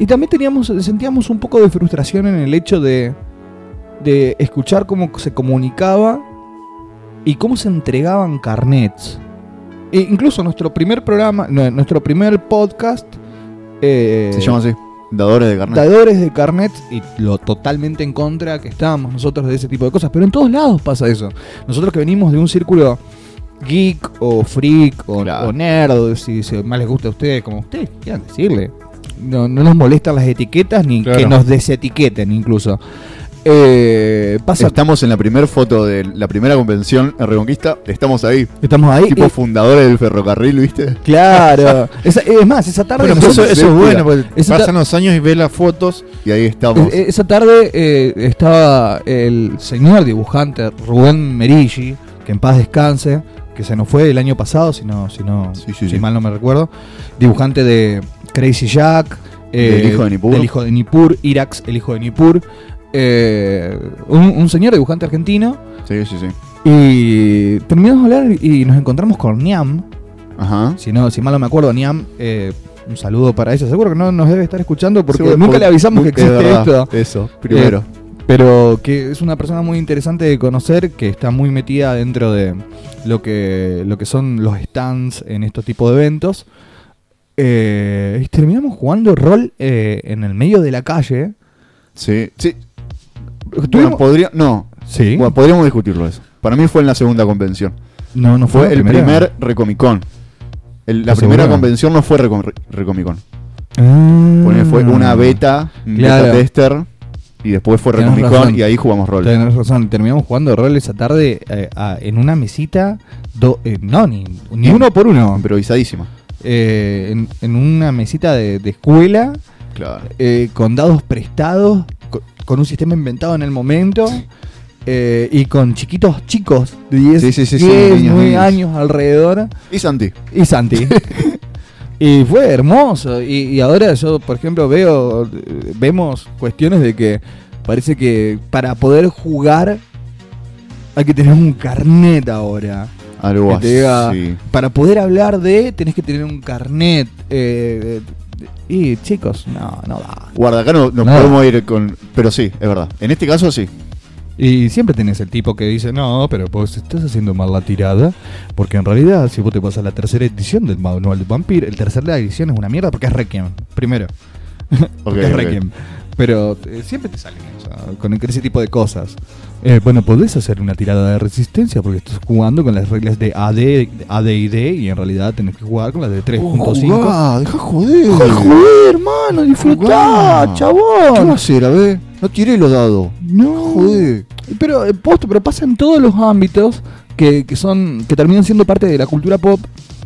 [SPEAKER 2] Y también teníamos, sentíamos un poco de frustración en el hecho de, de escuchar cómo se comunicaba y cómo se entregaban carnets. E incluso nuestro primer programa, no, nuestro primer podcast. eh,
[SPEAKER 1] Se llama así. Dadores de carne.
[SPEAKER 2] dictadores de carnet y lo totalmente en contra que estábamos nosotros de ese tipo de cosas. Pero en todos lados pasa eso. Nosotros que venimos de un círculo geek o freak o,
[SPEAKER 1] Claro.
[SPEAKER 2] o nerd, o si, si más les gusta a ustedes, como ustedes quieran decirle. No, no nos molestan las etiquetas ni
[SPEAKER 3] Claro.
[SPEAKER 2] que nos desetiqueten incluso. Eh, pasa,
[SPEAKER 1] Estamos en la primera foto de la primera convención en Reconquista. Estamos ahí.
[SPEAKER 2] estamos ahí.
[SPEAKER 1] Tipo
[SPEAKER 2] y-
[SPEAKER 1] fundadores del ferrocarril, ¿viste?
[SPEAKER 2] claro. Esa- es más, esa tarde...
[SPEAKER 3] Bueno, pero
[SPEAKER 2] nosotros-
[SPEAKER 3] eso, eso es bueno, porque
[SPEAKER 2] Eso
[SPEAKER 3] pasan
[SPEAKER 2] ta-
[SPEAKER 3] los años y ves las fotos.
[SPEAKER 1] Y ahí estamos.
[SPEAKER 2] E- Esa tarde eh, estaba el señor dibujante Rubén Merigi, que en paz descanse, que se nos fue el año pasado, si no, si no,
[SPEAKER 1] Sí, sí,
[SPEAKER 2] si
[SPEAKER 1] sí.
[SPEAKER 2] mal no me recuerdo. Dibujante de Crazy Jack, eh,
[SPEAKER 1] Del hijo de Nippur.
[SPEAKER 2] del hijo de Nippur, Irax, el hijo de Nippur. eh, un, un señor dibujante argentino.
[SPEAKER 1] Sí, sí, sí.
[SPEAKER 2] Y terminamos de hablar y nos encontramos con Niam.
[SPEAKER 1] Ajá.
[SPEAKER 2] Si, no, si mal no me acuerdo, Niam, eh, un saludo para ella. Seguro que no nos debe estar escuchando porque
[SPEAKER 1] Seguro-
[SPEAKER 2] nunca le avisamos que
[SPEAKER 1] nunca- es
[SPEAKER 2] existe
[SPEAKER 1] verdad,
[SPEAKER 2] esto. Eh.
[SPEAKER 1] Eso, primero.
[SPEAKER 2] Pero que es una persona muy interesante de conocer, que está muy metida dentro de lo que, lo que son los stands en estos tipos de eventos. Eh, y terminamos jugando rol eh, en el medio de la calle.
[SPEAKER 1] Sí, sí. Bueno,
[SPEAKER 2] Tuvimos-
[SPEAKER 1] podría. No.
[SPEAKER 2] sí.
[SPEAKER 1] Bueno, podríamos discutirlo eso. Para mí fue en la segunda convención.
[SPEAKER 2] No, no
[SPEAKER 1] Fue
[SPEAKER 2] la
[SPEAKER 1] el
[SPEAKER 2] primera.
[SPEAKER 1] primer Recomicón. El- la
[SPEAKER 2] ¿Estás
[SPEAKER 1] primera
[SPEAKER 2] seguro?
[SPEAKER 1] convención no fue Recom- Recomicón.
[SPEAKER 2] Ah.
[SPEAKER 1] Ponele, Fue una beta, un beta
[SPEAKER 2] Claro.
[SPEAKER 1] tester, y después fue
[SPEAKER 2] Tenés
[SPEAKER 1] Recomicón
[SPEAKER 2] razón.
[SPEAKER 1] y ahí jugamos rol.
[SPEAKER 2] Tenés razón, terminamos jugando rol esa tarde eh, a- en una mesita. do- eh, no, ni, ni uno por uno.
[SPEAKER 1] Improvisadísima.
[SPEAKER 2] Eh, en, en una mesita de, de escuela,
[SPEAKER 1] Claro.
[SPEAKER 2] eh, con dados prestados, co- con, un sistema inventado en el momento. eh, y con chiquitos chicos de 10,
[SPEAKER 1] Sí, sí, sí, sí,
[SPEAKER 2] 10,
[SPEAKER 1] niños,
[SPEAKER 2] 9
[SPEAKER 1] niños.
[SPEAKER 2] años alrededor.
[SPEAKER 1] Y Santi.
[SPEAKER 2] Y Santi. y fue hermoso. Y, y ahora yo, por ejemplo, veo, eh, vemos cuestiones de que parece que para poder jugar hay que tener un carnet ahora.
[SPEAKER 1] Algo
[SPEAKER 2] Que
[SPEAKER 1] así.
[SPEAKER 2] te diga, Para poder hablar de, tenés que tener un carnet. eh, de- y chicos, no, no da.
[SPEAKER 1] Guarda, acá no, nos
[SPEAKER 2] Nada.
[SPEAKER 1] podemos ir con. Pero sí, es verdad. En este caso sí.
[SPEAKER 2] Y siempre tenés el tipo que dice, no, pero vos estás haciendo mal la tirada, porque en realidad si vos te pasas la tercera edición del manual de Vampir, el tercer de la edición es una mierda porque es Requiem, primero. porque
[SPEAKER 1] Ok,
[SPEAKER 2] es
[SPEAKER 1] ok.
[SPEAKER 2] Requiem. Pero eh, siempre te salen eso, con ese tipo de cosas. Eh, bueno, podés hacer una tirada de resistencia porque estás jugando con las reglas de AD, de AD&D y en realidad tenés que jugar con las de 3.5.
[SPEAKER 1] deja ¡Oh, joder.
[SPEAKER 2] Dejá de joder, hermano!
[SPEAKER 1] Jugá. ¿Qué va a
[SPEAKER 2] chabón!
[SPEAKER 1] hacer? A ver, no tiré los dados.
[SPEAKER 2] No,
[SPEAKER 1] Joder.
[SPEAKER 2] Pero, eh, posta, pero pasa en todos los ámbitos que, que son que terminan siendo parte de la cultura pop.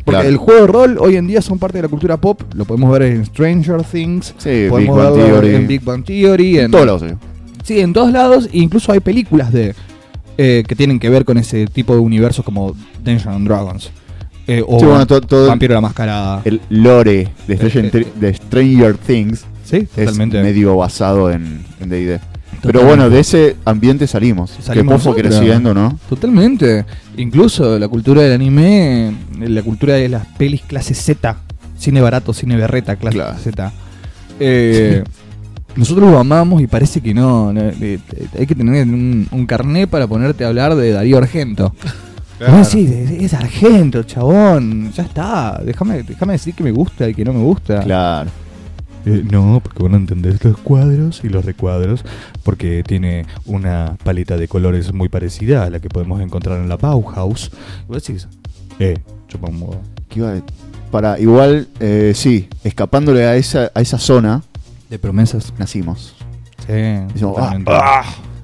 [SPEAKER 2] Porque
[SPEAKER 1] Claro.
[SPEAKER 2] el juego de rol hoy en día son parte de la cultura pop. Lo podemos ver en Stranger Things.
[SPEAKER 1] Sí, Big
[SPEAKER 2] podemos
[SPEAKER 1] Bang
[SPEAKER 2] verlo
[SPEAKER 1] Theory.
[SPEAKER 2] en Big Bang Theory. En,
[SPEAKER 1] Todos lados, señor.
[SPEAKER 2] Sí, en todos lados. e incluso hay películas de eh, que tienen que ver con ese tipo de universos como Dungeons and Dragons. eh, o
[SPEAKER 1] Sí, bueno, to- todo el-
[SPEAKER 2] Vampiro la Mascarada.
[SPEAKER 1] El lore de Stranger,
[SPEAKER 2] Eh, eh,
[SPEAKER 1] de Stranger Things
[SPEAKER 2] sí, totalmente.
[SPEAKER 1] es medio basado en en D&D. Pero
[SPEAKER 2] Totalmente.
[SPEAKER 1] bueno, de ese ambiente salimos.
[SPEAKER 2] Salimos
[SPEAKER 1] que poco
[SPEAKER 2] nosotros.
[SPEAKER 1] creciendo, ¿no?
[SPEAKER 2] Totalmente. Incluso la cultura del anime, la cultura de las pelis clase Z, cine barato, cine berreta, clase
[SPEAKER 1] Claro.
[SPEAKER 2] Z. Eh, Nosotros lo amamos y parece que no. no, eh, eh, hay que tener un, un carné para ponerte a hablar de Darío Argento. No, sí, es, es Argento, chabón. Ya está. Déjame, déjame decir que me gusta y que no me gusta.
[SPEAKER 1] Claro.
[SPEAKER 2] Eh, no, porque vos no entendés los cuadros y los recuadros, porque tiene una paleta de colores muy parecida a la que podemos encontrar en la Bauhaus. Y vos decís, eh, chupa un huevo.
[SPEAKER 1] ¿Qué iba a- Para, igual, eh, sí, escapándole a esa, a esa zona,
[SPEAKER 2] De promesas.
[SPEAKER 1] nacimos.
[SPEAKER 2] Sí.
[SPEAKER 1] Decimos, ah,
[SPEAKER 2] totalmente.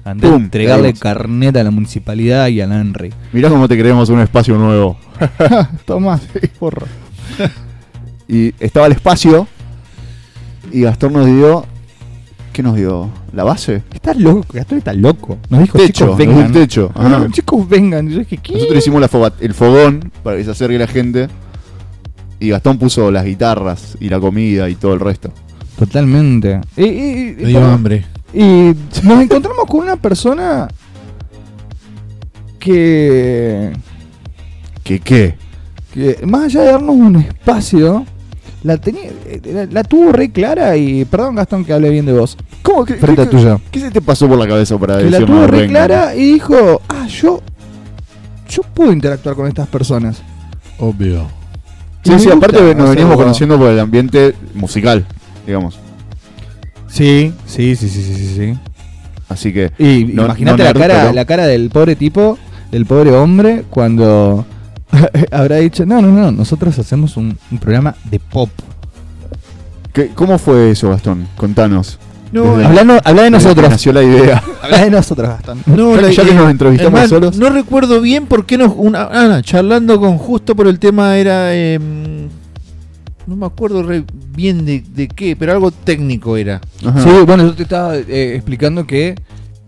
[SPEAKER 2] Andá a
[SPEAKER 1] pum,
[SPEAKER 2] entregarle
[SPEAKER 1] caemos.
[SPEAKER 2] carnet a la municipalidad y al Henry.
[SPEAKER 1] Mirá cómo te creemos un espacio nuevo.
[SPEAKER 2] Tomás, porro.
[SPEAKER 1] Y estaba el espacio. Y Gastón nos dio. ¿Qué nos dio? ¿La base?
[SPEAKER 2] Estás loco, Gastón está loco. Nos dijo,
[SPEAKER 1] Techo,
[SPEAKER 2] chicos,
[SPEAKER 1] nos dio
[SPEAKER 2] vengan.
[SPEAKER 1] un techo.
[SPEAKER 2] Nos dijo,
[SPEAKER 1] Ajá.
[SPEAKER 2] Chicos, vengan. Y yo dije, ¿qué?
[SPEAKER 1] Nosotros hicimos la foga- el fogón para que se acerque la gente. Y Gastón puso las guitarras y la comida y todo el resto.
[SPEAKER 2] Totalmente. Eh, Y, y- y-
[SPEAKER 3] Me dio
[SPEAKER 2] perdón.
[SPEAKER 3] hambre.
[SPEAKER 2] Y nos encontramos con una persona que,
[SPEAKER 1] ¿Qué qué?
[SPEAKER 2] que más allá de darnos un espacio, la, tenía, eh, la, la tuvo re clara y perdón Gastón que hable bien de vos.
[SPEAKER 1] ¿Cómo que,
[SPEAKER 2] Frente
[SPEAKER 1] qué-
[SPEAKER 2] a tuya.
[SPEAKER 1] ¿Qué se te pasó por la cabeza para
[SPEAKER 2] Que la
[SPEAKER 1] decirnos
[SPEAKER 2] tuvo re
[SPEAKER 1] vengan?
[SPEAKER 2] clara y dijo, ah, yo, yo puedo interactuar con estas personas.
[SPEAKER 3] Obvio.
[SPEAKER 2] Y
[SPEAKER 1] Sí,
[SPEAKER 2] me
[SPEAKER 1] sí,
[SPEAKER 2] gusta
[SPEAKER 1] aparte nos veníamos
[SPEAKER 2] hacerlo.
[SPEAKER 1] conociendo por el ambiente musical, digamos.
[SPEAKER 2] Sí, sí, sí, sí, sí, sí. sí.
[SPEAKER 1] Así que.
[SPEAKER 2] Y
[SPEAKER 1] No-
[SPEAKER 2] imagínate
[SPEAKER 1] no
[SPEAKER 2] la,
[SPEAKER 1] nerd,
[SPEAKER 2] cara,
[SPEAKER 1] pero-
[SPEAKER 2] la cara del pobre tipo, del pobre hombre, cuando habrá dicho, no, no, no, nosotros hacemos un, un programa de pop.
[SPEAKER 1] ¿qué- ¿Cómo fue eso, Gastón? Contanos.
[SPEAKER 3] No, eh,
[SPEAKER 1] Desde-
[SPEAKER 2] Habla, no- habla
[SPEAKER 1] desde que
[SPEAKER 2] de nosotros.
[SPEAKER 1] Nació la idea.
[SPEAKER 2] Habla de nosotros, Gastón.
[SPEAKER 3] No,
[SPEAKER 1] Ya-
[SPEAKER 3] eh,
[SPEAKER 1] ya que nos entrevistamos
[SPEAKER 3] es más,
[SPEAKER 1] solos.
[SPEAKER 3] No recuerdo bien por qué nos. Una, ah, no, charlando con justo por el tema era. eh, no me acuerdo re bien de, de qué, pero algo técnico era.
[SPEAKER 1] Ajá.
[SPEAKER 2] Sí, bueno, yo te estaba eh, explicando que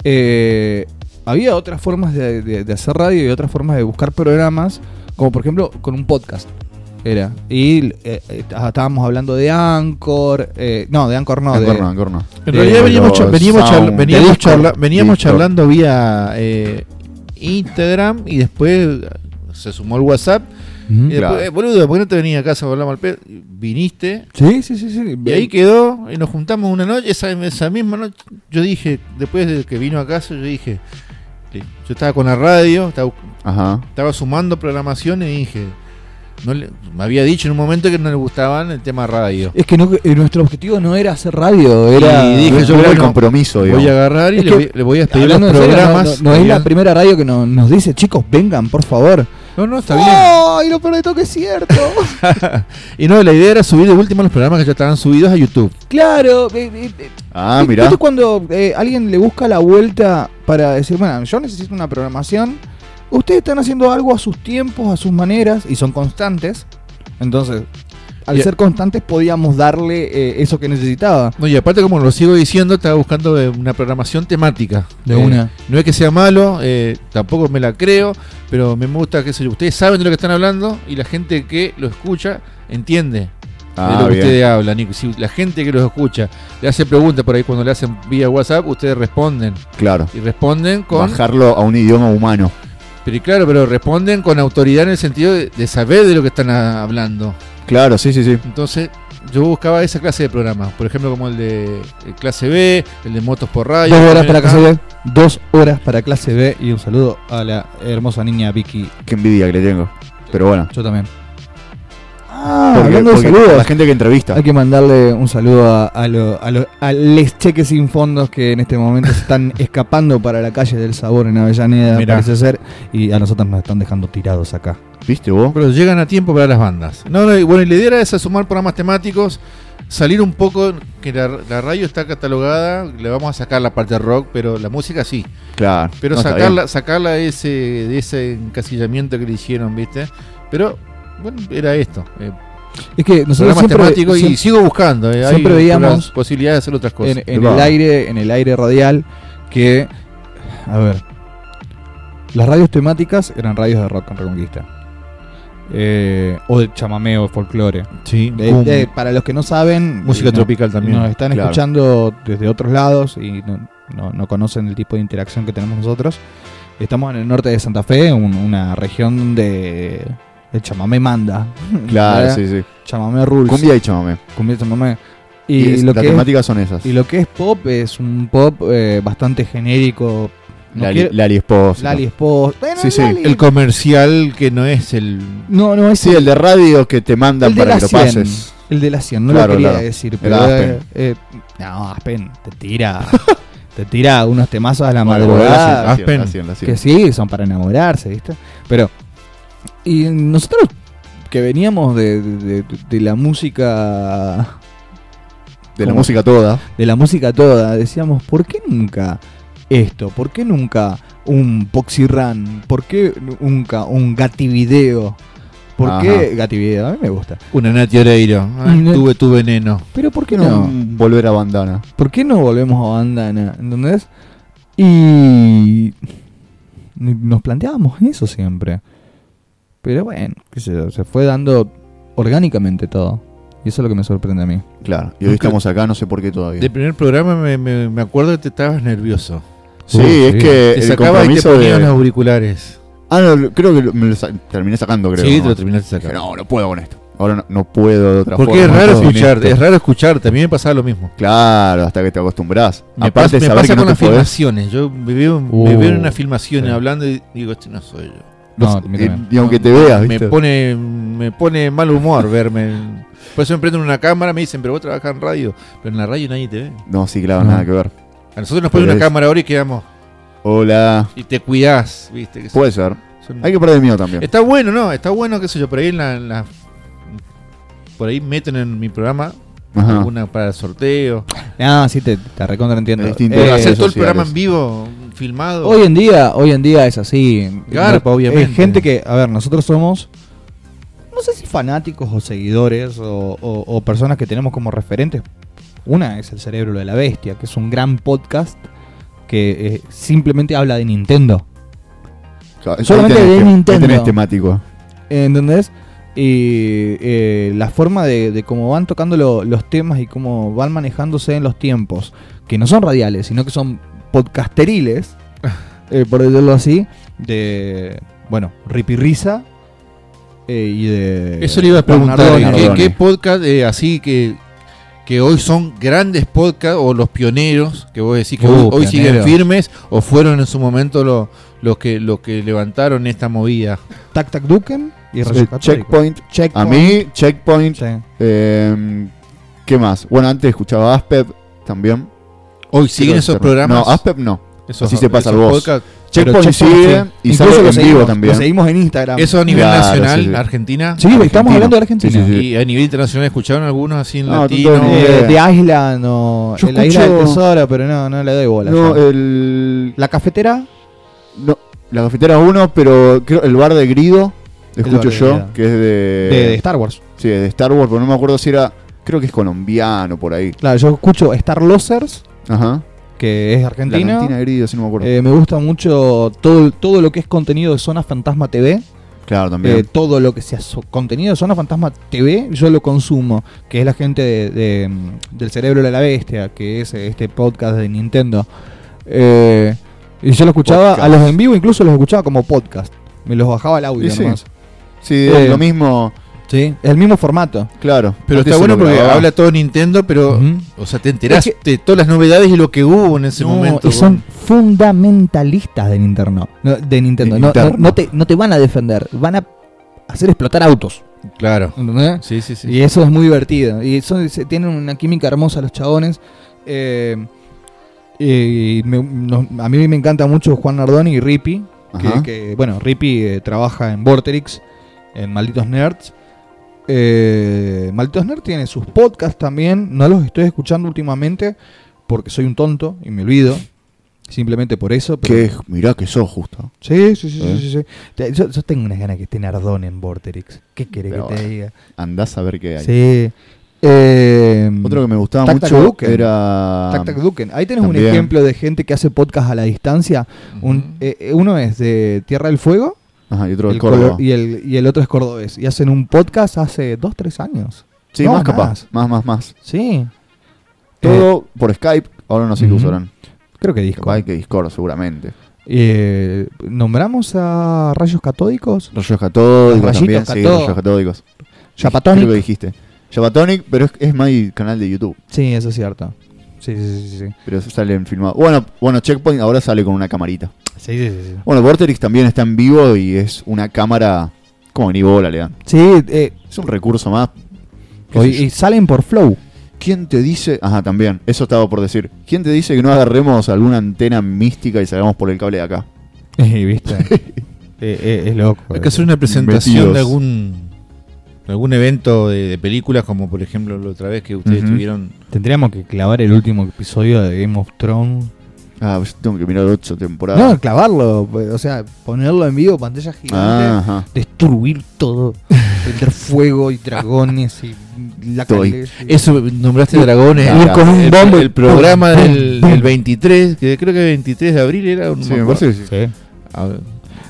[SPEAKER 2] eh, había otras formas de, de- de hacer radio y otras formas de buscar programas, como por ejemplo con un podcast. Era. Y eh, eh, estábamos hablando de Anchor. eh, no, de Anchor no. de-
[SPEAKER 1] Ancorno, Ancorno.
[SPEAKER 3] En
[SPEAKER 2] Eh,
[SPEAKER 3] realidad veníamos, cha-
[SPEAKER 1] los
[SPEAKER 3] veníamos, charla-
[SPEAKER 1] sound-
[SPEAKER 3] veníamos,
[SPEAKER 1] disco,
[SPEAKER 3] charla- veníamos
[SPEAKER 1] disco.
[SPEAKER 3] charlando vía eh, Instagram y después se sumó el WhatsApp.
[SPEAKER 2] Ujú.
[SPEAKER 3] Y después,
[SPEAKER 1] Claro.
[SPEAKER 3] eh, boludo, ¿por qué no te venís a casa? Hablamos al pedo. Viniste.
[SPEAKER 2] Sí, sí, sí, sí.
[SPEAKER 3] Y ahí quedó, y nos juntamos una noche, esa, esa misma noche, yo dije, después de que vino a casa, yo dije, yo estaba con la radio, estaba,
[SPEAKER 1] Ajá.
[SPEAKER 3] estaba sumando programaciones y dije, no le- me había dicho en un momento que no le gustaban el tema radio.
[SPEAKER 2] Es que no- eh, nuestro objetivo no era hacer radio, era.
[SPEAKER 3] Y
[SPEAKER 1] Dije,
[SPEAKER 3] dije,
[SPEAKER 1] yo
[SPEAKER 3] yo creo
[SPEAKER 1] el
[SPEAKER 3] que no.
[SPEAKER 1] compromiso,
[SPEAKER 3] Voy a
[SPEAKER 1] digamos.
[SPEAKER 3] agarrar y
[SPEAKER 2] Es
[SPEAKER 3] le,
[SPEAKER 2] que-
[SPEAKER 3] voy, le voy a pedir los
[SPEAKER 2] Hablando en serio, no-
[SPEAKER 3] programas.
[SPEAKER 2] no, no es
[SPEAKER 3] Había-
[SPEAKER 2] la primera radio que nos, nos dice, chicos, vengan, por favor.
[SPEAKER 3] no, no, está bien.
[SPEAKER 2] ¡Ay, lo peor de todo que es cierto!
[SPEAKER 3] Y no, la idea era subir de último los programas que ya estaban subidos a YouTube.
[SPEAKER 2] claro. eh, eh, eh,
[SPEAKER 1] Ah,
[SPEAKER 2] ¿viste-
[SPEAKER 1] mirá.
[SPEAKER 2] ¿Viste cuando eh, alguien le busca la vuelta para decir, bueno, yo necesito una programación? Ustedes están haciendo algo a sus tiempos, a sus maneras, y son constantes. Entonces, al
[SPEAKER 3] Y-
[SPEAKER 2] ser constantes podíamos darle eh, eso que necesitaba.
[SPEAKER 3] No, y aparte, como lo sigo diciendo, estaba buscando eh, una programación temática.
[SPEAKER 2] De
[SPEAKER 3] Eh,
[SPEAKER 2] una.
[SPEAKER 3] No es que sea malo, eh, tampoco me la creo, pero me gusta, qué sé yo, ustedes saben de lo que están hablando y la gente que lo escucha entiende de
[SPEAKER 1] Ah,
[SPEAKER 3] lo que
[SPEAKER 1] bien.
[SPEAKER 3] ustedes hablan. Y si la gente que los escucha le hace preguntas por ahí cuando le hacen vía WhatsApp, ustedes responden.
[SPEAKER 1] Claro.
[SPEAKER 3] Y responden con...
[SPEAKER 1] Bajarlo a un idioma humano.
[SPEAKER 3] Pero y claro, pero responden con autoridad en el sentido de, de saber de lo que están ah, hablando.
[SPEAKER 1] Claro, sí, sí, sí.
[SPEAKER 3] Entonces, yo buscaba esa clase de programas. Por ejemplo, como el de el clase B, el de motos por radio. Ah,
[SPEAKER 2] Dos horas
[SPEAKER 3] también
[SPEAKER 2] para
[SPEAKER 3] acá.
[SPEAKER 2] clase B. Dos horas para clase B. Y un saludo a la hermosa niña Vicky.
[SPEAKER 1] Qué envidia que le tengo. Pero bueno.
[SPEAKER 2] Yo también. Ah,
[SPEAKER 1] Porque-
[SPEAKER 2] hablando de
[SPEAKER 1] porque
[SPEAKER 2] saludos.
[SPEAKER 1] La gente que entrevista.
[SPEAKER 2] Hay que mandarle un saludo a, a lo- a lo- a les cheques sin fondos que en este momento se están escapando para la calle del sabor en Avellaneda,
[SPEAKER 3] Mirá.
[SPEAKER 2] parece ser. Y a nosotros nos están dejando tirados acá.
[SPEAKER 1] ¿Viste vos?
[SPEAKER 3] Pero llegan a tiempo para las bandas. No, no, y bueno, y la idea era esa, sumar programas temáticos, salir un poco, que la, la radio está catalogada, le vamos a sacar la parte rock, pero la música sí.
[SPEAKER 1] Claro.
[SPEAKER 3] Pero
[SPEAKER 1] No, está
[SPEAKER 3] sacarla, sacarla de ese, de ese encasillamiento que le hicieron, ¿viste? Pero, bueno, era esto. eh,
[SPEAKER 2] Es que nosotros
[SPEAKER 3] programas
[SPEAKER 2] siempre,
[SPEAKER 3] temáticos y
[SPEAKER 2] siempre-
[SPEAKER 3] sigo buscando. eh, hay
[SPEAKER 2] siempre veíamos-
[SPEAKER 3] otras posibilidades de hacer otras cosas.
[SPEAKER 2] en, en
[SPEAKER 1] Va.
[SPEAKER 2] el aire, en el aire radial, que a ver, las radios temáticas eran radios de rock and reconquista. Eh, o de chamameo, folclore.
[SPEAKER 3] sí,
[SPEAKER 2] De-
[SPEAKER 3] boom.
[SPEAKER 2] de- para los que no saben,
[SPEAKER 3] música
[SPEAKER 2] y no-
[SPEAKER 3] tropical también.
[SPEAKER 2] Nos están
[SPEAKER 1] Claro.
[SPEAKER 2] escuchando desde otros lados y no, no- no conocen el tipo de interacción que tenemos nosotros. Estamos en el norte de Santa Fe, un- una región donde el chamamé manda.
[SPEAKER 1] Claro,
[SPEAKER 2] ¿verdad?
[SPEAKER 1] sí, sí.
[SPEAKER 2] Chamamé rules.
[SPEAKER 1] Cumbia y chamame.
[SPEAKER 2] Cumbia chamamé. Y,
[SPEAKER 1] Y, es-
[SPEAKER 2] lo
[SPEAKER 1] las
[SPEAKER 2] que es-
[SPEAKER 1] temáticas son esas.
[SPEAKER 2] y lo que es pop es un pop eh, bastante genérico. No
[SPEAKER 1] Lali,
[SPEAKER 2] quiero-
[SPEAKER 1] Lali Espósito.
[SPEAKER 2] Lali Espos- Bueno,
[SPEAKER 1] Sí, sí,
[SPEAKER 2] Lali-
[SPEAKER 3] El comercial que no es el.
[SPEAKER 2] no, no, es
[SPEAKER 1] Sí, el de radio que te mandan
[SPEAKER 2] el de
[SPEAKER 1] para
[SPEAKER 2] la
[SPEAKER 1] que lo
[SPEAKER 2] 100.
[SPEAKER 1] pases.
[SPEAKER 2] El de la 100, no
[SPEAKER 1] Claro,
[SPEAKER 2] lo quería
[SPEAKER 1] claro.
[SPEAKER 2] decir,
[SPEAKER 1] El
[SPEAKER 2] pero.
[SPEAKER 1] Aspen.
[SPEAKER 2] eh, eh, no, Aspen, te tira. te tira unos temazos a la
[SPEAKER 1] Bueno,
[SPEAKER 2] madrugada.
[SPEAKER 1] la 100, la
[SPEAKER 3] Aspen.
[SPEAKER 1] 100, la 100.
[SPEAKER 2] Que sí, son para enamorarse, ¿viste? Pero. Y nosotros que veníamos de, de- de- de la música.
[SPEAKER 1] De la
[SPEAKER 2] ¿Cómo?
[SPEAKER 1] música toda.
[SPEAKER 2] De la música toda, decíamos, ¿por qué nunca esto? ¿Por qué nunca un Poxy Run? ¿Por qué nunca un Gativideo? ¿Por
[SPEAKER 1] Ajá.
[SPEAKER 2] qué Gativideo? A mí me gusta.
[SPEAKER 3] Una Nati Oreiro. ah,
[SPEAKER 2] Una-
[SPEAKER 3] Tuve tu veneno.
[SPEAKER 2] Pero ¿por qué
[SPEAKER 1] Que
[SPEAKER 2] no?
[SPEAKER 1] no volver a bandana.
[SPEAKER 2] ¿Por qué no volvemos a bandana? ¿Entendés? Y nos planteábamos eso siempre. Pero bueno, qué sé yo, se fue dando orgánicamente todo. Y eso es lo que me sorprende a mí.
[SPEAKER 1] Claro. Y hoy
[SPEAKER 3] Nunca-
[SPEAKER 1] estamos acá, no sé por qué todavía.
[SPEAKER 3] Del primer programa me, me- me acuerdo que te estabas nervioso.
[SPEAKER 1] sí,
[SPEAKER 2] Uh,
[SPEAKER 1] es
[SPEAKER 2] sí.
[SPEAKER 1] que
[SPEAKER 3] Te
[SPEAKER 1] el
[SPEAKER 3] sacabas y te
[SPEAKER 1] compromiso
[SPEAKER 3] ponías
[SPEAKER 1] de.
[SPEAKER 3] los auriculares.
[SPEAKER 1] Ah, no, lo- creo que lo- me lo sa- terminé sacando, creo.
[SPEAKER 3] sí,
[SPEAKER 1] ¿no?
[SPEAKER 3] te lo terminaste
[SPEAKER 1] Dije,
[SPEAKER 3] sacando.
[SPEAKER 1] no, no puedo con esto. Ahora no, no puedo de otra
[SPEAKER 3] Porque
[SPEAKER 1] forma.
[SPEAKER 3] es raro
[SPEAKER 1] no puedo
[SPEAKER 3] escuchar,
[SPEAKER 1] con esto.
[SPEAKER 3] es raro escucharte. A mí me pasaba lo mismo.
[SPEAKER 1] Claro, hasta que te acostumbras.
[SPEAKER 3] Me
[SPEAKER 1] Aparte
[SPEAKER 3] pasa, me
[SPEAKER 1] de saber
[SPEAKER 3] pasa
[SPEAKER 1] que no
[SPEAKER 3] con
[SPEAKER 1] te
[SPEAKER 3] las
[SPEAKER 1] podés.
[SPEAKER 3] filmaciones. Yo me veo, me
[SPEAKER 2] Uh,
[SPEAKER 3] veo en una filmación
[SPEAKER 2] sí.
[SPEAKER 3] hablando y digo, este no soy yo.
[SPEAKER 2] No,
[SPEAKER 1] no sé,
[SPEAKER 2] a mí
[SPEAKER 1] eh,
[SPEAKER 2] también.
[SPEAKER 1] y aunque te veas,
[SPEAKER 3] me
[SPEAKER 1] ¿viste?
[SPEAKER 3] pone, me pone mal humor verme. Por eso me prenden una cámara, me dicen, pero vos trabajás en radio. Pero en la radio nadie te ve.
[SPEAKER 1] No, sí, claro,
[SPEAKER 2] No.
[SPEAKER 1] nada que ver.
[SPEAKER 3] A nosotros nos ponen
[SPEAKER 1] Pero
[SPEAKER 3] una
[SPEAKER 1] es-
[SPEAKER 3] cámara ahora y quedamos.
[SPEAKER 1] Hola.
[SPEAKER 3] Y te cuidás, viste. que
[SPEAKER 1] Puede ser.
[SPEAKER 3] son-
[SPEAKER 1] Pues, Hay que perder miedo también.
[SPEAKER 2] Este,
[SPEAKER 3] Está bueno, ¿no? Está bueno, qué sé yo, por ahí en la, en la- por ahí meten en mi programa
[SPEAKER 1] Ajá.
[SPEAKER 3] alguna para el sorteo.
[SPEAKER 2] Ah, sí, te, te recontra entiendo.
[SPEAKER 1] Es distinto.
[SPEAKER 2] Eh,
[SPEAKER 1] Pero
[SPEAKER 3] hacer
[SPEAKER 1] redes
[SPEAKER 3] todo el
[SPEAKER 1] sociales.
[SPEAKER 3] programa en vivo, filmado.
[SPEAKER 2] hoy en día, hoy en día es así.
[SPEAKER 3] Garpa,
[SPEAKER 2] Eh,
[SPEAKER 3] obviamente.
[SPEAKER 2] gente que, a ver, nosotros somos. No sé si fanáticos o seguidores o- o- o personas que tenemos como referentes Una es El Cerebro de la Bestia, que es un gran podcast que eh, simplemente habla de Nintendo.
[SPEAKER 1] Claro, ahí
[SPEAKER 2] solamente
[SPEAKER 1] tenés
[SPEAKER 2] de
[SPEAKER 1] que- ahí
[SPEAKER 2] Nintendo.
[SPEAKER 1] tenés temático.
[SPEAKER 2] ¿Entendés? Y eh, la forma de, de cómo van tocando lo- los temas y cómo van manejándose en los tiempos, que no son radiales, sino que son podcasteriles, eh, por decirlo así, de, bueno, Ripirrisa eh, y de...
[SPEAKER 3] Eso le iba a preguntar,
[SPEAKER 2] Bernardoni.
[SPEAKER 1] Bernardoni.
[SPEAKER 3] ¿qué, qué podcast eh, así que, que hoy son grandes podcasts o los pioneros, que vos decís que
[SPEAKER 2] Uh,
[SPEAKER 3] hoy, hoy siguen
[SPEAKER 2] pioneros.
[SPEAKER 3] firmes o fueron en su momento lo- los que, los que levantaron esta movida?
[SPEAKER 2] Tac Tac Duken, y
[SPEAKER 1] Eh,
[SPEAKER 2] Reyes Católicos.
[SPEAKER 1] checkpoint. A mí, Checkpoint.
[SPEAKER 2] Sí.
[SPEAKER 1] eh, ¿Qué más? Bueno, antes escuchaba Aspep también.
[SPEAKER 3] Hoy siguen
[SPEAKER 1] Quiero
[SPEAKER 3] esos
[SPEAKER 1] hacer-
[SPEAKER 3] programas.
[SPEAKER 1] este, No, Aspep no.
[SPEAKER 3] esos,
[SPEAKER 1] así se pasa
[SPEAKER 3] esos
[SPEAKER 1] el voz.
[SPEAKER 3] podcast.
[SPEAKER 2] Pero
[SPEAKER 1] Checkpoint sigue
[SPEAKER 2] sí.
[SPEAKER 1] y
[SPEAKER 2] Incluso
[SPEAKER 1] sale
[SPEAKER 2] lo
[SPEAKER 1] en
[SPEAKER 2] seguimos,
[SPEAKER 1] vivo
[SPEAKER 2] Lo
[SPEAKER 1] también.
[SPEAKER 2] seguimos en Instagram.
[SPEAKER 3] Eso a nivel
[SPEAKER 1] Claro,
[SPEAKER 3] nacional,
[SPEAKER 1] sí, sí.
[SPEAKER 3] Argentina.
[SPEAKER 2] sí, estamos
[SPEAKER 1] Argentina.
[SPEAKER 2] hablando de la Argentina.
[SPEAKER 1] Sí, sí, sí.
[SPEAKER 3] Y a nivel internacional escucharon algunos así en
[SPEAKER 1] No,
[SPEAKER 3] latino.
[SPEAKER 1] tanto ni
[SPEAKER 2] Eh,
[SPEAKER 1] idea.
[SPEAKER 2] de Island o
[SPEAKER 1] Yo
[SPEAKER 2] en la isla del
[SPEAKER 1] escucho-
[SPEAKER 2] tesoro, pero no, no le doy bola.
[SPEAKER 1] No, eh,
[SPEAKER 2] yo.
[SPEAKER 1] el.
[SPEAKER 2] la cafetera,
[SPEAKER 1] no, la cafetera 1, pero creo el bar de Grido,
[SPEAKER 2] bar
[SPEAKER 1] escucho
[SPEAKER 2] de
[SPEAKER 1] yo,
[SPEAKER 2] Grido.
[SPEAKER 1] que es de.
[SPEAKER 2] de, de Star Wars.
[SPEAKER 1] sí, de Star Wars, pero no me acuerdo si era. Creo que es colombiano por ahí.
[SPEAKER 2] Claro, yo escucho Star Losers,
[SPEAKER 1] Ajá.
[SPEAKER 2] que es
[SPEAKER 1] La
[SPEAKER 2] argentino.
[SPEAKER 1] cantina de Grido, si no me acuerdo.
[SPEAKER 2] Eh, me gusta mucho todo, todo lo que es contenido de Zona Fantasma TV.
[SPEAKER 1] claro, también.
[SPEAKER 2] Eh, todo lo que sea so- contenido de Zona Fantasma TV, yo lo consumo. Que es la gente de, de, mm, del Cerebro de la Bestia, que es eh, este podcast de Nintendo. Eh, y yo lo escuchaba a
[SPEAKER 1] Podcast.
[SPEAKER 2] los en vivo, incluso los escuchaba como podcast. Me los bajaba el audio
[SPEAKER 1] Y sí.
[SPEAKER 2] nomás.
[SPEAKER 1] sí,
[SPEAKER 2] eh,
[SPEAKER 1] es lo mismo,
[SPEAKER 2] Sí, el mismo formato.
[SPEAKER 1] claro.
[SPEAKER 3] Pero
[SPEAKER 1] Antes
[SPEAKER 3] está
[SPEAKER 1] se
[SPEAKER 3] bueno
[SPEAKER 1] lo
[SPEAKER 3] porque
[SPEAKER 1] grababa.
[SPEAKER 3] habla todo Nintendo, pero.
[SPEAKER 2] Ujú.
[SPEAKER 3] O sea, te enterás
[SPEAKER 2] Es
[SPEAKER 3] de todas las novedades y lo que hubo en ese
[SPEAKER 2] No,
[SPEAKER 3] momento.
[SPEAKER 2] y son fundamentalistas de Nintendo. No, de Nintendo.
[SPEAKER 1] De
[SPEAKER 2] No-
[SPEAKER 1] Nintendo.
[SPEAKER 2] No, no te, no te van a defender, van a hacer explotar autos.
[SPEAKER 3] Claro.
[SPEAKER 2] ¿entendés?
[SPEAKER 3] Sí, sí, sí.
[SPEAKER 2] Y eso es muy divertido. Y eso se- tienen una química hermosa los chabones. Eh, y me- no- a mí me encanta mucho Juan Nardoni y Rippy. Que,
[SPEAKER 1] Ajá.
[SPEAKER 2] que, bueno, Rippy eh, trabaja en Vorterix, en Malditos Nerds. Eh, Malditos Nerds tiene sus podcasts también. No los estoy escuchando últimamente porque soy un tonto y me olvido. Simplemente por eso. pero-
[SPEAKER 1] Que es- mirá que sos justo.
[SPEAKER 2] Sí, sí, sí,
[SPEAKER 1] ¿Eh?
[SPEAKER 2] sí, sí, sí. Te- Yo, yo tengo unas ganas que esté Nardoni en Vorterix. ¿Qué querés
[SPEAKER 1] Pero
[SPEAKER 2] que te
[SPEAKER 1] bueno,
[SPEAKER 2] diga?
[SPEAKER 1] Andás a ver qué hay.
[SPEAKER 2] Sí. Eh,
[SPEAKER 1] Otro que me gustaba
[SPEAKER 2] Tac,
[SPEAKER 1] mucho
[SPEAKER 2] Tac, Duken.
[SPEAKER 1] era.
[SPEAKER 2] Tac Tac Duken. Ahí tenés un
[SPEAKER 1] También.
[SPEAKER 2] ejemplo de gente que hace podcast a la distancia. Un- eh, eh, uno es de Tierra del Fuego
[SPEAKER 1] Ajá, y otro
[SPEAKER 2] el
[SPEAKER 1] del Córdoba.
[SPEAKER 2] colo- y, el, y el otro es cordobés. Y hacen un podcast hace dos, tres años.
[SPEAKER 1] Sí,
[SPEAKER 2] No,
[SPEAKER 1] más capaz. Más, más, más.
[SPEAKER 2] Sí. Eh,
[SPEAKER 1] Todo por Skype. Ahora no sé qué
[SPEAKER 2] Ujú.
[SPEAKER 1] usarán.
[SPEAKER 2] creo que disco.
[SPEAKER 1] Capaz que Discord, seguramente.
[SPEAKER 2] Eh, ¿Nombramos a Rayos Catódicos?
[SPEAKER 1] Rayos catódicos
[SPEAKER 2] Rayitos
[SPEAKER 1] también, sí,
[SPEAKER 2] cató-
[SPEAKER 1] rayos catódicos.
[SPEAKER 2] Chapatonic.
[SPEAKER 1] Creo que dijiste. Japatonic, pero es, es mi canal de YouTube.
[SPEAKER 2] Sí, eso es cierto. Sí, sí, sí, sí, sí.
[SPEAKER 1] Pero eso sale en filmado. Bueno, bueno, Checkpoint ahora sale con una camarita.
[SPEAKER 2] Sí, sí, sí, sí.
[SPEAKER 1] Bueno, Vorterix también está en vivo y es una cámara. Como ni bola le dan.
[SPEAKER 2] Sí, eh,
[SPEAKER 1] Es un recurso más. qué
[SPEAKER 2] hoy-
[SPEAKER 1] sé yo.
[SPEAKER 2] y salen por Flow.
[SPEAKER 1] ¿Quién te dice? Ajá, también. Eso estaba por decir. ¿Quién te dice que no agarremos alguna antena mística y salgamos por el cable de acá?
[SPEAKER 2] ¿Viste? Eh, eh, es loco.
[SPEAKER 3] Hay
[SPEAKER 2] eh.
[SPEAKER 3] que hacer una presentación
[SPEAKER 1] Metidos.
[SPEAKER 3] de algún de algún evento de, de películas, como por ejemplo la otra vez que ustedes
[SPEAKER 1] Ujú.
[SPEAKER 3] tuvieron.
[SPEAKER 2] Tendríamos que clavar el último episodio de Game of Thrones.
[SPEAKER 1] Ah, pues tengo que mirar ocho temporadas.
[SPEAKER 2] No, clavarlo, pues, o sea, ponerlo en vivo, pantalla gigante,
[SPEAKER 1] Ah, ajá.
[SPEAKER 2] destruir todo, prender fuego y dragones y la
[SPEAKER 1] Estoy.
[SPEAKER 2] calidad y-
[SPEAKER 3] Eso, nombraste dragones.
[SPEAKER 1] Ah,
[SPEAKER 3] el-
[SPEAKER 1] con
[SPEAKER 3] el,
[SPEAKER 2] bombo y
[SPEAKER 3] el programa
[SPEAKER 2] pum,
[SPEAKER 3] del,
[SPEAKER 2] pum,
[SPEAKER 3] del
[SPEAKER 2] pum.
[SPEAKER 3] 23, que creo que 23 de abril era. no
[SPEAKER 1] Sí,
[SPEAKER 3] me
[SPEAKER 1] me
[SPEAKER 3] acuerdo. Ah,
[SPEAKER 1] parece que sí.
[SPEAKER 2] Sí.
[SPEAKER 3] A ver,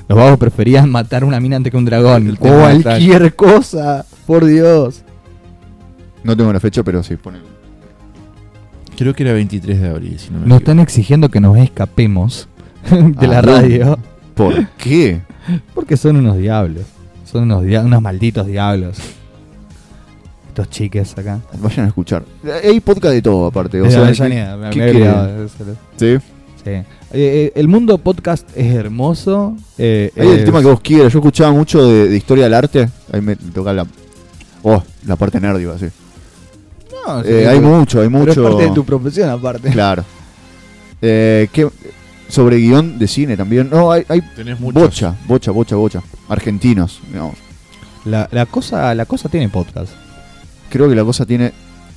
[SPEAKER 2] Los vagos preferían matar una mina antes que un dragón.
[SPEAKER 3] El tema de
[SPEAKER 2] Cualquier cosa, por Dios.
[SPEAKER 1] No tengo la fecha, pero sí, pone.
[SPEAKER 3] creo que era 23 de abril, si no me
[SPEAKER 2] Nos
[SPEAKER 3] equivoco.
[SPEAKER 2] están exigiendo que nos escapemos de la
[SPEAKER 1] Ah,
[SPEAKER 2] radio
[SPEAKER 1] ¿Por qué?
[SPEAKER 2] porque son unos diablos. Son unos, dia- unos malditos diablos. Estos chiques acá.
[SPEAKER 1] Vayan a escuchar. Hay podcast de todo, aparte. O
[SPEAKER 2] Desde
[SPEAKER 1] sea,
[SPEAKER 2] Avellaneda, me-
[SPEAKER 1] ¿qué
[SPEAKER 2] me he
[SPEAKER 1] quiere?
[SPEAKER 2] olvidado, eso lo-
[SPEAKER 1] Sí.
[SPEAKER 2] Sí. Eh, eh, el mundo podcast es hermoso. eh,
[SPEAKER 1] Hay
[SPEAKER 2] es-
[SPEAKER 1] el tema que vos quieras. Yo escuchaba mucho de, de historia del arte. Ahí me toca la. Oh, la parte nerd, iba a decir.
[SPEAKER 2] No, Ah, sí,
[SPEAKER 1] Eh,
[SPEAKER 2] pero-
[SPEAKER 1] hay mucho, hay
[SPEAKER 2] pero
[SPEAKER 1] mucho.
[SPEAKER 2] es parte de tu profesión, aparte.
[SPEAKER 1] Claro. Eh, ¿qué- Sobre guión de cine también. No, hay, hay
[SPEAKER 3] Tenés muchos.
[SPEAKER 1] bocha, bocha, bocha, bocha. Argentinos. No,
[SPEAKER 2] La, la cosa, la cosa tiene podcast.
[SPEAKER 1] creo que la cosa tiene.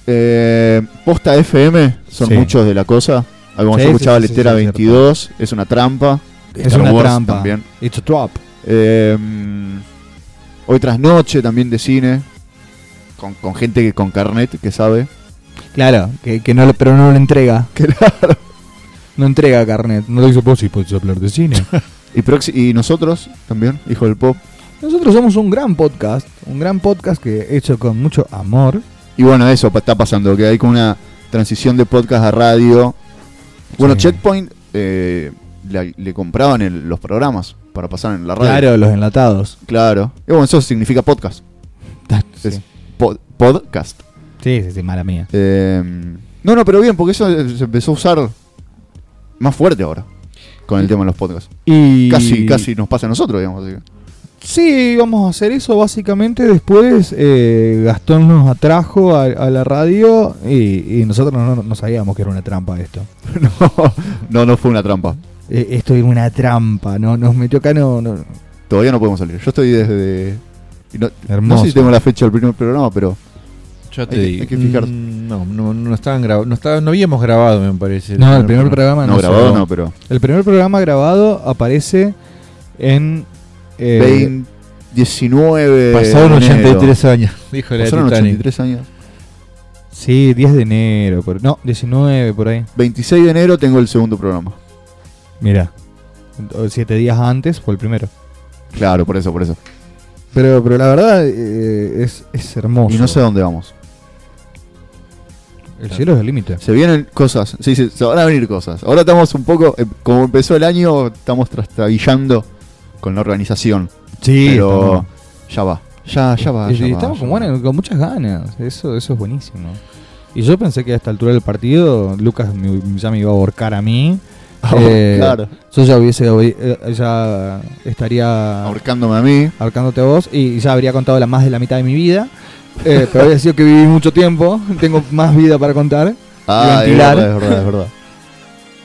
[SPEAKER 1] eh, Posta FM, son
[SPEAKER 2] Sí.
[SPEAKER 1] muchos de la cosa. Algunos
[SPEAKER 2] Sí,
[SPEAKER 1] yo
[SPEAKER 2] sí,
[SPEAKER 1] escuchaba
[SPEAKER 2] sí, sí,
[SPEAKER 1] Letera
[SPEAKER 2] sí, es cierto.
[SPEAKER 1] 22, es una trampa.
[SPEAKER 2] Es
[SPEAKER 1] Star
[SPEAKER 2] una
[SPEAKER 1] Wars
[SPEAKER 2] trampa.
[SPEAKER 1] También.
[SPEAKER 2] It's a trap.
[SPEAKER 1] Eh, hoy tras noche también de cine. Con, con gente que con carnet que sabe.
[SPEAKER 2] Claro, que, que no lo- pero no lo entrega. Claro. No entrega carnet. No lo dice vos si podés hablar de cine.
[SPEAKER 1] Y, proxi- y nosotros también, hijo del pop.
[SPEAKER 2] Nosotros somos un gran podcast. Un gran podcast que hecho con mucho amor.
[SPEAKER 1] Y bueno, eso pa- está pasando, que hay como una transición de podcast a radio. Bueno,
[SPEAKER 2] Sí.
[SPEAKER 1] Checkpoint eh, la- le compraban el- los programas para pasar en la radio.
[SPEAKER 2] Claro, los enlatados.
[SPEAKER 1] Claro. Y bueno, eso significa podcast.
[SPEAKER 2] Sí,
[SPEAKER 1] Es pod- podcast.
[SPEAKER 2] sí, sí, sí, mala mía.
[SPEAKER 1] Eh, no, no, pero bien, porque eso eh, se empezó a usar más fuerte ahora con el tema de los podcasts.
[SPEAKER 2] Y
[SPEAKER 1] Casi, casi nos pasa a nosotros, digamos. así que.
[SPEAKER 2] Sí, vamos a hacer eso básicamente. Después eh, Gastón nos atrajo a, a la radio y, y nosotros no, no sabíamos que era una trampa esto.
[SPEAKER 1] No, no, no fue una trampa.
[SPEAKER 2] Eh, esto era una trampa, ¿no? Nos metió acá, no. no.
[SPEAKER 1] Todavía no podemos salir. Yo estoy desde. y No, no
[SPEAKER 2] Hermoso.
[SPEAKER 1] sé si tengo la fecha del primer programa, pero.
[SPEAKER 3] Ya
[SPEAKER 1] Hay que- hay que fijarse.
[SPEAKER 3] Mm, No, no, no estaban grab- no, estaba- no habíamos grabado, me parece.
[SPEAKER 2] No, el primer programa
[SPEAKER 1] No,
[SPEAKER 2] no, se
[SPEAKER 1] grabado,
[SPEAKER 2] grabó.
[SPEAKER 1] no, pero.
[SPEAKER 2] El primer programa grabado aparece en. eh,
[SPEAKER 1] 20, 19.
[SPEAKER 3] Pasaron
[SPEAKER 1] de enero.
[SPEAKER 3] 83 años. Dijo la de
[SPEAKER 1] Pasaron
[SPEAKER 3] Titanic.
[SPEAKER 1] 83 años.
[SPEAKER 2] Sí, 10 de enero. por- no, 19 por ahí.
[SPEAKER 1] 26 de enero tengo el segundo programa.
[SPEAKER 2] Mira. o Siete días antes fue el primero.
[SPEAKER 1] Claro, por eso, por eso.
[SPEAKER 2] Pero, pero la verdad eh, es, es hermoso.
[SPEAKER 1] Y no sé a dónde vamos.
[SPEAKER 2] El cielo es el límite.
[SPEAKER 1] Se vienen cosas, sí, sí, se van a venir cosas. Ahora estamos un poco, eh, como empezó el año, estamos trastabillando con la organización.
[SPEAKER 2] Sí,
[SPEAKER 1] pero ya va, ya, ya va.
[SPEAKER 2] Y-
[SPEAKER 1] ya
[SPEAKER 2] y
[SPEAKER 1] va,
[SPEAKER 2] estamos
[SPEAKER 1] ya
[SPEAKER 2] con,
[SPEAKER 1] va.
[SPEAKER 2] buena- con muchas ganas. Eso, eso es buenísimo. Y yo pensé que a esta altura del partido Lucas me- ya me iba a ahorcar a mí.
[SPEAKER 1] Ah,
[SPEAKER 2] Eh,
[SPEAKER 1] Claro,
[SPEAKER 2] Yo ya hubiese eh, ya estaría
[SPEAKER 1] Ah. ahorcándome a mí.
[SPEAKER 2] ahorcándote a vos y ya habría contado la más de la mitad de mi vida. Eh, pero había sido que viví mucho tiempo, tengo más vida para contar.
[SPEAKER 1] Ah, es
[SPEAKER 2] ventilar.
[SPEAKER 1] verdad, es verdad, es verdad.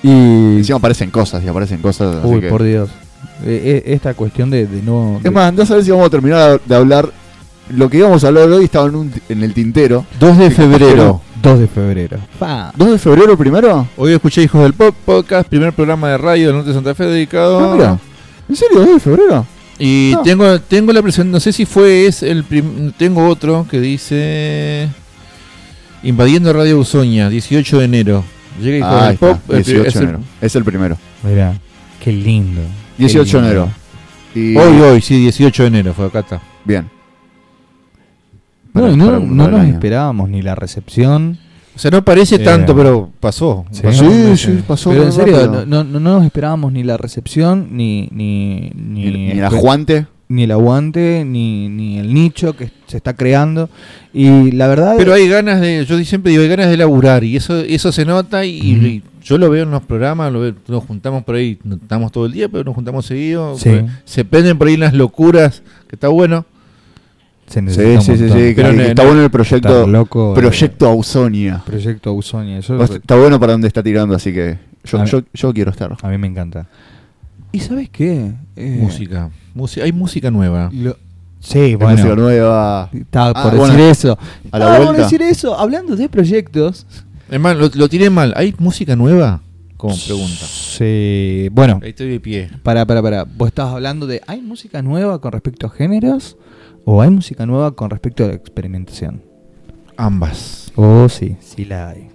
[SPEAKER 1] Y
[SPEAKER 2] Y
[SPEAKER 1] encima aparecen cosas, y aparecen cosas. así
[SPEAKER 2] Uy,
[SPEAKER 1] que-
[SPEAKER 2] por Dios. Eh, eh, esta cuestión de, de no. de-
[SPEAKER 1] Es más, no sabes si vamos a terminar de hablar. Lo que íbamos a hablar hoy estaba en, un- en el tintero.
[SPEAKER 3] 2 de febrero.
[SPEAKER 2] 2 de febrero. Pa.
[SPEAKER 1] ¿2 de febrero primero?
[SPEAKER 3] Hoy escuché Hijos del Pop Podcast, primer programa de radio del Norte de Santa Fe dedicado.
[SPEAKER 1] Ah, mira. ¿En serio? ¿2 de febrero?
[SPEAKER 3] Y
[SPEAKER 1] Ah.
[SPEAKER 3] tengo, tengo la presión, no sé si fue es el prim- tengo otro que dice Invadiendo Radio Usoña, 18 de enero. Llega Hijos
[SPEAKER 1] Ah, ahí
[SPEAKER 3] del Pop,
[SPEAKER 1] está,
[SPEAKER 3] el pri-
[SPEAKER 1] 18
[SPEAKER 3] es
[SPEAKER 1] de
[SPEAKER 3] el-
[SPEAKER 1] enero. Es el primero.
[SPEAKER 2] Mirá, qué lindo.
[SPEAKER 1] 18 de
[SPEAKER 2] Qué
[SPEAKER 1] enero. Y
[SPEAKER 2] lindo.
[SPEAKER 3] Hoy, hoy, sí, 18 de enero fue acá está.
[SPEAKER 1] bien.
[SPEAKER 2] No,
[SPEAKER 1] Para-
[SPEAKER 2] no,
[SPEAKER 1] para
[SPEAKER 2] no
[SPEAKER 1] comprar el
[SPEAKER 2] nos
[SPEAKER 1] año.
[SPEAKER 2] esperábamos ni la recepción.
[SPEAKER 3] O sea, no parece
[SPEAKER 2] Eh,
[SPEAKER 3] tanto, pero pasó.
[SPEAKER 2] sí.
[SPEAKER 3] Pasó un mes. eh.
[SPEAKER 1] pasó.
[SPEAKER 2] Pero
[SPEAKER 1] muy
[SPEAKER 2] en serio,
[SPEAKER 1] rápido.
[SPEAKER 2] no, no, no nos esperábamos ni la recepción, ni, ni,
[SPEAKER 1] Ni,
[SPEAKER 2] ni,
[SPEAKER 1] ni el aguante.
[SPEAKER 2] ni el aguante, ni, ni el nicho que se está creando. Y la verdad,
[SPEAKER 3] Pero hay ganas de, yo siempre digo, hay ganas de laburar y eso eso se nota y,
[SPEAKER 2] Ujú.
[SPEAKER 3] y yo lo veo en los programas, lo veo- nos juntamos por ahí, nos juntamos todo el día, pero nos juntamos seguido.
[SPEAKER 2] Sí.
[SPEAKER 3] pues, se prenden por ahí las locuras, que está bueno.
[SPEAKER 2] se
[SPEAKER 1] Sí,
[SPEAKER 2] necesita
[SPEAKER 1] sí,
[SPEAKER 2] un
[SPEAKER 1] sí,
[SPEAKER 2] montón.
[SPEAKER 1] sí,
[SPEAKER 3] Pero
[SPEAKER 1] que-
[SPEAKER 3] no-
[SPEAKER 1] que está bueno el proyecto.
[SPEAKER 2] Estar loco, eh,
[SPEAKER 1] proyecto Ausonia.
[SPEAKER 2] proyecto Ausonia. Yo-
[SPEAKER 1] Está bueno para donde está tirando, así que yo,
[SPEAKER 2] A
[SPEAKER 1] yo, yo quiero estar.
[SPEAKER 2] a mí me encanta. ¿Y sabes qué? Eh,
[SPEAKER 3] Música. Música, hay música nueva.
[SPEAKER 2] lo- sí,
[SPEAKER 1] Hay Música
[SPEAKER 2] bueno.
[SPEAKER 1] nueva.
[SPEAKER 2] Estaba
[SPEAKER 1] Ah,
[SPEAKER 2] por
[SPEAKER 1] bueno,
[SPEAKER 2] decir eso.
[SPEAKER 1] a la
[SPEAKER 2] Estaba por
[SPEAKER 1] vuelta.
[SPEAKER 2] decir eso. Hablando de proyectos.
[SPEAKER 3] Hermano, lo, lo tiré mal. ¿Hay música nueva? Como pregunta.
[SPEAKER 2] Sí, bueno.
[SPEAKER 3] Ahí estoy de pie.
[SPEAKER 2] Para, para, para. ¿Vos estabas hablando de hay música nueva con respecto a géneros o hay música nueva con respecto a la experimentación?
[SPEAKER 3] Ambas.
[SPEAKER 2] Oh, sí, sí la hay.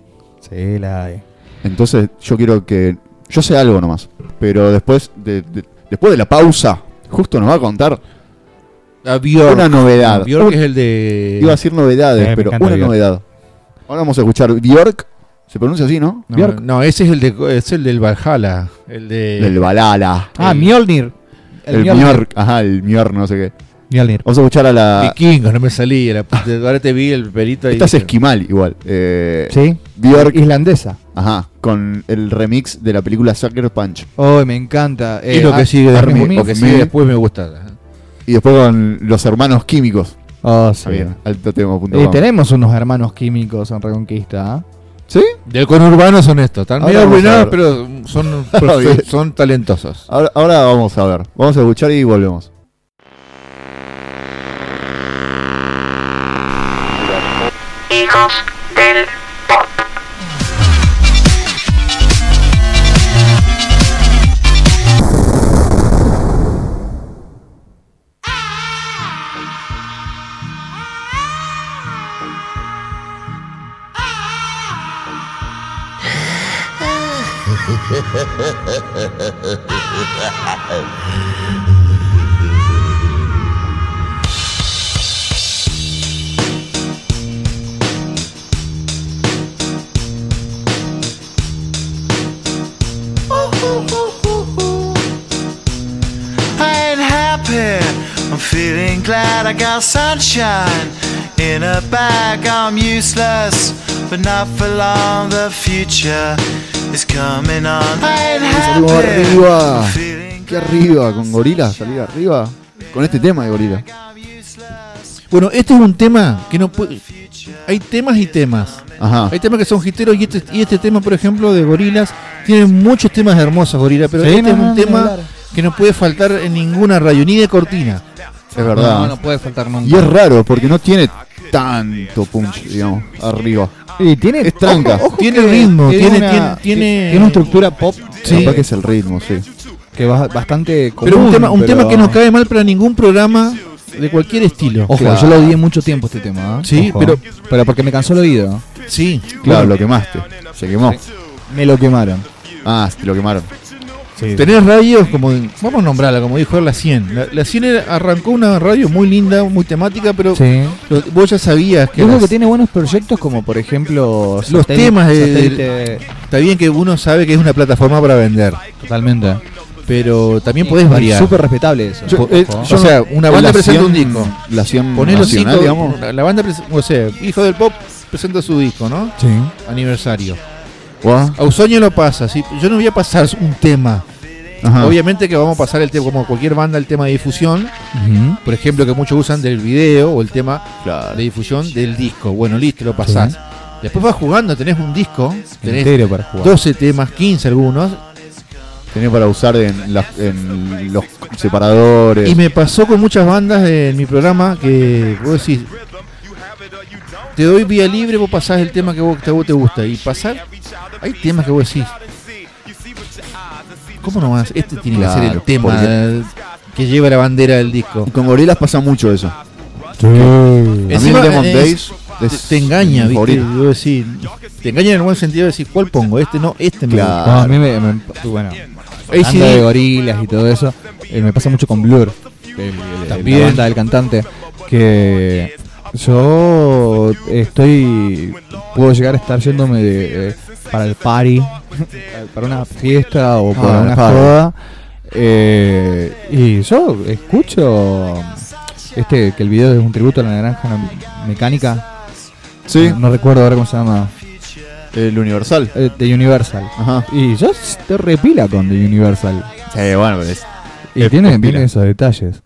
[SPEAKER 2] Sí la hay.
[SPEAKER 1] Entonces, yo quiero que. Yo sé algo nomás. Pero después de, de- después de la pausa, justo nos va a contar
[SPEAKER 3] A Bjork.
[SPEAKER 1] una novedad.
[SPEAKER 3] Bjork
[SPEAKER 1] Un-
[SPEAKER 3] Ah, es el de.
[SPEAKER 1] Iba a decir novedades,
[SPEAKER 2] Eh, me
[SPEAKER 1] pero
[SPEAKER 2] encanta
[SPEAKER 1] una
[SPEAKER 2] Bjork.
[SPEAKER 1] novedad. Ahora vamos a escuchar Bjork. ¿Se pronuncia así, no?
[SPEAKER 3] no,
[SPEAKER 2] Bjork.
[SPEAKER 3] no, ese es el de es el del Valhalla. El de.
[SPEAKER 1] Del Balala.
[SPEAKER 2] Ah,
[SPEAKER 3] El-
[SPEAKER 2] Mjolnir.
[SPEAKER 1] El, Mjork. Ajá, el Mjork, no sé qué.
[SPEAKER 2] Mjolnir.
[SPEAKER 1] Vamos a escuchar a la.
[SPEAKER 3] Vikingos, no me salía. la puta.
[SPEAKER 1] Ah.
[SPEAKER 3] Ahora te vi el pelito ahí.
[SPEAKER 1] Esta es esquimal igual. Eh,
[SPEAKER 2] Sí.
[SPEAKER 1] Bjork.
[SPEAKER 2] Islandesa.
[SPEAKER 1] Ajá, con el remix de la película Sucker Punch.
[SPEAKER 2] Oh, me encanta. Eh,
[SPEAKER 3] Y lo que sigue
[SPEAKER 1] Army
[SPEAKER 3] después,
[SPEAKER 1] of
[SPEAKER 3] ah, lo que sigue
[SPEAKER 1] Men.
[SPEAKER 3] después me gusta.
[SPEAKER 1] Y después con los hermanos químicos.
[SPEAKER 2] Oh, sí.
[SPEAKER 1] Está bien, altotemo.com.
[SPEAKER 2] Eh, tenemos unos hermanos químicos en Reconquista. ¿ah?
[SPEAKER 1] ¿Sí?
[SPEAKER 3] Del conurbano son estos. Están
[SPEAKER 1] Ahora
[SPEAKER 3] medio
[SPEAKER 1] vamos a ver.
[SPEAKER 3] arruinados, pero son,
[SPEAKER 1] Está bien.
[SPEAKER 3] son, son talentosos.
[SPEAKER 1] Ahora, ahora vamos a ver. Vamos a escuchar y volvemos.
[SPEAKER 5] I ain't happy. I'm feeling glad I got sunshine in a bag. I'm useless, but not for long. The future is coming on. I ain't
[SPEAKER 1] Salimos
[SPEAKER 5] happy.
[SPEAKER 1] arriba.
[SPEAKER 5] I'm feeling
[SPEAKER 1] Aquí
[SPEAKER 5] glad I
[SPEAKER 1] arriba,
[SPEAKER 5] got
[SPEAKER 1] con gorilas,
[SPEAKER 5] sunshine
[SPEAKER 1] salir arriba. con este tema de gorila.
[SPEAKER 3] Bueno, este es un tema que no puede. Hay temas y temas.
[SPEAKER 1] Ajá.
[SPEAKER 3] Hay temas que son jiteros y este, y este tema, por ejemplo, de gorilas, tiene muchos temas hermosos, gorila, pero
[SPEAKER 2] Sí,
[SPEAKER 3] este
[SPEAKER 2] no,
[SPEAKER 3] es un
[SPEAKER 2] no, ni
[SPEAKER 3] tema
[SPEAKER 2] hablar.
[SPEAKER 3] que no puede faltar en ninguna radio, ni de cortina.
[SPEAKER 1] Es verdad.
[SPEAKER 2] No, no puede faltar nunca.
[SPEAKER 1] Y es raro porque no tiene tanto punch, digamos, arriba.
[SPEAKER 2] Y tiene
[SPEAKER 1] Es tranca.
[SPEAKER 3] tiene ritmo,
[SPEAKER 1] tiene
[SPEAKER 3] tiene,
[SPEAKER 1] una-
[SPEAKER 3] tiene, tiene-
[SPEAKER 2] Tiene una estructura pop
[SPEAKER 3] Sí.
[SPEAKER 1] Capaz que es el ritmo, sí.
[SPEAKER 2] que va bastante común.
[SPEAKER 3] pero un tema, un
[SPEAKER 2] pero-
[SPEAKER 3] tema que no cae mal para ningún programa de cualquier estilo.
[SPEAKER 2] Ojo,
[SPEAKER 1] Claro.
[SPEAKER 2] yo lo odié mucho tiempo este tema. ¿eh?
[SPEAKER 3] Sí,
[SPEAKER 2] Ojo.
[SPEAKER 3] pero-
[SPEAKER 2] pero porque me cansó el oído.
[SPEAKER 3] Sí,
[SPEAKER 1] Claro, lo quemaste. Se quemó.
[SPEAKER 2] Me lo quemaron.
[SPEAKER 1] Ah, te lo quemaron.
[SPEAKER 3] Tenés radios como. Vamos a nombrarla, como dijo él, la 100. La, la 100 era- arrancó una radio muy linda, muy temática, pero
[SPEAKER 2] Sí.
[SPEAKER 3] lo- vos ya sabías que.
[SPEAKER 2] Yo creo
[SPEAKER 3] las-
[SPEAKER 2] que tiene buenos proyectos como por ejemplo
[SPEAKER 3] Los temas de-
[SPEAKER 2] satélite-
[SPEAKER 3] Está bien que uno sabe que es una plataforma para vender,
[SPEAKER 2] totalmente
[SPEAKER 3] pero también podés variar.
[SPEAKER 2] súper respetable eso
[SPEAKER 1] Yo- eh,
[SPEAKER 2] Ojo.
[SPEAKER 1] yo-
[SPEAKER 3] o sea, una banda
[SPEAKER 1] La
[SPEAKER 3] presenta un
[SPEAKER 1] 100
[SPEAKER 3] disco.
[SPEAKER 1] La 100
[SPEAKER 3] Ponés los
[SPEAKER 1] nacional,
[SPEAKER 3] cinco-
[SPEAKER 1] digamos.
[SPEAKER 3] La banda, pres- o sea, Hijo del Pop presenta su disco, ¿no?
[SPEAKER 2] Sí.
[SPEAKER 3] Aniversario.
[SPEAKER 1] Guau.
[SPEAKER 3] Ausoño lo pasa, ¿sí? yo no voy a pasar un tema.
[SPEAKER 2] Ah.
[SPEAKER 1] Ajá.
[SPEAKER 3] Obviamente que vamos a pasar el tema, como cualquier banda, el tema de difusión.
[SPEAKER 2] Ujú.
[SPEAKER 3] Por ejemplo, que muchos usan del video o el tema
[SPEAKER 1] Claro.
[SPEAKER 3] de difusión del disco. Bueno, listo, lo pasás. Después vas jugando, tenés un disco, tenés
[SPEAKER 2] entero para jugar
[SPEAKER 3] 12 temas, 15 algunos.
[SPEAKER 1] Tenés para usar en, las- en los separadores.
[SPEAKER 3] Y me pasó con muchas bandas de- en mi programa que vos decís, te doy vía libre, vos pasás el tema que vos, que a vos te gusta. Y pasar, hay temas que vos decís, ¿cómo nomás? Este tiene que ser
[SPEAKER 1] Claro,
[SPEAKER 3] el tema
[SPEAKER 1] porque-
[SPEAKER 3] que lleva la bandera del disco.
[SPEAKER 1] Y con gorilas pasa mucho eso. A mí el
[SPEAKER 3] Encima,
[SPEAKER 1] Demon
[SPEAKER 3] eh,
[SPEAKER 1] Days
[SPEAKER 3] Te,
[SPEAKER 1] es
[SPEAKER 3] te engaña,
[SPEAKER 1] mi
[SPEAKER 3] ¿viste?
[SPEAKER 1] favorito.
[SPEAKER 3] Yo decís, te engaña en el buen sentido de decir, ¿cuál pongo? Este no, este me
[SPEAKER 1] Claro.
[SPEAKER 2] No, a mí me, me- bueno
[SPEAKER 3] gusta.
[SPEAKER 2] hablando de
[SPEAKER 3] AC/DC,
[SPEAKER 2] gorilas y todo eso eh, me pasa mucho con Blur el- el-
[SPEAKER 3] También.
[SPEAKER 2] la banda del cantante que yo estoy puedo llegar a estar yéndome de- eh, para el party para una fiesta o para
[SPEAKER 1] Ah,
[SPEAKER 2] una
[SPEAKER 1] party.
[SPEAKER 2] joda eh, y yo escucho este que el video es un tributo a la naranja Mec- mecánica
[SPEAKER 1] Sí,
[SPEAKER 2] no, no recuerdo ahora cómo se llama
[SPEAKER 1] el Universal.
[SPEAKER 2] eh, de Universal
[SPEAKER 1] Ajá.
[SPEAKER 2] y yo estoy repila con The Universal
[SPEAKER 1] Sí, bueno, pero es
[SPEAKER 2] y tiene, tiene esos detalles.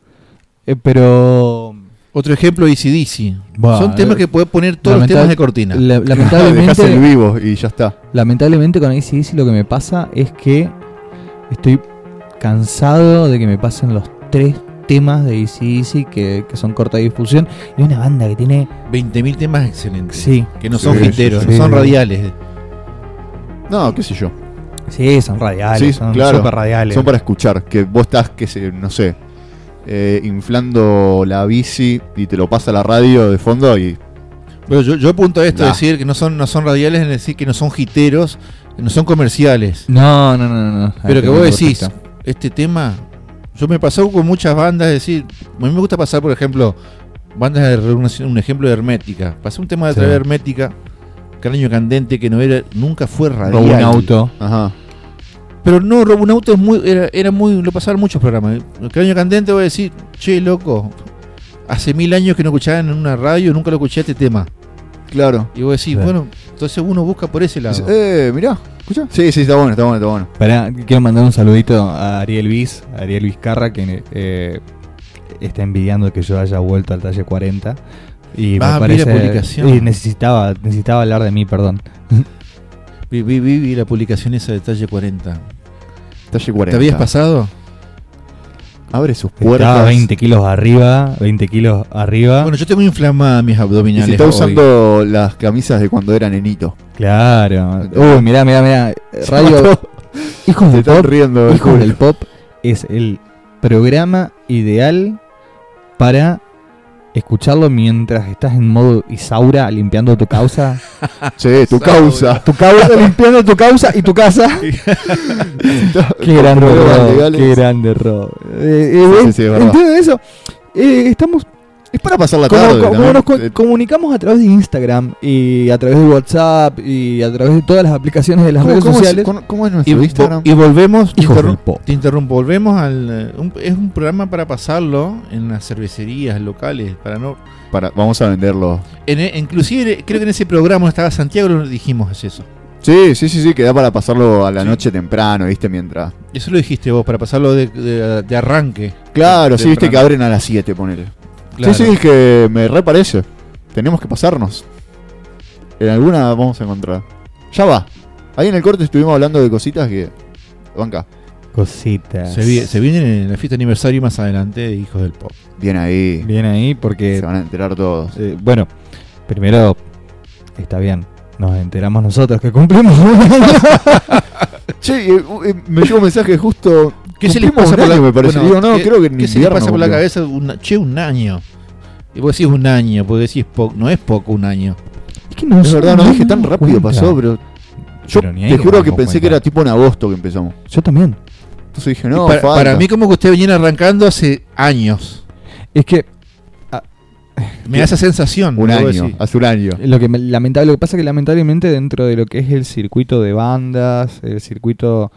[SPEAKER 2] Eh, pero.
[SPEAKER 3] Otro ejemplo, ACDC.
[SPEAKER 2] Buah,
[SPEAKER 3] Son temas
[SPEAKER 2] eh,
[SPEAKER 3] que puedes poner todos los
[SPEAKER 2] lamenta-
[SPEAKER 3] temas de cortina.
[SPEAKER 2] la-
[SPEAKER 1] Dejás el
[SPEAKER 2] lamentablemente,
[SPEAKER 1] vivo y ya está.
[SPEAKER 2] lamentablemente con ACDC lo que me pasa es que estoy cansado de que me pasen los tres temas de ACDC que, que son corta difusión. Y una banda que tiene.
[SPEAKER 3] 20.000 temas excelentes.
[SPEAKER 2] Sí,
[SPEAKER 3] Que no
[SPEAKER 1] Sí,
[SPEAKER 3] son
[SPEAKER 1] sí,
[SPEAKER 3] hiteros,
[SPEAKER 2] sí,
[SPEAKER 3] no
[SPEAKER 2] sí.
[SPEAKER 3] son radiales.
[SPEAKER 1] No, qué sé yo.
[SPEAKER 2] sí, son radiales,
[SPEAKER 1] Sí,
[SPEAKER 2] son
[SPEAKER 1] claro.
[SPEAKER 2] super radiales.
[SPEAKER 1] Son para escuchar, que vos estás, que se, no sé, eh, inflando la bici y te lo pasa la radio de fondo y
[SPEAKER 3] Bueno, yo, yo apunto a esto,
[SPEAKER 1] Nah.
[SPEAKER 3] decir que no son, no son radiales, es decir que no son hiteros, que no son comerciales.
[SPEAKER 2] No, no, no, no. no.
[SPEAKER 3] Pero
[SPEAKER 2] Ahí
[SPEAKER 3] que vos
[SPEAKER 2] perfecto.
[SPEAKER 3] decís, este tema, yo me pasó con muchas bandas, es decir, a mí me gusta pasar, por ejemplo, bandas de reunión, un ejemplo de hermética. Pasé un tema de
[SPEAKER 2] Sí.
[SPEAKER 3] través hermética, cráneo candente, que no era, nunca fue radial.
[SPEAKER 2] Robo un auto.
[SPEAKER 1] Ajá.
[SPEAKER 3] Pero no, Robunauta es muy, era, era muy, lo pasaban muchos programas. El cráneo candente voy a decir, che, loco, hace mil años que no escuchaban en una radio, nunca lo escuché este tema.
[SPEAKER 1] Claro.
[SPEAKER 3] Y vos decís,
[SPEAKER 2] Sí.
[SPEAKER 3] bueno, entonces uno busca por ese lado.
[SPEAKER 1] Dice, eh, mirá, escuchá. Sí, sí, está bueno, está bueno, está bueno.
[SPEAKER 2] Pará, quiero mandar un saludito a Ariel Viz, a Ariel Vizcarra, que eh, está envidiando que yo haya vuelto al talle 40. Y
[SPEAKER 3] Ah,
[SPEAKER 2] me
[SPEAKER 3] vi
[SPEAKER 2] parece.
[SPEAKER 3] la publicación.
[SPEAKER 2] y necesitaba, necesitaba hablar de mí, perdón.
[SPEAKER 3] Vi, vi- vi- vi la publicación esa de talle 40.
[SPEAKER 1] Talle 40.
[SPEAKER 3] ¿Te habías pasado?
[SPEAKER 1] Abre sus
[SPEAKER 2] Estaba
[SPEAKER 1] puertas.
[SPEAKER 2] 20 kilos arriba, 20 kilos arriba.
[SPEAKER 3] Bueno, yo tengo inflamada mis
[SPEAKER 1] Ah. Y
[SPEAKER 3] abdominales.
[SPEAKER 1] se está
[SPEAKER 3] hoy.
[SPEAKER 1] usando las camisas de cuando era nenito.
[SPEAKER 2] claro. Uy, mirá, mirá, mirá.
[SPEAKER 1] Se
[SPEAKER 2] Radio
[SPEAKER 1] mató.
[SPEAKER 2] Hijos
[SPEAKER 1] Se
[SPEAKER 2] del
[SPEAKER 1] está
[SPEAKER 2] Pop.
[SPEAKER 1] riendo.
[SPEAKER 2] Hijos
[SPEAKER 1] Julio.
[SPEAKER 2] del Pop es el programa ideal para escucharlo mientras estás en modo Isaura limpiando tu causa.
[SPEAKER 1] Sí, tu causa.
[SPEAKER 2] Tu causa, limpiando tu causa y tu casa. Qué grande
[SPEAKER 1] Problemas
[SPEAKER 2] Rob,
[SPEAKER 1] legales.
[SPEAKER 2] qué grande Rob. Eh, eh,
[SPEAKER 1] Sí, sí,
[SPEAKER 2] eh,
[SPEAKER 1] sí, es verdad.
[SPEAKER 2] ¿entienden eso? Eh, estamos
[SPEAKER 1] Es para pasar la
[SPEAKER 2] como,
[SPEAKER 1] tarde.
[SPEAKER 2] como
[SPEAKER 1] también.
[SPEAKER 2] nos co-
[SPEAKER 1] Eh,
[SPEAKER 2] comunicamos a través de Instagram y a través de WhatsApp y a través de todas las aplicaciones de las
[SPEAKER 1] ¿Cómo,
[SPEAKER 2] redes
[SPEAKER 1] cómo es,
[SPEAKER 2] sociales.
[SPEAKER 1] cómo- cómo es
[SPEAKER 3] Y,
[SPEAKER 1] nuestro
[SPEAKER 3] vo-
[SPEAKER 1] Instagram?
[SPEAKER 3] y volvemos. te
[SPEAKER 2] Hijos
[SPEAKER 3] interrum-
[SPEAKER 2] del pop.
[SPEAKER 3] Te interrumpo, volvemos al. eh, un- es un programa para pasarlo en las cervecerías locales, para no. e,
[SPEAKER 1] Para, vamos a venderlo.
[SPEAKER 3] en- eh, inclusive eh, creo que en ese programa estaba Santiago, lo dijimos es eso.
[SPEAKER 1] Sí, sí, sí, sí, que da para pasarlo a la noche temprano, ¿viste? Mientras.
[SPEAKER 3] Eso lo dijiste vos, para pasarlo de, de- de arranque.
[SPEAKER 1] Claro,
[SPEAKER 3] De-
[SPEAKER 1] sí, viste que
[SPEAKER 3] temprano.
[SPEAKER 1] abren a las 7, ponele.
[SPEAKER 3] Claro.
[SPEAKER 1] Sí, sí, es que me reparece. Tenemos que pasarnos. En alguna vamos a encontrar. Ya va. Ahí en el corte estuvimos hablando de cositas que. Banca.
[SPEAKER 2] Cositas.
[SPEAKER 3] Se, vi- se vienen en la fiesta de aniversario más adelante de Hijos del Pop.
[SPEAKER 1] Bien ahí.
[SPEAKER 2] Bien ahí porque
[SPEAKER 1] Se van a enterar todos.
[SPEAKER 2] Eh, bueno, primero, está bien, nos enteramos nosotros que cumplimos un año.
[SPEAKER 1] Che, eh, u- eh, me llegó un mensaje justo. Cumplimos un año, me parece.
[SPEAKER 3] bueno,
[SPEAKER 1] Digo, no,
[SPEAKER 3] ¿qué-
[SPEAKER 1] creo que
[SPEAKER 3] qué
[SPEAKER 1] ni
[SPEAKER 3] se les
[SPEAKER 1] invierno
[SPEAKER 3] pasa por la
[SPEAKER 1] cumplió.
[SPEAKER 3] cabeza? Un, che, un año. Y vos decís un año, porque decís po- no es poco un año.
[SPEAKER 2] Es que no
[SPEAKER 1] Es verdad, no dije tan rápido,
[SPEAKER 2] cuenta.
[SPEAKER 1] pasó, pero. Yo
[SPEAKER 2] Pero ni ahí
[SPEAKER 1] te
[SPEAKER 2] nos
[SPEAKER 1] juro que
[SPEAKER 2] damos
[SPEAKER 1] pensé
[SPEAKER 2] cuenta.
[SPEAKER 1] que era tipo en agosto que empezamos.
[SPEAKER 2] Yo también.
[SPEAKER 1] Entonces dije,
[SPEAKER 3] Y
[SPEAKER 1] no,
[SPEAKER 3] para,
[SPEAKER 1] falta.
[SPEAKER 3] para mí como que usted viene arrancando hace años.
[SPEAKER 2] Es que
[SPEAKER 3] Me da esa sensación.
[SPEAKER 1] Un
[SPEAKER 3] ¿no?
[SPEAKER 1] año,
[SPEAKER 3] Vos decís,
[SPEAKER 1] hace un año.
[SPEAKER 2] lo que me- lamentable, lo que pasa es que lamentablemente dentro de lo que es el circuito de bandas, el circuito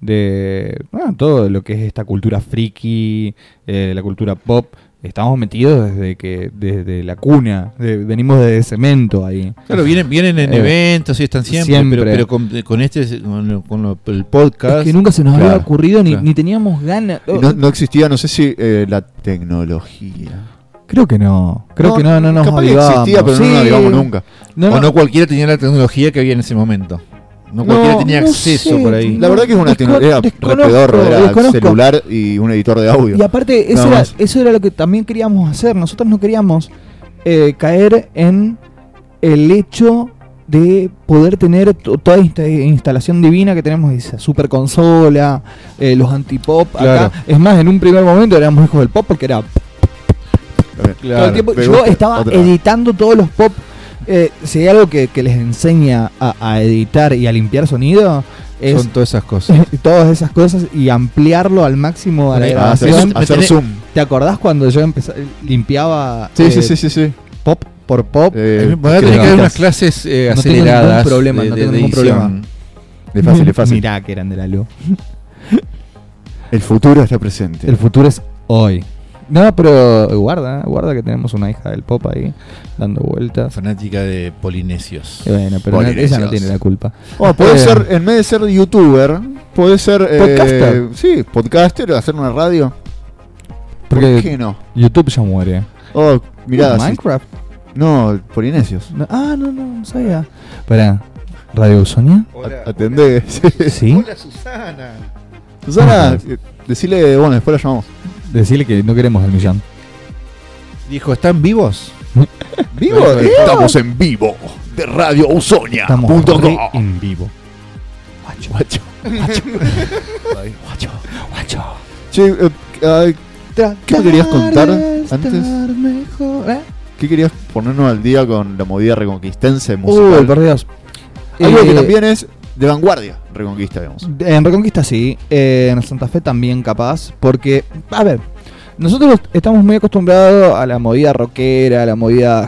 [SPEAKER 2] de bueno, todo lo que es esta cultura friki, eh, la cultura pop, estamos metidos desde que desde la cuna, de- venimos de cemento ahí.
[SPEAKER 3] Claro, vienen, vienen en
[SPEAKER 2] Eh,
[SPEAKER 3] eventos y están siempre,
[SPEAKER 2] siempre.
[SPEAKER 3] pero, pero con, con este, con, lo- con lo- el podcast.
[SPEAKER 2] Es que nunca se nos
[SPEAKER 1] Claro,
[SPEAKER 2] había ocurrido ni,
[SPEAKER 3] claro.
[SPEAKER 2] ni teníamos ganas.
[SPEAKER 1] Y No, no existía, no sé si eh, la tecnología.
[SPEAKER 2] Creo que no. Creo que no, no nos
[SPEAKER 1] Capaz que
[SPEAKER 2] avivábamos.
[SPEAKER 1] existía, pero no nos
[SPEAKER 2] Sí.
[SPEAKER 1] avivamos nunca.
[SPEAKER 2] No,
[SPEAKER 3] o
[SPEAKER 2] no.
[SPEAKER 3] no cualquiera tenía la tecnología que había en ese momento. No cualquiera tenía
[SPEAKER 2] no
[SPEAKER 3] acceso
[SPEAKER 2] sé.
[SPEAKER 3] por ahí.
[SPEAKER 1] La verdad que es una
[SPEAKER 2] Desco-
[SPEAKER 1] tecnología re
[SPEAKER 2] desconozco,
[SPEAKER 1] pedorro, era
[SPEAKER 2] desconozco.
[SPEAKER 1] celular y un editor de audio.
[SPEAKER 2] Y aparte, eso
[SPEAKER 1] Nada
[SPEAKER 2] era,
[SPEAKER 1] más.
[SPEAKER 2] eso era lo que también queríamos hacer. Nosotros no queríamos eh, caer en el hecho de poder tener to- toda esta instalación divina que tenemos, esa super consola, eh, los antipop
[SPEAKER 3] Claro.
[SPEAKER 2] acá. Es más, en un primer momento éramos hijos del pop porque era todo el tiempo.
[SPEAKER 1] me
[SPEAKER 2] Yo
[SPEAKER 1] gusta.
[SPEAKER 2] estaba
[SPEAKER 1] Otra.
[SPEAKER 2] editando todos los pop. Eh, si hay algo que, que les enseña a, a editar y a limpiar sonido, es
[SPEAKER 3] Son todas esas cosas.
[SPEAKER 2] todas esas cosas y ampliarlo al máximo a la
[SPEAKER 3] Ahí
[SPEAKER 1] Ah, hacer,
[SPEAKER 2] grabación.
[SPEAKER 1] hacer
[SPEAKER 3] tenés-
[SPEAKER 1] zoom.
[SPEAKER 2] ¿Te acordás cuando yo empecé, limpiaba
[SPEAKER 1] Sí,
[SPEAKER 2] eh,
[SPEAKER 1] sí, sí, sí, sí.
[SPEAKER 2] pop por pop?
[SPEAKER 1] Eh,
[SPEAKER 3] Me Voy a
[SPEAKER 1] que
[SPEAKER 3] tener que dar
[SPEAKER 1] no.
[SPEAKER 3] unas clases eh,
[SPEAKER 2] No tengo ningún
[SPEAKER 3] aceleradas.
[SPEAKER 2] problema, no tengo ningún
[SPEAKER 3] edición.
[SPEAKER 2] problema.
[SPEAKER 1] Es fácil, es fácil.
[SPEAKER 2] Mirá que eran de la luz.
[SPEAKER 1] El futuro está presente.
[SPEAKER 2] El futuro es hoy. No, pero guarda, ¿eh? guarda que tenemos una hija del pop ahí dando vueltas.
[SPEAKER 3] Fanática de polinesios.
[SPEAKER 2] Y bueno, pero no- ella no tiene la culpa.
[SPEAKER 1] Oh, podés
[SPEAKER 2] Eh.
[SPEAKER 1] ser, en vez de ser youtuber, podés ser. eh,
[SPEAKER 2] Podcaster.
[SPEAKER 1] sí, podcaster, hacer una radio.
[SPEAKER 2] Porque
[SPEAKER 1] ¿Por qué no?
[SPEAKER 2] YouTube ya muere.
[SPEAKER 1] Oh, mirá, sí.
[SPEAKER 2] Minecraft.
[SPEAKER 1] No, polinesios.
[SPEAKER 2] No- ah, no, no, no sabía. Pará, ¿Radio Sonia?
[SPEAKER 1] A- Atendé. sí.
[SPEAKER 2] Sí.
[SPEAKER 3] Susana.
[SPEAKER 2] Ah.
[SPEAKER 1] Susana, eh, decile, bueno, después la llamamos.
[SPEAKER 2] Decirle que no queremos el millón.
[SPEAKER 3] Dijo, ¿están vivos?
[SPEAKER 1] ¿Vivo?
[SPEAKER 3] ¿eh?
[SPEAKER 1] Estamos en vivo de Radio
[SPEAKER 2] Estamos re
[SPEAKER 1] Usonia.com.
[SPEAKER 2] en vivo.
[SPEAKER 1] Guacho.
[SPEAKER 2] Guacho, guacho.
[SPEAKER 1] Che, eh, ay, ¿qué me querías contar antes?
[SPEAKER 2] ¿eh?
[SPEAKER 1] ¿Qué querías ponernos al día con la movida reconquistense
[SPEAKER 2] Uy,
[SPEAKER 1] musical?
[SPEAKER 2] por Dios.
[SPEAKER 1] Algo que
[SPEAKER 2] Eh,
[SPEAKER 1] también es de vanguardia, Reconquista, digamos.
[SPEAKER 2] En Reconquista sí, eh, en Santa Fe también capaz, porque, a ver, nosotros estamos muy acostumbrados a la movida rockera, a la movida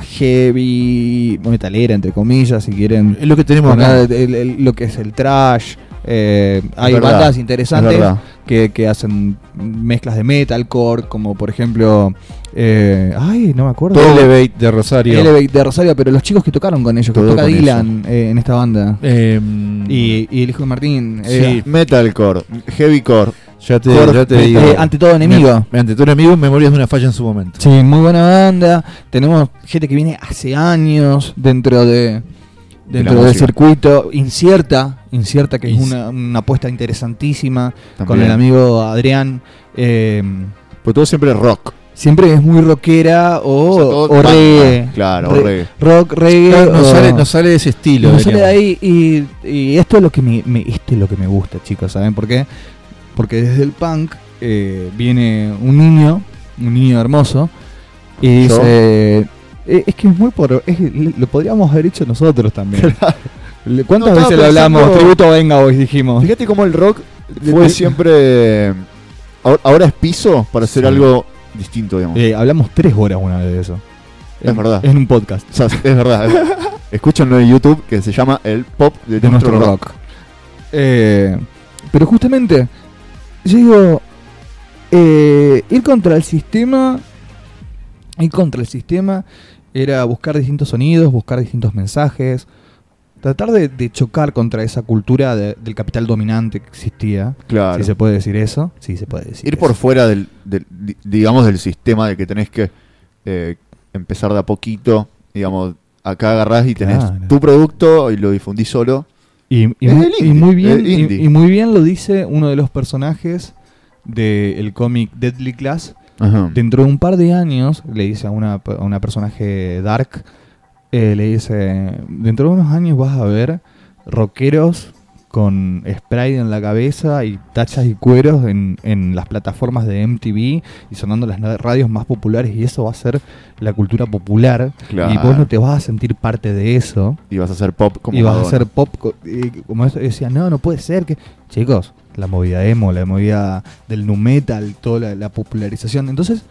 [SPEAKER 2] heavy, metalera, entre comillas, si quieren.
[SPEAKER 3] Es lo que tenemos
[SPEAKER 2] poner
[SPEAKER 3] acá.
[SPEAKER 2] el- el- lo que es el trash. eh, hay
[SPEAKER 1] verdad,
[SPEAKER 2] bandas
[SPEAKER 1] es
[SPEAKER 2] interesantes
[SPEAKER 1] verdad.
[SPEAKER 2] que, que hacen mezclas de metalcore, como por ejemplo, eh, ay, no me acuerdo.
[SPEAKER 3] Elevate de Rosario.
[SPEAKER 2] Elevate de Rosario, pero los chicos que tocaron con ellos, que
[SPEAKER 1] Todo
[SPEAKER 2] toca
[SPEAKER 1] con
[SPEAKER 2] Dylan eh, en esta banda.
[SPEAKER 3] Em,
[SPEAKER 2] Y, y el hijo de Martín.
[SPEAKER 3] Sí.
[SPEAKER 2] eh,
[SPEAKER 1] Metalcore, heavycore.
[SPEAKER 3] ya te,
[SPEAKER 1] Cor-
[SPEAKER 3] ya te
[SPEAKER 1] eh,
[SPEAKER 3] digo.
[SPEAKER 2] eh, ante todo enemigo.
[SPEAKER 3] Me- ante todo enemigo, memorias de una falla en su momento.
[SPEAKER 2] Sí, muy buena banda. Tenemos gente que viene hace años dentro de dentro del
[SPEAKER 1] música.
[SPEAKER 2] circuito. Incierta, incierta, que es
[SPEAKER 3] Inci-
[SPEAKER 2] una, una apuesta interesantísima con
[SPEAKER 1] También.
[SPEAKER 2] el amigo Adrián. Eh,
[SPEAKER 1] Porque todo siempre es rock.
[SPEAKER 2] siempre es muy rockera
[SPEAKER 1] O
[SPEAKER 2] o,
[SPEAKER 1] sea, todo
[SPEAKER 2] o
[SPEAKER 1] banda,
[SPEAKER 2] reggae.
[SPEAKER 1] claro, o
[SPEAKER 2] Re-
[SPEAKER 1] reggae.
[SPEAKER 2] Rock, reggae.
[SPEAKER 3] No, no
[SPEAKER 2] o-
[SPEAKER 3] sale, no sale de ese estilo.
[SPEAKER 2] No sale de
[SPEAKER 3] diríamos.
[SPEAKER 2] ahí y, y esto es lo que me, me- esto es lo que me gusta, chicos, ¿saben por qué? Porque desde el punk eh, viene un niño, un niño hermoso, y
[SPEAKER 1] ¿Yo?
[SPEAKER 2] dice, "Eh, es que es muy por, es- lo podríamos haber hecho nosotros también. Le- ¿Cuántas
[SPEAKER 1] No, estaba
[SPEAKER 2] veces le hablamos?
[SPEAKER 1] pensando-
[SPEAKER 2] Tributo venga hoy dijimos.
[SPEAKER 1] Fíjate cómo el rock fue siempre. ahora- Ahora es piso para hacer
[SPEAKER 2] Sí.
[SPEAKER 1] algo distinto, digamos.
[SPEAKER 2] Eh, hablamos tres horas una vez de eso.
[SPEAKER 1] Es
[SPEAKER 2] En-
[SPEAKER 1] verdad.
[SPEAKER 2] En un podcast.
[SPEAKER 1] O sea, es verdad. es verdad. Escúchenlo en YouTube que se llama El Pop de,
[SPEAKER 2] de nuestro rock. Eh, pero justamente, yo digo, eh, ir contra el sistema, ir contra el sistema era buscar distintos sonidos, buscar distintos mensajes, tratar de, de chocar contra esa cultura de- del capital dominante que existía.
[SPEAKER 1] Claro.
[SPEAKER 2] Si se puede decir eso, sí se puede decir
[SPEAKER 1] Ir
[SPEAKER 2] eso.
[SPEAKER 1] por fuera del, del- di- digamos, del sistema de que tenés que eh, empezar de a poquito, digamos, acá agarrás y tenés
[SPEAKER 2] Claro.
[SPEAKER 1] tu producto y lo difundís solo.
[SPEAKER 2] Y, y
[SPEAKER 1] Es
[SPEAKER 2] mu-
[SPEAKER 1] del
[SPEAKER 2] y
[SPEAKER 1] indie,
[SPEAKER 2] muy bien,
[SPEAKER 1] del
[SPEAKER 2] y-
[SPEAKER 1] indie.
[SPEAKER 2] y muy bien lo dice uno de los personajes del cómic Deadly Class.
[SPEAKER 1] Ajá.
[SPEAKER 2] Dentro de un par de años, le dice a una, pe- a una personaje dark, eh, le dice, dentro de unos años vas a ver rockeros con spray en la cabeza y tachas y cueros en, en las plataformas de MTV y sonando las na- radios más populares y eso va a ser la cultura popular y vos no te vas a sentir parte de eso
[SPEAKER 1] Y vas a hacer pop como
[SPEAKER 2] y vas a
[SPEAKER 1] Madonna.
[SPEAKER 2] hacer pop co- y como eso decía no no puede ser que chicos la movida emo la movida del nu metal toda la, la popularización entonces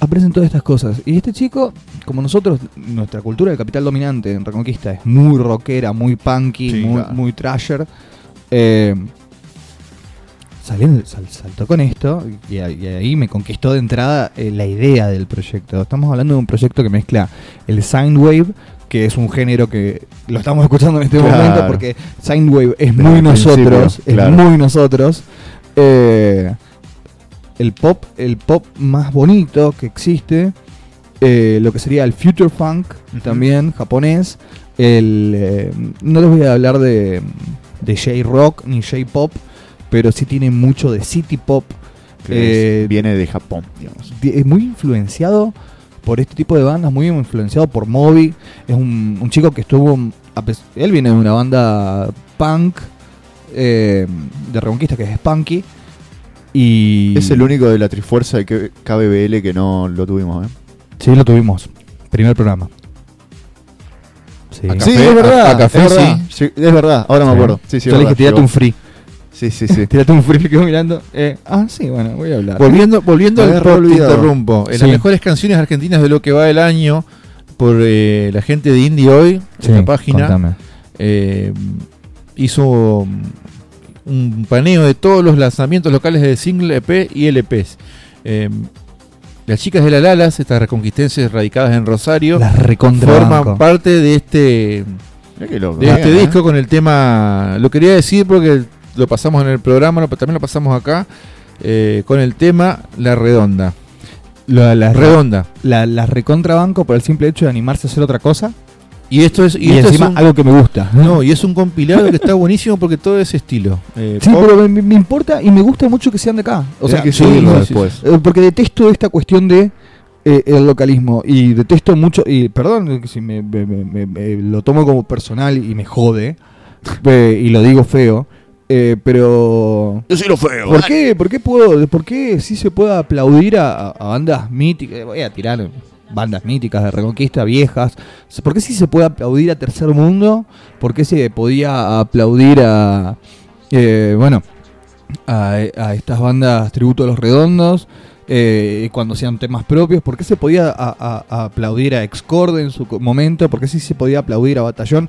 [SPEAKER 2] aparecen todas estas cosas y este chico como nosotros nuestra cultura de capital dominante en Reconquista es muy rockera muy punky
[SPEAKER 1] Sí,
[SPEAKER 2] muy,
[SPEAKER 1] claro.
[SPEAKER 2] muy thrasher eh, salió- sal- saltó con esto y, a- y ahí me conquistó de entrada eh, la idea del proyecto. Estamos hablando de un proyecto que mezcla el Soundwave, que es un género que lo estamos escuchando en este
[SPEAKER 1] Claro.
[SPEAKER 2] momento porque Soundwave es
[SPEAKER 1] Desde
[SPEAKER 2] muy
[SPEAKER 1] el
[SPEAKER 2] nosotros,
[SPEAKER 1] principio, claro.
[SPEAKER 2] es muy nosotros. Eh, el pop, el pop más bonito que existe, eh, lo que sería el future funk, también japonés. El, eh, no les voy a hablar de, de J-Rock ni J-Pop, pero sí tiene mucho de City Pop.
[SPEAKER 1] Que es-
[SPEAKER 2] eh,
[SPEAKER 1] viene de Japón, digamos.
[SPEAKER 2] di- Es muy influenciado por este tipo de bandas, muy influenciado por Moby. Es un, un chico que estuvo. a pes- Él viene de una banda punk eh, de Reconquista que es Spunky. Y
[SPEAKER 1] Es el único de la Trifuerza de que- KBBL que no lo tuvimos, ¿eh?
[SPEAKER 2] Sí, lo tuvimos. Primer programa. Sí,
[SPEAKER 1] A
[SPEAKER 3] Sí, es verdad,
[SPEAKER 1] A, a café,
[SPEAKER 3] es verdad.
[SPEAKER 1] sí. Sí, Es verdad, ahora me
[SPEAKER 2] Sí.
[SPEAKER 1] acuerdo. Sí, sí,
[SPEAKER 2] Yo
[SPEAKER 1] es
[SPEAKER 2] le dije,
[SPEAKER 1] verdad,
[SPEAKER 2] tirate
[SPEAKER 1] llegó".
[SPEAKER 2] un free.
[SPEAKER 1] Sí, sí, sí.
[SPEAKER 2] Tirate un free, me quedó mirando. eh, ah, sí, bueno, voy a hablar.
[SPEAKER 3] Volviendo, volviendo
[SPEAKER 1] Me
[SPEAKER 3] al
[SPEAKER 1] había
[SPEAKER 3] pop, te
[SPEAKER 1] olvidado.
[SPEAKER 3] interrumpo. En las
[SPEAKER 2] Sí.
[SPEAKER 3] mejores canciones argentinas de lo que va el año, por eh, la gente de Indie Hoy,
[SPEAKER 2] Sí,
[SPEAKER 3] esta página,
[SPEAKER 2] contame.
[SPEAKER 3] eh, hizo mm, un paneo de todos los lanzamientos locales de single EP y LPs. Eh, las chicas de la Lalas, estas reconquistenses radicadas en Rosario,
[SPEAKER 2] Las recontrabanco.
[SPEAKER 3] forman parte de este
[SPEAKER 1] Mirá qué loco.
[SPEAKER 3] de este
[SPEAKER 1] Bien, ¿eh?
[SPEAKER 3] disco con el tema. Lo quería decir porque lo pasamos en el programa, lo- también lo pasamos acá. eh, con el tema La Redonda.
[SPEAKER 2] La- las re-
[SPEAKER 3] Redonda.
[SPEAKER 2] la- las recontrabanco por el simple hecho de animarse a hacer otra cosa.
[SPEAKER 3] Y esto es.
[SPEAKER 2] Y,
[SPEAKER 3] Y, esto es
[SPEAKER 2] encima
[SPEAKER 3] un-
[SPEAKER 2] algo que me gusta.
[SPEAKER 3] no, y es un compilado que está buenísimo porque todo es estilo. eh,
[SPEAKER 2] Sí,
[SPEAKER 3] pop.
[SPEAKER 2] pero me, me importa y me gusta mucho que sean de acá. O sea,
[SPEAKER 1] Tenés que
[SPEAKER 2] sí,
[SPEAKER 1] subirlo
[SPEAKER 2] no,
[SPEAKER 1] después.
[SPEAKER 2] Eh, Porque detesto esta cuestión de eh, el localismo y detesto mucho, y perdón si me, me- me- me- me lo tomo como personal y me jode, eh, y lo digo feo, eh, pero... Yo feo. ¿Por qué, ¿Por qué puedo, por qué sí se puede aplaudir a, a bandas míticas? Voy a tirar bandas míticas de Reconquista, viejas. ¿Por qué sí se puede aplaudir a Tercer Mundo? ¿Por qué se podía aplaudir a... eh, bueno, a, a estas bandas tributo a los redondos eh, cuando hacían temas propios? ¿Por qué se podía a- a- a aplaudir a Excorde en su co- momento? ¿Por qué sí se podía aplaudir a Batallón?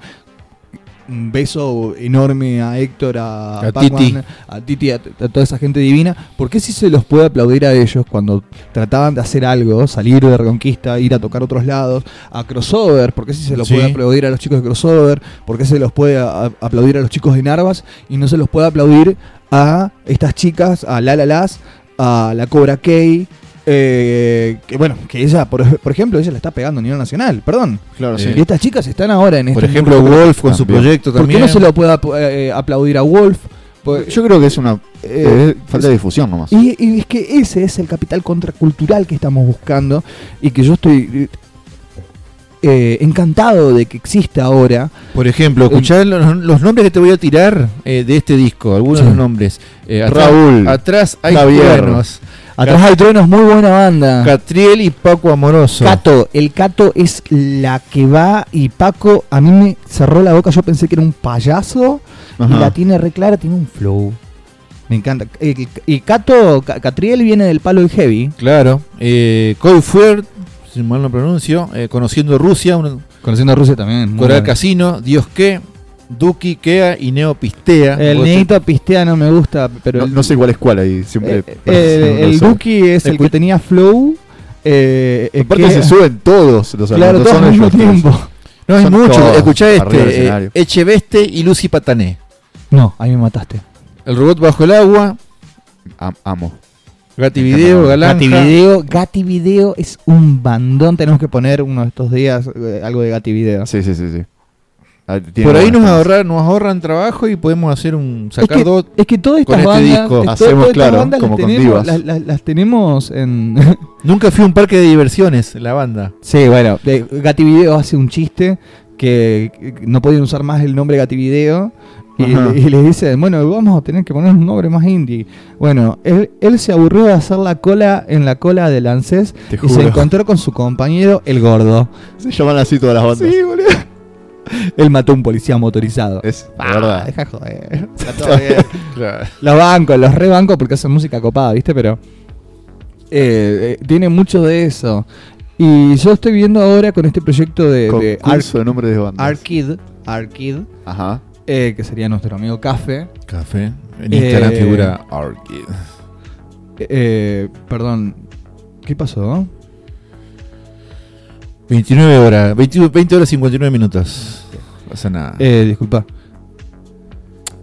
[SPEAKER 2] Un beso enorme a Héctor, a,
[SPEAKER 3] A
[SPEAKER 2] Pac-Man,
[SPEAKER 3] Titi.
[SPEAKER 2] a Titi, a, este a toda esa gente divina. ¿Por qué sí se los puede aplaudir a ellos cuando trataban de hacer algo, salir de Reconquista, ir a tocar otros lados? A Crossover, ¿por qué sí se los
[SPEAKER 3] Sí.
[SPEAKER 2] puede aplaudir a los chicos de Crossover? ¿Por qué se los puede a- a- aplaudir a los chicos de Narvas y no se los puede aplaudir a estas chicas, a La La Las, a la Cobra Kay, eh, que bueno, que ella, por, por ejemplo, ella la está pegando a nivel nacional, perdón.
[SPEAKER 1] Claro,
[SPEAKER 3] Eh,
[SPEAKER 2] Y estas chicas están ahora en
[SPEAKER 3] Por
[SPEAKER 2] este
[SPEAKER 3] ejemplo,
[SPEAKER 2] mundo.
[SPEAKER 3] Wolf con su
[SPEAKER 1] También.
[SPEAKER 3] proyecto
[SPEAKER 2] ¿Por qué
[SPEAKER 3] también.
[SPEAKER 2] no se lo puede ap- eh, aplaudir a Wolf? Pues Por-
[SPEAKER 1] Yo creo que es una eh, falta de difusión nomás.
[SPEAKER 2] y, y es que ese es el capital contracultural que estamos buscando y que yo estoy eh, encantado de que exista ahora.
[SPEAKER 3] Por ejemplo,
[SPEAKER 2] Eh,
[SPEAKER 3] escuchar los, los nombres que te voy a tirar eh, de este disco, algunos
[SPEAKER 2] Sí.
[SPEAKER 3] de los nombres. Eh, atrás-
[SPEAKER 1] Raúl,
[SPEAKER 3] Atrás hay
[SPEAKER 1] Javier,
[SPEAKER 3] truenos.
[SPEAKER 2] Atrás hay truenos, muy buena banda.
[SPEAKER 3] Catriel y Paco Amoroso.
[SPEAKER 2] Cato, el Cato es la que va y Paco a mí me cerró la boca, yo pensé que era un payaso
[SPEAKER 1] Ajá.
[SPEAKER 2] y la tiene re clara, tiene un flow. Me encanta. El- Y Cato, Ca- Catriel viene del palo del heavy.
[SPEAKER 3] Claro. Eh, Coy Fuert, si mal no pronuncio, eh, Conociendo Rusia, un
[SPEAKER 2] Conociendo a Rusia también.
[SPEAKER 3] Coral Casino, Dios que, Duki, Kea y Neo Pistea.
[SPEAKER 2] El
[SPEAKER 3] Vos
[SPEAKER 2] neito pistea no me gusta, pero
[SPEAKER 1] No,
[SPEAKER 2] el,
[SPEAKER 1] no sé cuál es cuál ahí. Siempre.
[SPEAKER 2] eh, eh, el Duki es el
[SPEAKER 3] Escu-
[SPEAKER 2] que tenía flow. Eh, eh,
[SPEAKER 1] Aparte
[SPEAKER 2] que-
[SPEAKER 1] se suben todos los
[SPEAKER 2] Claro,
[SPEAKER 1] no
[SPEAKER 2] todos
[SPEAKER 1] son
[SPEAKER 2] al mismo
[SPEAKER 1] ellos tres.
[SPEAKER 2] tiempo.
[SPEAKER 3] te- No es
[SPEAKER 1] Son
[SPEAKER 3] mucho.
[SPEAKER 1] todos
[SPEAKER 3] Escuchá
[SPEAKER 1] arriba del
[SPEAKER 3] este:
[SPEAKER 1] escenario.
[SPEAKER 3] eh, Echeveste y Lucy Patané.
[SPEAKER 2] No, ahí me mataste.
[SPEAKER 3] El robot bajo el agua,
[SPEAKER 1] Am- amo.
[SPEAKER 3] Gati
[SPEAKER 1] Me encanta.
[SPEAKER 3] Video, Galán.
[SPEAKER 2] Gati Video, Gati Video es un bandón. Tenemos que poner uno de estos días eh, algo de Gati Video.
[SPEAKER 1] Sí, sí, sí, sí. Ah, tiene
[SPEAKER 3] Por ahí
[SPEAKER 1] buenas
[SPEAKER 3] nos
[SPEAKER 1] cosas.
[SPEAKER 3] ahorran, nos ahorran trabajo y podemos hacer un
[SPEAKER 2] Es
[SPEAKER 3] sacar
[SPEAKER 2] que,
[SPEAKER 3] dos.
[SPEAKER 2] es que todas estas
[SPEAKER 3] con este
[SPEAKER 2] bandas,
[SPEAKER 3] disco.
[SPEAKER 2] es- to-
[SPEAKER 1] Hacemos,
[SPEAKER 2] todas estas
[SPEAKER 1] claro,
[SPEAKER 2] bandas
[SPEAKER 1] como
[SPEAKER 2] las
[SPEAKER 1] con
[SPEAKER 2] tenemos,
[SPEAKER 1] divas.
[SPEAKER 2] las, las- las tenemos en...
[SPEAKER 3] Nunca fui a un parque de diversiones, la banda.
[SPEAKER 2] sí, bueno, de- Gati Video hace un chiste que que no podían usar más el nombre Gati Video y,
[SPEAKER 1] Ajá.
[SPEAKER 2] y les dice, bueno, vamos a tener que poner un nombre más indie. Bueno, él, él se aburrió de hacer la cola en la cola del ANSES
[SPEAKER 1] Te
[SPEAKER 2] y se
[SPEAKER 1] juro.
[SPEAKER 2] encontró con su compañero, el gordo.
[SPEAKER 1] Se llaman así todas las bandas.
[SPEAKER 2] Sí, boludo. Él mató a un policía motorizado.
[SPEAKER 1] Es la
[SPEAKER 2] Ah,
[SPEAKER 1] verdad.
[SPEAKER 2] Deja joder. los bancos, los rebancos porque hacen música copada, ¿viste? Pero eh, eh, tiene mucho de eso. Y yo estoy viendo ahora con este proyecto de, de
[SPEAKER 1] Concurso de nombres de bandas.
[SPEAKER 2] Arkid, Arkid,
[SPEAKER 1] Ajá.
[SPEAKER 2] eh, que sería nuestro amigo Café.
[SPEAKER 3] Café. En Instagram
[SPEAKER 2] Eh,
[SPEAKER 3] figura Arcade.
[SPEAKER 2] Eh, perdón, ¿qué pasó?
[SPEAKER 3] 29 horas, 20, 20 horas 59 minutos. No pasa nada.
[SPEAKER 2] Eh, disculpa.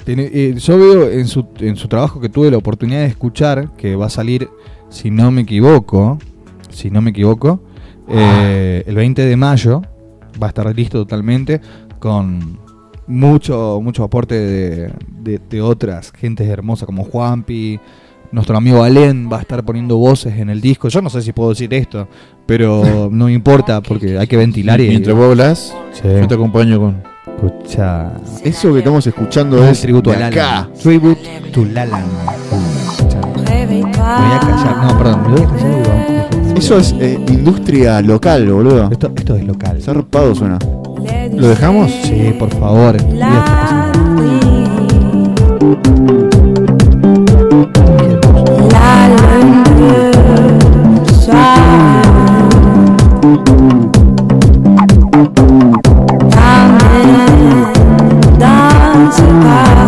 [SPEAKER 2] Tiene- eh, yo veo en su, en su trabajo que tuve la oportunidad de escuchar, que va a salir, si no me equivoco, si no me equivoco,
[SPEAKER 3] Ah.
[SPEAKER 2] eh, el 20 de mayo va a estar listo totalmente con mucho, mucho aporte de, de- de otras gentes hermosas como Juanpi. Nuestro amigo Alén va a estar poniendo voces en el disco. Yo no sé si puedo decir esto, pero no me importa porque hay que ventilar y.
[SPEAKER 3] Mientras vos
[SPEAKER 1] Eh,
[SPEAKER 3] hablas,
[SPEAKER 2] Sí.
[SPEAKER 3] yo te acompaño con.
[SPEAKER 2] Escucha.
[SPEAKER 1] Eso que estamos escuchando
[SPEAKER 2] Es
[SPEAKER 1] es.
[SPEAKER 2] el tributo
[SPEAKER 1] de
[SPEAKER 2] a
[SPEAKER 1] acá.
[SPEAKER 2] Lalan. Tribute to Lalan.
[SPEAKER 6] Réveille-toi.
[SPEAKER 2] Me voy a callar. No, perdón. Me voy a callar y vamos.
[SPEAKER 1] Eso es eh, industria local, boludo.
[SPEAKER 2] Esto, esto es local.
[SPEAKER 1] Zarpado suena.
[SPEAKER 6] ¿Lo dejamos?
[SPEAKER 2] Sí, por favor. Y esto-
[SPEAKER 6] La nuit, la lune bleue, soir. T'amène dans ce bar.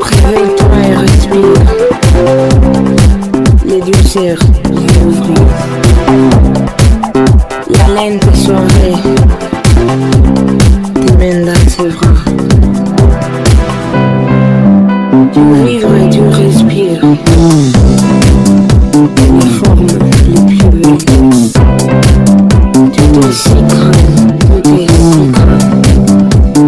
[SPEAKER 7] Réveille-toi et respire. Les yeux serrent, ouvrir. La laine des soirées. Tes mains dans ses bras. Tu vivres et tu respires. Les formes, les pluies. Tout est si grand, tout est si grand.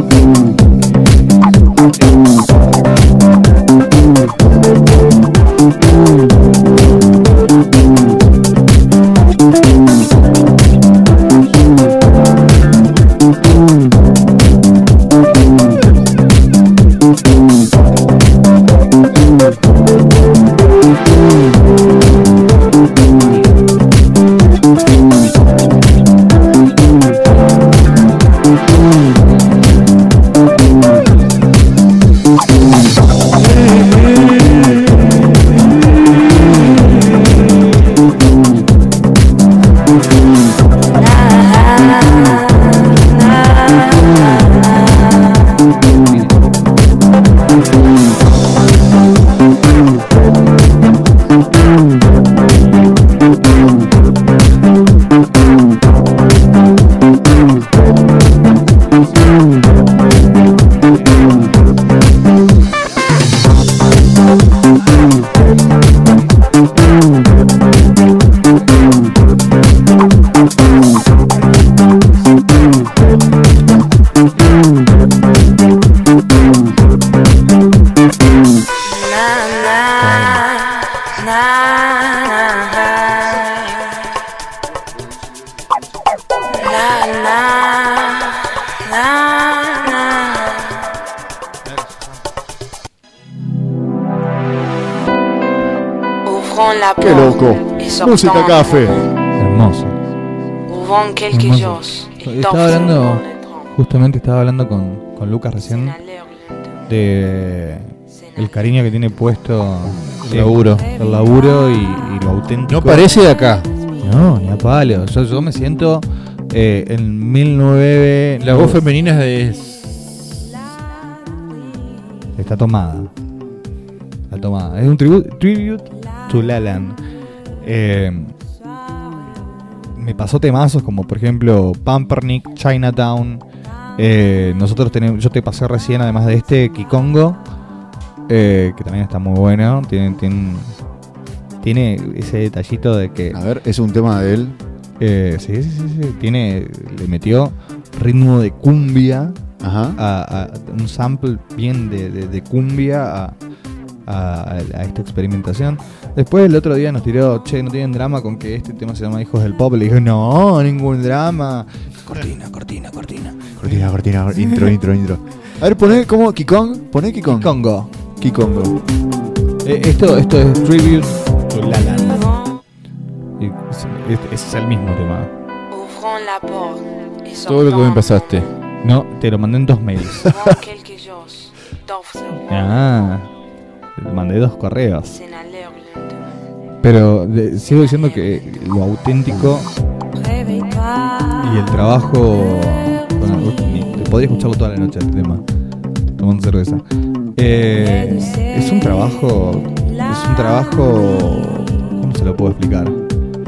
[SPEAKER 8] Ouvrons la
[SPEAKER 1] Qué loco.
[SPEAKER 8] porte et sortons.
[SPEAKER 1] Música café.
[SPEAKER 2] Hermoso.
[SPEAKER 8] Ouvrons quelque
[SPEAKER 2] Hermoso.
[SPEAKER 8] chose. et
[SPEAKER 2] Estaba
[SPEAKER 8] dansons
[SPEAKER 2] hablando,
[SPEAKER 8] en entrant.
[SPEAKER 2] justamente estaba hablando con, con Lucas recién de el cariño que tiene puesto el
[SPEAKER 3] laburo.
[SPEAKER 2] el laburo y, y lo auténtico.
[SPEAKER 3] No parece de acá.
[SPEAKER 2] No, ni a palo. Yo, yo me siento eh, en 19...
[SPEAKER 3] La voz femenina es
[SPEAKER 2] Está tomada. Está tomada. Es un tribu- tribute to La Land. Eh, me pasó temazos como por ejemplo Pampernick, Chinatown. Eh, nosotros tenemos, yo te pasé recién además de este Kikongo, eh, que también está muy bueno. Tiene, tiene, tiene ese detallito de que
[SPEAKER 1] A ver, es un tema de él.
[SPEAKER 2] eh, sí, sí, sí, sí, tiene, le metió ritmo de cumbia
[SPEAKER 1] Ajá.
[SPEAKER 2] a, a- un sample bien de, de- de cumbia a, a- a esta experimentación. Después el otro día nos tiró, che, no tienen drama con que este tema se llama Hijos del Pop. Le dije, no, ningún drama. Cortina, cortina, cortina.
[SPEAKER 1] Cortina, cortina, cor- intro, intro, intro. A ver, poné como Kikong. Poné Kikong.
[SPEAKER 2] Congo.
[SPEAKER 1] Kikongo.
[SPEAKER 2] Eh, esto, esto es Tribute to La La Land. Y es- es- es el mismo tema.
[SPEAKER 8] Ouvrons la porte et sortons.
[SPEAKER 3] todo lo que me pasaste.
[SPEAKER 2] No, te lo mandé en dos mails.
[SPEAKER 8] Ouvrons quelque chose. Dansons.
[SPEAKER 2] ah, te mandé dos correos.
[SPEAKER 8] C'est la leur lune.
[SPEAKER 2] Pero de- sigo diciendo que lo auténtico y el trabajo. Bueno, vos ni- te podría escucharlo toda la noche el tema, tomando cerveza. Eh, es un trabajo. Es un trabajo. ¿Cómo se lo puedo explicar?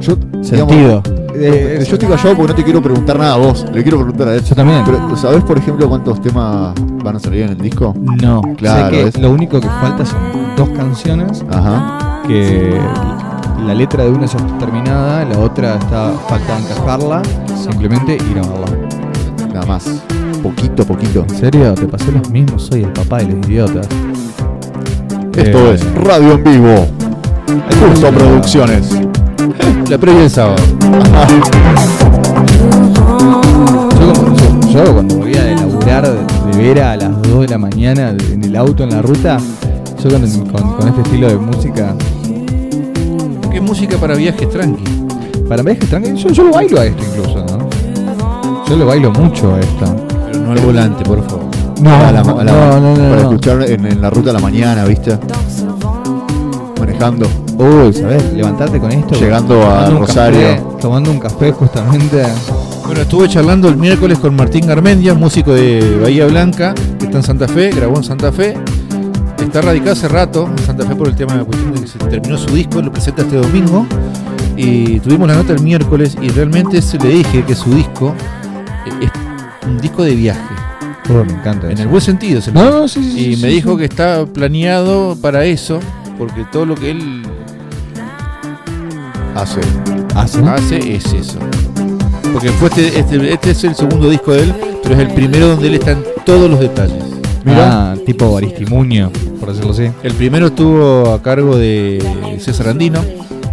[SPEAKER 1] Yo,
[SPEAKER 2] Sentido.
[SPEAKER 1] digamos, eh, yo estoy callado porque no te quiero preguntar nada a vos. Le quiero preguntar a él.
[SPEAKER 2] Yo también.
[SPEAKER 1] Pero, ¿sabés, por ejemplo, cuántos temas van a salir en el disco?
[SPEAKER 2] No,
[SPEAKER 1] Claro,
[SPEAKER 2] sé que
[SPEAKER 1] es-
[SPEAKER 2] lo único que falta son dos canciones
[SPEAKER 1] Ajá.
[SPEAKER 2] que la letra de una ya está terminada, la otra está falta encajarla, simplemente y grabarla.
[SPEAKER 1] Nada más. Poquito, poquito.
[SPEAKER 2] ¿En serio? ¿Te pasé los mismos? Soy el papá de los idiotas.
[SPEAKER 1] Esto
[SPEAKER 2] Eh,
[SPEAKER 1] es Radio en Vivo. Justo Producciones.
[SPEAKER 3] La previa del sábado.
[SPEAKER 2] Yo, como- yo- yo cuando volvía de laburar de, de vera a las 2 de la mañana de- en el auto, en la ruta, yo con, el- con- con este estilo de música,
[SPEAKER 3] Qué música para viajes tranqui.
[SPEAKER 2] para mí es que tranqui- yo, yo lo bailo a esto incluso, ¿no? Yo lo bailo mucho a esto.
[SPEAKER 3] Pero no al volante, por favor.
[SPEAKER 2] No,
[SPEAKER 1] A la- a la-
[SPEAKER 2] no, no, no,
[SPEAKER 1] para
[SPEAKER 2] no.
[SPEAKER 1] escuchar en, en la ruta a la mañana, ¿viste? Manejando.
[SPEAKER 2] Uy, ¿sabes? Levantarte con esto.
[SPEAKER 1] Llegando a
[SPEAKER 2] tomando un café,
[SPEAKER 1] Rosario.
[SPEAKER 2] tomando un café justamente.
[SPEAKER 3] Bueno, estuve charlando el miércoles con Martín Garmendia, músico de Bahía Blanca, que está en Santa Fe, grabó en Santa Fe. Está radicado hace rato en Santa Fe por el tema de la cuestión de que se terminó su disco, lo presenta este domingo. Y tuvimos la nota el miércoles y realmente se le dije que su disco eh, es un disco de viaje.
[SPEAKER 2] Uy, Uh, me encanta
[SPEAKER 3] En
[SPEAKER 2] eso.
[SPEAKER 3] el buen sentido, se lo
[SPEAKER 2] No,
[SPEAKER 3] dije.
[SPEAKER 2] no, sí, sí, sí,
[SPEAKER 3] Y me
[SPEAKER 2] sí,
[SPEAKER 3] dijo
[SPEAKER 2] sí.
[SPEAKER 3] que está planeado para eso, porque todo lo que él
[SPEAKER 1] Hace.
[SPEAKER 2] Ah, ¿sí?
[SPEAKER 3] hace es eso. Porque fue este, este, este es el segundo disco de él, pero es el primero donde él está en todos los detalles.
[SPEAKER 2] Mirá. tipo Baristimuño, por decirlo así.
[SPEAKER 3] El primero estuvo a cargo de César Andino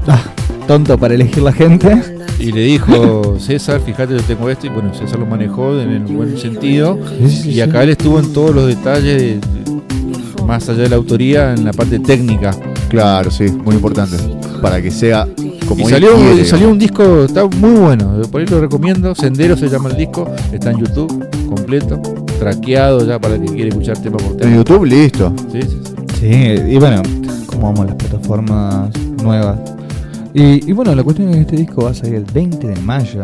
[SPEAKER 2] Ah, tonto para elegir la gente.
[SPEAKER 3] y le dijo, César, fíjate yo tengo esto, y bueno, César lo manejó en el buen sentido. Y acá él estuvo en todos los detalles, de- de- más allá de la autoría, en la parte técnica.
[SPEAKER 1] Claro, sí, muy importante. Para que sea como
[SPEAKER 3] Y
[SPEAKER 1] él
[SPEAKER 3] salió,
[SPEAKER 1] quiere,
[SPEAKER 3] salió un disco, está muy bueno, por ahí lo recomiendo, Sendero se llama el disco, está en YouTube, completo, traqueado ya para el que quiere escuchar tema por
[SPEAKER 1] En
[SPEAKER 3] tema.
[SPEAKER 1] YouTube, listo.
[SPEAKER 3] Sí, sí, sí.
[SPEAKER 2] Sí, y bueno, como vamos las plataformas nuevas. Y, y bueno, la cuestión es que este disco va a salir el 20 de mayo.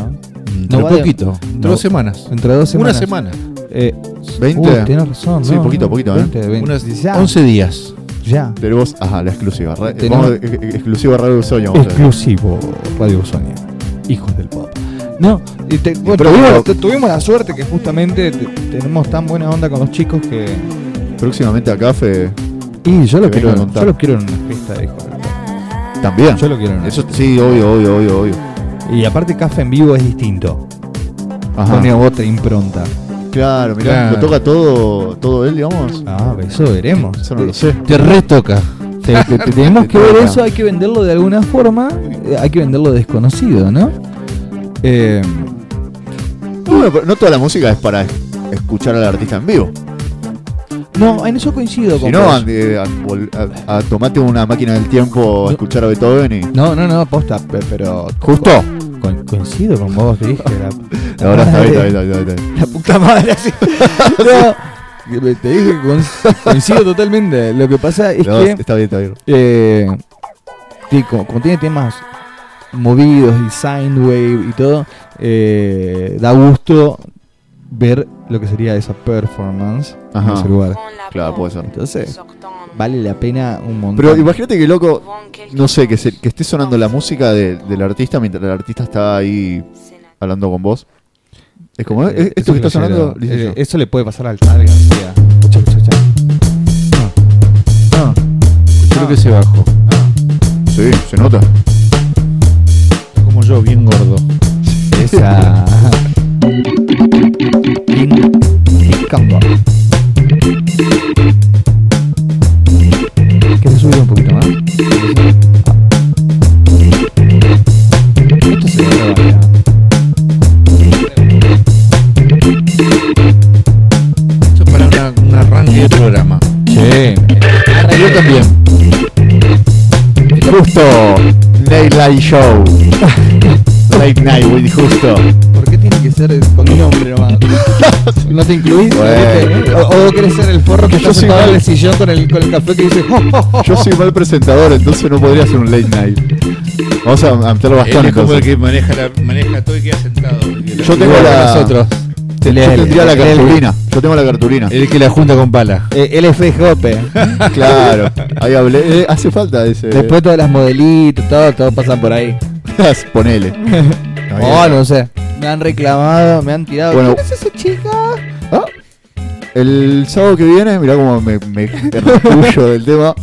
[SPEAKER 3] Pero
[SPEAKER 2] va de-
[SPEAKER 3] poquito,
[SPEAKER 2] no.
[SPEAKER 3] dos semanas.
[SPEAKER 2] Entre dos
[SPEAKER 3] Una
[SPEAKER 2] semanas.
[SPEAKER 3] semana,
[SPEAKER 2] Eh,
[SPEAKER 1] 20.
[SPEAKER 2] uy, tienes razón.
[SPEAKER 1] Sí,
[SPEAKER 2] no,
[SPEAKER 1] poquito,
[SPEAKER 2] no,
[SPEAKER 1] poquito, ¿eh?
[SPEAKER 2] 20, 20.
[SPEAKER 3] unas
[SPEAKER 2] ya,
[SPEAKER 3] 11 días.
[SPEAKER 2] ya.
[SPEAKER 1] Tenemos, ajá, la exclusiva. ra-
[SPEAKER 2] Tenemos-
[SPEAKER 1] vamos a- ex- ex- exclusiva Radio Soño. vamos a hacer.
[SPEAKER 2] Exclusivo Radio Sonia. Hijos del pop. No, y te- bueno,
[SPEAKER 1] Pero bueno,
[SPEAKER 2] tuvimos, tu- tuvimos la suerte que justamente te- tenemos tan buena onda con los chicos que.
[SPEAKER 1] Próximamente a Cafe
[SPEAKER 2] Y yo los
[SPEAKER 1] Te vengo
[SPEAKER 2] quiero,
[SPEAKER 1] a contar.
[SPEAKER 2] yo los quiero en una fiesta de hijos del pop.
[SPEAKER 1] también.
[SPEAKER 2] Yo lo quiero en una
[SPEAKER 1] Eso sí, obvio, obvio, obvio, obvio.
[SPEAKER 2] Y aparte café en vivo es distinto.
[SPEAKER 1] Ajá.
[SPEAKER 2] Pone otra impronta.
[SPEAKER 1] Claro, mirá,
[SPEAKER 3] Claro.
[SPEAKER 1] lo toca todo, todo él, digamos.
[SPEAKER 2] Ah, eso veremos.
[SPEAKER 1] Eso no lo sé.
[SPEAKER 3] Te retoca.
[SPEAKER 2] Te- te- te- tenemos que ver
[SPEAKER 1] Toca.
[SPEAKER 2] eso, hay que venderlo de alguna forma, eh, hay que venderlo desconocido, ¿no? Eh,
[SPEAKER 1] Bueno, pero no toda la música es para escuchar al artista en vivo.
[SPEAKER 2] No, en eso coincido
[SPEAKER 1] Si
[SPEAKER 2] con
[SPEAKER 1] no, eh,
[SPEAKER 2] vos.
[SPEAKER 1] a, a- a- a tomate una máquina del tiempo a escuchar a Beethoven y.
[SPEAKER 2] No, no, no, posta, pe- pero.
[SPEAKER 1] Justo.
[SPEAKER 2] co- coincido con vos, te dije. La,
[SPEAKER 1] Ahora está bien, está bien, está bien, está bien.
[SPEAKER 2] La puta madre, así. No, que te dije que coinc- coincido totalmente. Lo que pasa es
[SPEAKER 1] No,
[SPEAKER 2] que.
[SPEAKER 1] está bien, está bien.
[SPEAKER 2] Eh, sí, como, como tiene temas movidos y sine wave y todo, eh, da gusto ver lo que sería esa performance
[SPEAKER 1] Ajá.
[SPEAKER 2] en ese lugar.
[SPEAKER 1] Claro, puede ser.
[SPEAKER 2] Entonces, vale la pena un montón.
[SPEAKER 1] Pero imagínate que loco, no sé, que, se- que esté sonando la música de- del artista mientras el artista está ahí hablando con vos. Es como,
[SPEAKER 2] Eh,
[SPEAKER 1] "Eh, esto
[SPEAKER 2] eso
[SPEAKER 1] que está
[SPEAKER 2] es grosero.
[SPEAKER 1] sonando, lo hice
[SPEAKER 2] Eh,
[SPEAKER 1] yo".
[SPEAKER 2] Eso le puede pasar al Targa. o sea, cha, cha, cha. Ah,
[SPEAKER 3] Creo que se bajó.
[SPEAKER 1] Sí,
[SPEAKER 3] eh,
[SPEAKER 1] se nota.
[SPEAKER 3] Como yo, bien gordo.
[SPEAKER 2] Esa. Pin- Pinkambo. ¿Quieres subir un poquito más? Esto se graba ya.
[SPEAKER 3] Eso es para una- un arranque de programa.
[SPEAKER 2] Che,
[SPEAKER 3] eh,
[SPEAKER 1] Yo también. Justo. Late Night Show. Late Night with Justo.
[SPEAKER 2] ¿por qué tiene que ser con mi nombre nomás? ¿No te incluís? ¿eh?
[SPEAKER 1] Bueno.
[SPEAKER 2] ¿O, o vos querés ser el forro que
[SPEAKER 1] Yo
[SPEAKER 2] está
[SPEAKER 1] soy
[SPEAKER 2] sentado en
[SPEAKER 1] mal.
[SPEAKER 2] el sillón con el, con el café que dice
[SPEAKER 1] Yo soy mal presentador, entonces no podría hacer un Late Night. Vamos a, a meterlo
[SPEAKER 3] Él
[SPEAKER 1] bastante.
[SPEAKER 3] es como el
[SPEAKER 1] entonces.
[SPEAKER 3] que maneja, la- maneja todo y queda sentado.
[SPEAKER 1] Yo tengo la.
[SPEAKER 3] Nosotros.
[SPEAKER 1] Yo tendría la cartulina. Yo tengo la cartulina.
[SPEAKER 3] El que la junta con pala.
[SPEAKER 2] Eh, LF Jope.
[SPEAKER 1] Claro. Ahí hablé. Eh, hace falta ese.
[SPEAKER 2] Después todas las modelitos, todo, todo pasan por ahí.
[SPEAKER 1] Ponele.
[SPEAKER 2] Oh, no sé. Me han reclamado, me han tirado.
[SPEAKER 1] Bueno.
[SPEAKER 2] ¿Quién es esa chica?
[SPEAKER 1] Ah, El sábado que viene, mirá cómo me, me retuyo del tema.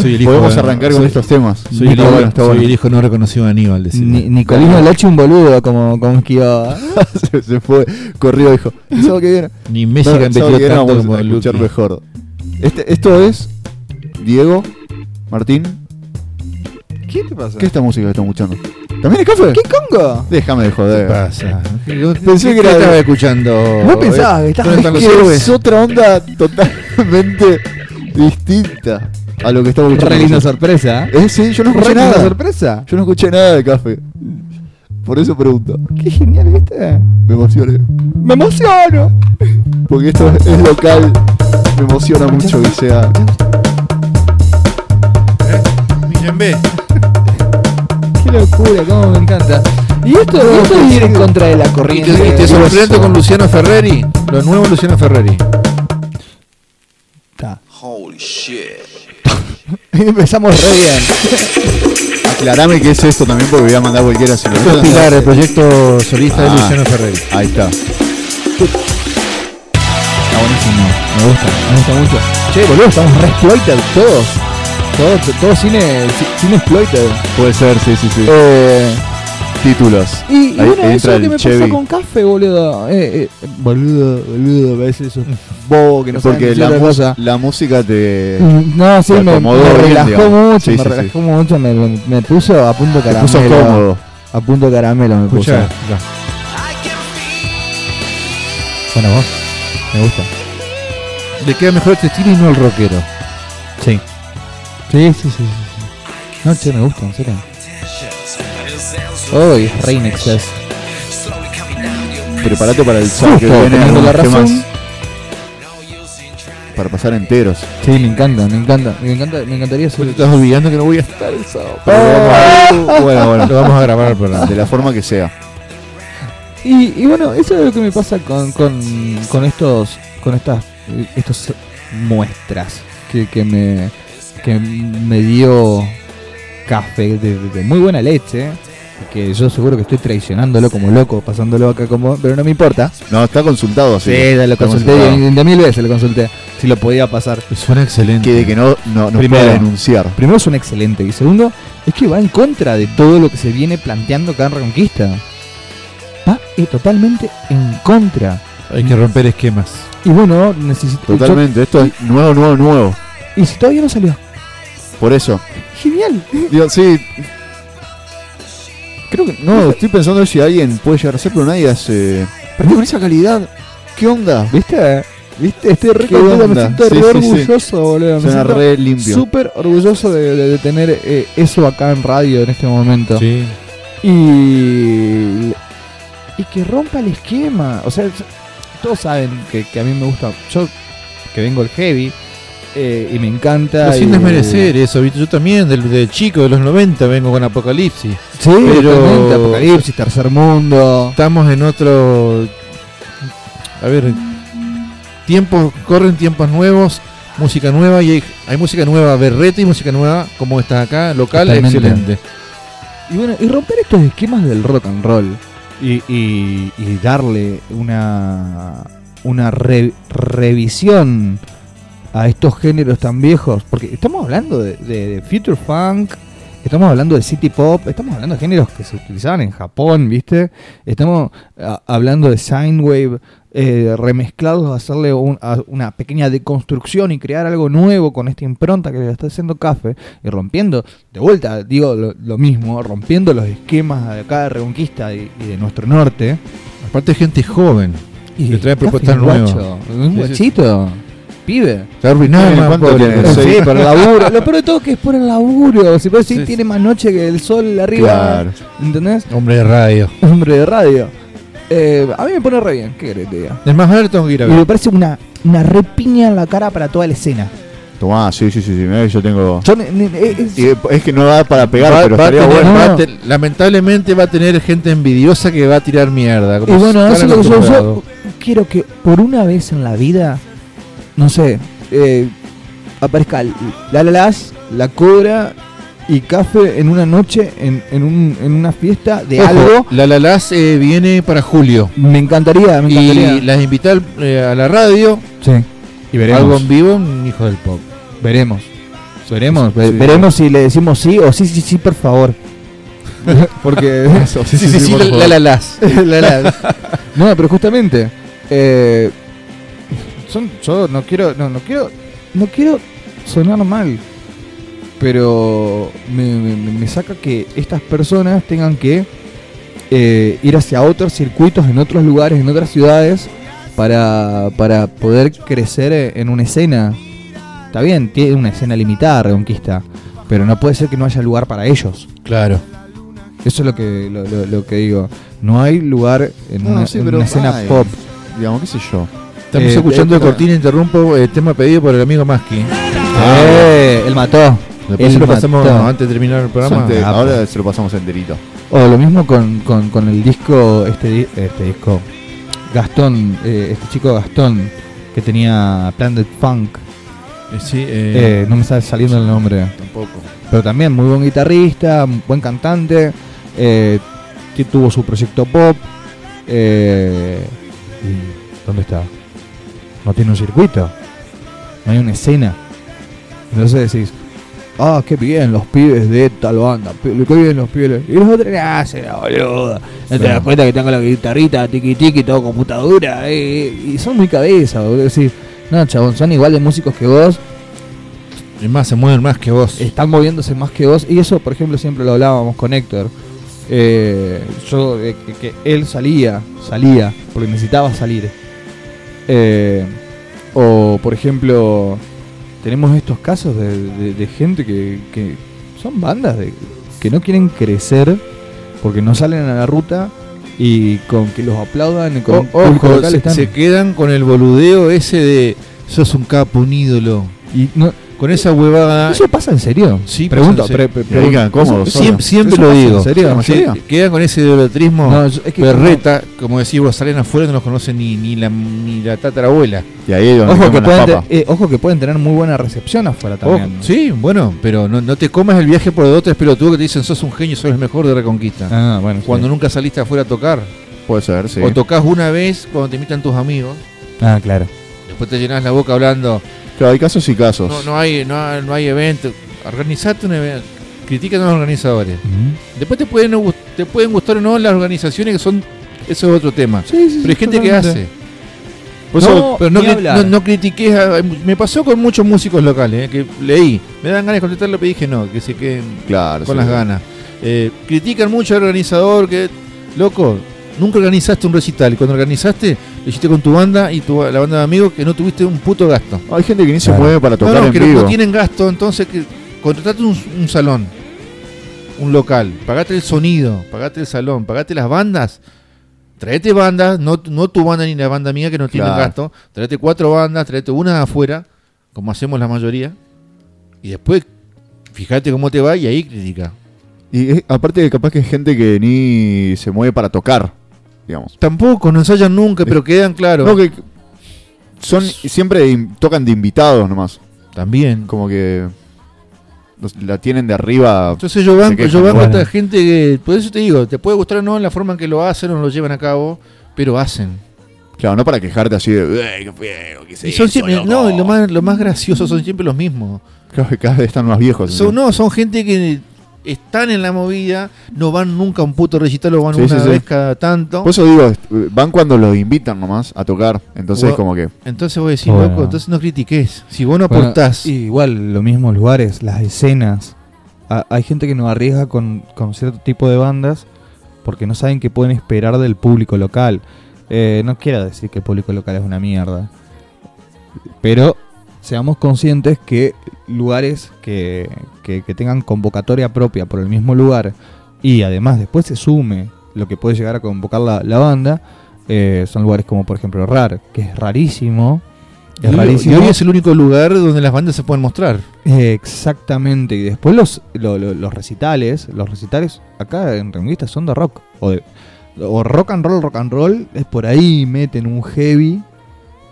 [SPEAKER 3] Soy el
[SPEAKER 1] Podemos
[SPEAKER 3] de-
[SPEAKER 1] arrancar con
[SPEAKER 3] soy-
[SPEAKER 1] estos temas.
[SPEAKER 3] Soy el,
[SPEAKER 1] Está
[SPEAKER 3] hijo,
[SPEAKER 1] bueno, está
[SPEAKER 3] soy
[SPEAKER 1] bueno.
[SPEAKER 3] el hijo no reconocido de Aníbal. decime.
[SPEAKER 2] Ni- Nicolino Lachi un boludo como ¿eh? con Kioa.
[SPEAKER 1] se, se fue, corrió, dijo. El sábado que viene.
[SPEAKER 3] Ni
[SPEAKER 1] No,
[SPEAKER 3] Messi que
[SPEAKER 1] el sábado
[SPEAKER 3] metido
[SPEAKER 1] que viene
[SPEAKER 3] tanto
[SPEAKER 1] vamos
[SPEAKER 3] como
[SPEAKER 1] a escuchar
[SPEAKER 3] Lucky.
[SPEAKER 1] mejor. Este, esto es Diego, Martín.
[SPEAKER 2] ¿Qué te pasa?
[SPEAKER 1] ¿Qué es esta música que estamos escuchando? ¿También es café?
[SPEAKER 2] ¿Qué congo?
[SPEAKER 1] Déjame de
[SPEAKER 3] ¿Qué
[SPEAKER 1] joder.
[SPEAKER 3] pasa?
[SPEAKER 1] Pensé
[SPEAKER 3] ¿Qué
[SPEAKER 1] que era-
[SPEAKER 3] estaba escuchando?
[SPEAKER 2] Vos pensabas que
[SPEAKER 3] ¿Dónde
[SPEAKER 2] estabas
[SPEAKER 3] están los
[SPEAKER 1] Que
[SPEAKER 3] héroes?
[SPEAKER 1] eh. es otra onda totalmente distinta a lo que estamos escuchando.
[SPEAKER 2] Re linda sorpresa. ¿eh?
[SPEAKER 1] Eh, sí, yo no
[SPEAKER 2] Re
[SPEAKER 1] escuché
[SPEAKER 2] linda
[SPEAKER 1] nada.
[SPEAKER 2] sorpresa.
[SPEAKER 1] Yo no escuché nada de café. Por eso pregunto.
[SPEAKER 2] Qué genial, ¿viste?
[SPEAKER 1] Me emocioné.
[SPEAKER 2] Me emociono.
[SPEAKER 1] Porque esto es, es local. Me emociona mucho que sea.
[SPEAKER 3] Miren, ve.
[SPEAKER 2] Qué locura, cómo me encanta. Y esto, esto es ir en contra de la
[SPEAKER 3] Y
[SPEAKER 2] corriente.
[SPEAKER 3] te, y te
[SPEAKER 2] Digo,
[SPEAKER 3] sorprendo con Luciano Ferreri. Lo nuevo Luciano Ferreri.
[SPEAKER 2] está.
[SPEAKER 5] Holy shit.
[SPEAKER 2] Empezamos re bien.
[SPEAKER 1] Aclarame qué es esto también porque voy a mandar cualquiera si lo
[SPEAKER 3] Esto es Pilar, el proyecto solista
[SPEAKER 1] Ah.
[SPEAKER 3] de Luciano Ferreri.
[SPEAKER 1] Ahí está. Ah,
[SPEAKER 2] Está buenísimo, me gusta, me gusta mucho. Che, boludo, estamos re exploited todos. Todo, todo cine, ci- cine exploited.
[SPEAKER 1] Puede ser, sí, sí, sí.
[SPEAKER 2] Eh,
[SPEAKER 1] Títulos.
[SPEAKER 2] y y
[SPEAKER 1] Ahí
[SPEAKER 2] bueno,
[SPEAKER 1] entra
[SPEAKER 2] eso que
[SPEAKER 1] el
[SPEAKER 2] me
[SPEAKER 1] Chevy.
[SPEAKER 2] pasó con café, boludo. Eh, eh, boludo, boludo, a veces eso. Bobo que no saben
[SPEAKER 1] Porque
[SPEAKER 2] decir
[SPEAKER 1] la,
[SPEAKER 2] otra
[SPEAKER 1] mu-
[SPEAKER 2] cosa.
[SPEAKER 1] la música te,
[SPEAKER 2] Mm, No, sí,
[SPEAKER 1] te
[SPEAKER 2] me, me
[SPEAKER 1] acomodó bien,
[SPEAKER 2] relajó
[SPEAKER 1] digamos.
[SPEAKER 2] mucho,
[SPEAKER 1] Sí,
[SPEAKER 2] me
[SPEAKER 1] sí, sí.
[SPEAKER 2] relajó mucho, me, me- me puso a punto
[SPEAKER 1] te
[SPEAKER 2] caramelo.
[SPEAKER 1] puso cómodo.
[SPEAKER 2] A punto caramelo me
[SPEAKER 3] Escucha.
[SPEAKER 2] puso.
[SPEAKER 3] ya.
[SPEAKER 2] Bueno, vos, me gusta.
[SPEAKER 3] Le queda mejor este estilo y no el rockero.
[SPEAKER 2] Sí. Sí, sí, sí, sí. sí. No, che, me gusta, en serio. Uy, es re in excess.
[SPEAKER 1] Preparate para el sábado que
[SPEAKER 2] Justo,
[SPEAKER 1] viene.
[SPEAKER 2] teniendo la
[SPEAKER 1] unos
[SPEAKER 2] razón.
[SPEAKER 1] temas Para pasar enteros.
[SPEAKER 2] Sí, me encanta, me encanta, me encanta, me encantaría Oh.
[SPEAKER 3] Vos te
[SPEAKER 2] subir.
[SPEAKER 3] estás olvidando que no voy a estar el sábado.
[SPEAKER 1] Pero vamos a- bueno, bueno.
[SPEAKER 3] Lo vamos a grabar para.
[SPEAKER 1] De la forma que sea.
[SPEAKER 2] Y, y bueno, eso es lo que me pasa con, con, con estos, con estas, estos muestras que, que me, que me dio café de, de muy buena leche. Que yo seguro que estoy traicionándolo como loco, pasándolo acá como, pero no me importa.
[SPEAKER 1] No, está consultado así.
[SPEAKER 2] Sí, lo
[SPEAKER 1] Está
[SPEAKER 2] consulté
[SPEAKER 1] consultado.
[SPEAKER 2] de, de mil veces, lo consulté. Si lo podía pasar.
[SPEAKER 3] Suena
[SPEAKER 1] Que
[SPEAKER 3] excelente.
[SPEAKER 1] de que no, no, no
[SPEAKER 2] Primero.
[SPEAKER 1] pueda denunciar.
[SPEAKER 2] Primero es un excelente y segundo es que va en contra de todo lo que se viene planteando acá en Reconquista. Va eh, totalmente en contra.
[SPEAKER 3] Hay que romper esquemas.
[SPEAKER 2] Y bueno, necesito...
[SPEAKER 1] Totalmente, esto es nuevo, nuevo, nuevo.
[SPEAKER 2] Y si todavía no salió.
[SPEAKER 1] Por eso.
[SPEAKER 2] Genial.
[SPEAKER 1] Digo, sí. Creo que. No, estoy pensando si alguien puede llegar a ser, pero nadie hace. Pero con esa calidad, ¿qué onda?
[SPEAKER 2] ¿Viste? ¿Viste? Estoy re
[SPEAKER 1] ¿Qué
[SPEAKER 2] contento, me
[SPEAKER 1] onda?
[SPEAKER 2] siento
[SPEAKER 1] Sí,
[SPEAKER 2] re
[SPEAKER 1] sí, sí.
[SPEAKER 2] orgulloso, boludo. Me
[SPEAKER 1] Suena
[SPEAKER 2] siento
[SPEAKER 1] re limpio.
[SPEAKER 2] súper orgulloso de, de- de tener eh, eso acá en radio en este momento.
[SPEAKER 3] Sí.
[SPEAKER 2] Y. Y que rompa el esquema. O sea, es- todos saben que, que a mí me gusta. Yo, que vengo el heavy, eh, y me encanta.
[SPEAKER 3] Pero sin
[SPEAKER 2] y-
[SPEAKER 3] desmerecer eso, ¿viste? Yo también, del, de chico de los 90, vengo con Apocalipsis.
[SPEAKER 2] Sí,
[SPEAKER 3] pero-
[SPEAKER 2] totalmente, Apocalipsis, Tercer Mundo.
[SPEAKER 3] Estamos en otro. A ver. Tiempos, corren tiempos nuevos, música nueva y hay, hay música nueva, berreta y música nueva, como está acá, local,
[SPEAKER 2] Totalmente.
[SPEAKER 3] excelente.
[SPEAKER 2] Y bueno, y romper estos esquemas del rock and roll. Y, y- y darle una, una re- revisión a estos géneros tan viejos. Porque estamos hablando de, de- de future funk, estamos hablando de city pop, estamos hablando de géneros que se utilizaban en Japón, ¿viste? Estamos ah, hablando de sine wave, eh, remezclados, hacerle un- a- una pequeña deconstrucción y crear algo nuevo con esta impronta que le está haciendo Café y rompiendo, de vuelta digo lo, lo mismo, rompiendo los esquemas de acá de Reconquista y, y de nuestro norte.
[SPEAKER 3] Aparte, gente joven.
[SPEAKER 2] Y
[SPEAKER 3] Le trae
[SPEAKER 2] Café
[SPEAKER 3] propuestas
[SPEAKER 2] es un
[SPEAKER 3] nuevas.
[SPEAKER 2] guacho, Un
[SPEAKER 3] sí.
[SPEAKER 2] guachito, pibe.
[SPEAKER 3] Está arruinado,
[SPEAKER 1] Tiene
[SPEAKER 3] man,
[SPEAKER 1] cuánto
[SPEAKER 3] pobre.
[SPEAKER 1] tiene,
[SPEAKER 2] Sí,
[SPEAKER 1] Sí.
[SPEAKER 2] por el laburo. Lo peor de todo que es por el laburo. Si vos decís,
[SPEAKER 3] Sí, sí.
[SPEAKER 2] tiene más noche que el sol arriba.
[SPEAKER 1] Claro.
[SPEAKER 2] ¿Entendés?
[SPEAKER 3] Hombre de radio.
[SPEAKER 2] Hombre de radio. Eh, a mí me pone re bien, ¿qué querés que te diga?
[SPEAKER 3] Es más, a ver, tengo que ir a
[SPEAKER 2] Y
[SPEAKER 3] ver.
[SPEAKER 2] me parece una, una repiña en la cara para toda la escena.
[SPEAKER 1] Tomá, sí, sí, sí, sí. mirá que yo tengo.
[SPEAKER 2] Yo ne- ne- eh, eh,
[SPEAKER 1] Y, eh, es que no da para pegar,
[SPEAKER 3] Va-
[SPEAKER 1] pero
[SPEAKER 3] va a
[SPEAKER 1] estaría
[SPEAKER 3] tener-
[SPEAKER 1] bueno.
[SPEAKER 3] va a
[SPEAKER 2] No.
[SPEAKER 3] te- lamentablemente va a tener gente envidiosa que va a tirar mierda. como
[SPEAKER 2] Y bueno,
[SPEAKER 3] están
[SPEAKER 2] eso es lo que yo,
[SPEAKER 3] acostumbrados.
[SPEAKER 2] yo quiero que por una vez en la vida, no sé, eh, aparezca la la las, la cobra y café en una noche, en, en, un- en una fiesta de
[SPEAKER 3] Ojo,
[SPEAKER 2] algo.
[SPEAKER 3] La La Las, eh, viene para julio.
[SPEAKER 2] Me encantaría, me encantaría.
[SPEAKER 3] Y las invita al- eh, a la radio.
[SPEAKER 2] Sí. Y veremos.
[SPEAKER 3] Algo en vivo, un hijo del pop.
[SPEAKER 2] Veremos. Veremos.
[SPEAKER 1] Sí.
[SPEAKER 2] Veremos si le decimos sí o sí, sí, sí, por favor. Porque eso,
[SPEAKER 3] Sí, sí, sí, la, la, la Las.
[SPEAKER 2] La la- no, pero justamente. eh, son, yo no quiero. No, no quiero. No quiero sonar mal. Pero me, me- me- me saca que estas personas tengan que eh, ir hacia otros circuitos, en otros lugares, en otras ciudades, para, para poder crecer eh, en una escena. Está bien, tiene una escena limitada, Reconquista, pero no puede ser que no haya lugar para ellos.
[SPEAKER 3] Claro.
[SPEAKER 2] Eso es lo que, lo, lo- lo que digo. No hay lugar en
[SPEAKER 1] No,
[SPEAKER 2] una,
[SPEAKER 1] sí,
[SPEAKER 2] en
[SPEAKER 1] pero
[SPEAKER 2] una escena
[SPEAKER 1] hay.
[SPEAKER 2] pop.
[SPEAKER 1] Digamos, qué sé yo.
[SPEAKER 3] Estamos
[SPEAKER 2] Eh,
[SPEAKER 3] escuchando
[SPEAKER 1] esta-
[SPEAKER 3] Cortina, interrumpo, eh, tema pedido por el amigo Maski.
[SPEAKER 2] ¡Eh! Él mató.
[SPEAKER 3] Después
[SPEAKER 2] Él
[SPEAKER 3] se lo pasamos
[SPEAKER 2] mató.
[SPEAKER 3] antes de terminar el programa.
[SPEAKER 1] Antes-
[SPEAKER 2] Ah,
[SPEAKER 1] ahora se lo pasamos enterito.
[SPEAKER 2] O lo mismo con, con- con el disco, este, di- este disco. Gastón, eh, este chico Gastón, que tenía Planet Funk.
[SPEAKER 3] Eh, sí, eh,
[SPEAKER 2] Eh, no me está saliendo el nombre.
[SPEAKER 3] tampoco.
[SPEAKER 2] Pero también muy buen guitarrista, buen cantante. eh, que tuvo su proyecto pop. eh, ¿y ¿Dónde está? No tiene un circuito. No hay una escena. Entonces decís, ah, qué bien los pibes de tal banda. pi- Qué bien los pibes. Y los otros, ah, será boludo. No te das cuenta que tengo la guitarrita, tiki tiki, todo computadora. eh, eh", Y son muy cabeza, boludo. Decís, no, chabón, son igual de músicos que vos
[SPEAKER 3] Es más, se mueven más que vos.
[SPEAKER 2] están moviéndose más que vos. Y eso, por ejemplo, siempre lo hablábamos con Héctor. Eh, yo, eh, que, que él salía, salía, porque necesitaba salir. Eh, o, por ejemplo, tenemos estos casos de, de- de gente que, que son bandas de- que no quieren crecer porque no salen a la ruta y con que los aplaudan y con
[SPEAKER 3] O-
[SPEAKER 2] público
[SPEAKER 3] ojo,
[SPEAKER 2] local
[SPEAKER 3] se,
[SPEAKER 2] están-
[SPEAKER 3] se quedan con el boludeo ese de sos un capo, un ídolo.
[SPEAKER 2] y no-
[SPEAKER 3] Con esa huevada.
[SPEAKER 2] ¿Eso pasa en serio?
[SPEAKER 3] Ah, Sí, pasa
[SPEAKER 2] pregunto.
[SPEAKER 3] en serio.
[SPEAKER 2] pre- pre-
[SPEAKER 1] Y ahí quedan cómodos.
[SPEAKER 2] Eso-
[SPEAKER 1] solos.
[SPEAKER 3] Siempre, siempre
[SPEAKER 2] ¿Eso
[SPEAKER 3] lo
[SPEAKER 2] pasa en
[SPEAKER 3] digo.
[SPEAKER 2] serio?
[SPEAKER 1] La
[SPEAKER 3] Se-
[SPEAKER 1] mayoría.
[SPEAKER 3] quedan con ese idolatrismo
[SPEAKER 2] No, yo- es que-
[SPEAKER 3] berreta, como decís vos, salen afuera y no los conocen ni, ni, la, ni la tatarabuela.
[SPEAKER 1] Y ahí es donde
[SPEAKER 2] Ojo que,
[SPEAKER 1] comen
[SPEAKER 2] pueden
[SPEAKER 1] las
[SPEAKER 2] te-
[SPEAKER 1] papas.
[SPEAKER 2] eh, ojo que pueden tener muy buena recepción afuera también.
[SPEAKER 3] Oh, sí, bueno, pero no, no te comas el viaje por dos, tres pelotudos que te dicen sos un genio, sos el mejor de Reconquista.
[SPEAKER 2] Ah, bueno. sí.
[SPEAKER 3] Cuando nunca saliste afuera a tocar.
[SPEAKER 1] Puede ser, sí.
[SPEAKER 3] O tocas una vez cuando te invitan tus amigos.
[SPEAKER 2] Ah, claro.
[SPEAKER 3] Después te llenas la boca hablando.
[SPEAKER 1] Claro, hay casos y casos.
[SPEAKER 3] No, no hay, no, hay- no hay evento. Organizate un evento. Critican a los organizadores. Después te pueden, no gust- te pueden gustar o no las organizaciones que son. Eso es otro tema. Pero hay gente que hace.
[SPEAKER 1] Por
[SPEAKER 3] no,
[SPEAKER 1] eso-
[SPEAKER 3] pero no,
[SPEAKER 2] ni
[SPEAKER 3] cri-
[SPEAKER 2] hablar.
[SPEAKER 3] no- no critiques. a- eh, me pasó con muchos músicos locales eh, que leí. Me dan ganas de contestarlo, pero dije no, que se queden
[SPEAKER 1] claro.
[SPEAKER 3] con
[SPEAKER 1] sí.
[SPEAKER 3] las ganas. Eh, critican mucho al organizador que, loco, nunca organizaste un recital. Cuando organizaste, lo hiciste con tu banda y tu, la banda de amigos que no tuviste un puto gasto.
[SPEAKER 1] Hay gente que ni se
[SPEAKER 2] Claro.
[SPEAKER 1] mueve para tocar
[SPEAKER 3] no, no,
[SPEAKER 1] en
[SPEAKER 3] que no-
[SPEAKER 1] vivo.
[SPEAKER 3] no tienen gasto, entonces que contratate un, un salón, un local, pagate el sonido, pagate el salón, pagate las bandas. Traete bandas, no, no tu banda ni la banda mía que no tiene
[SPEAKER 1] Claro.
[SPEAKER 3] gasto. Traete cuatro bandas, traete una de afuera, como hacemos la mayoría. Y después, fíjate cómo te va y ahí critica.
[SPEAKER 1] Y eh, aparte, capaz que hay gente que ni se mueve para tocar, digamos.
[SPEAKER 3] Tampoco, no ensayan nunca, pero Pues quedan claros.
[SPEAKER 1] No, que son siempre in- tocan de invitados nomás.
[SPEAKER 3] También.
[SPEAKER 1] Como que los- la tienen de arriba.
[SPEAKER 3] Entonces yo banco,
[SPEAKER 1] quejan,
[SPEAKER 3] yo banco a
[SPEAKER 2] bueno.
[SPEAKER 3] esta gente que, por eso te digo, te puede gustar o no en la forma en que lo hacen o lo llevan a cabo, pero hacen.
[SPEAKER 1] Claro, no para quejarte así de. "Ey, qué feo, qué sé
[SPEAKER 3] Y son
[SPEAKER 1] eso,
[SPEAKER 3] siempre,
[SPEAKER 1] loco".
[SPEAKER 3] no, y lo más, lo más gracioso son siempre los mismos.
[SPEAKER 1] Creo que cada vez están más viejos.
[SPEAKER 3] Son, no, son gente que están en la movida, no van nunca a un puto recital o van
[SPEAKER 1] Sí,
[SPEAKER 3] una
[SPEAKER 1] sí, sí.
[SPEAKER 3] vez cada tanto.
[SPEAKER 2] Pues-
[SPEAKER 1] Por eso digo, est- van cuando los invitan nomás a tocar. Entonces,
[SPEAKER 3] Ua-
[SPEAKER 1] como que.
[SPEAKER 3] Entonces vos decís,
[SPEAKER 2] Bueno.
[SPEAKER 3] loco, entonces no critiques. Si vos no
[SPEAKER 2] Bueno,
[SPEAKER 3] aportás,
[SPEAKER 2] y igual, los mismos lugares, las escenas. A- hay gente que no arriesga con, con cierto tipo de bandas porque no saben qué pueden esperar del público local. Eh, no quiero decir que el público local es una mierda. Pero seamos conscientes que lugares que, que- que tengan convocatoria propia por el mismo lugar y además después se sume lo que puede llegar a convocar la, la banda, eh, son lugares como por ejemplo RAR, que es rarísimo.
[SPEAKER 3] y
[SPEAKER 2] Es
[SPEAKER 3] hoy-
[SPEAKER 2] rarísimo.
[SPEAKER 3] y hoy es el único lugar donde las bandas se pueden mostrar.
[SPEAKER 2] Exactamente, y después los, lo- lo- los recitales, los recitales acá en Reunguista son de rock, o, de, o rock and roll, rock and roll, es por ahí meten un heavy,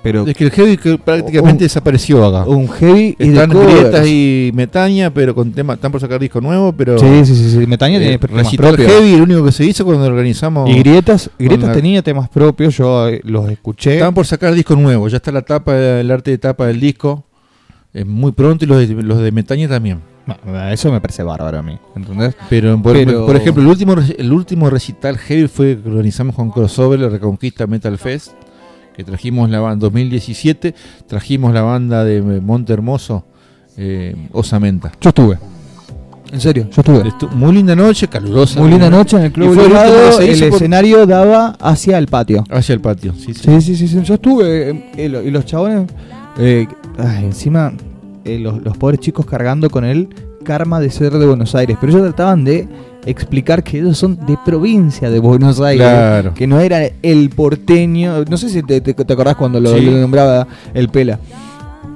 [SPEAKER 2] pero
[SPEAKER 3] Es que el heavy que prácticamente
[SPEAKER 2] Un-
[SPEAKER 3] desapareció acá.
[SPEAKER 2] un heavy oh. y de
[SPEAKER 3] Están
[SPEAKER 2] covers.
[SPEAKER 3] grietas y metaña, pero con tema, están por sacar disco nuevo, pero
[SPEAKER 2] Sí, sí, sí, sí, Metaña
[SPEAKER 3] eh,
[SPEAKER 2] tiene temas
[SPEAKER 3] recital
[SPEAKER 2] propios.
[SPEAKER 3] heavy el único que se hizo cuando organizamos.
[SPEAKER 2] Y grietas, grietas
[SPEAKER 3] la-
[SPEAKER 2] tenía temas propios, yo eh, los escuché.
[SPEAKER 3] Están por sacar disco nuevo, ya está la tapa, el arte de tapa del disco. eh, muy pronto y los de, los de Metaña también.
[SPEAKER 2] Bueno, Eso me parece bárbaro a mí, ¿entendés?
[SPEAKER 3] Pero por,
[SPEAKER 2] Pero-
[SPEAKER 3] por ejemplo, el último, re- el último recital heavy fue que organizamos con Crossover, la Reconquista Metal Fest, que trajimos la banda 2017, trajimos la banda de Monte Hermoso, eh, Osamenta.
[SPEAKER 2] Yo estuve. En serio, yo estuve.
[SPEAKER 3] Estu- Muy linda noche, calurosa.
[SPEAKER 2] Muy linda noche en el club
[SPEAKER 3] Y fue el
[SPEAKER 2] Obligado,
[SPEAKER 3] último que se
[SPEAKER 2] el
[SPEAKER 3] hizo por-
[SPEAKER 2] escenario daba hacia el patio.
[SPEAKER 3] Hacia el patio, sí, sí.
[SPEAKER 2] Sí, sí, sí, sí, yo estuve. eh, Y lo- y los chabones. eh, ay, encima, eh, los, los pobres chicos cargando con el karma de ser de Buenos Aires. Pero ellos trataban de explicar que ellos son de provincia de Buenos Aires.
[SPEAKER 3] Claro.
[SPEAKER 2] Que no era el porteño. No sé si te, te- te acordás cuando lo,
[SPEAKER 3] Sí.
[SPEAKER 2] lo nombraba el Pela.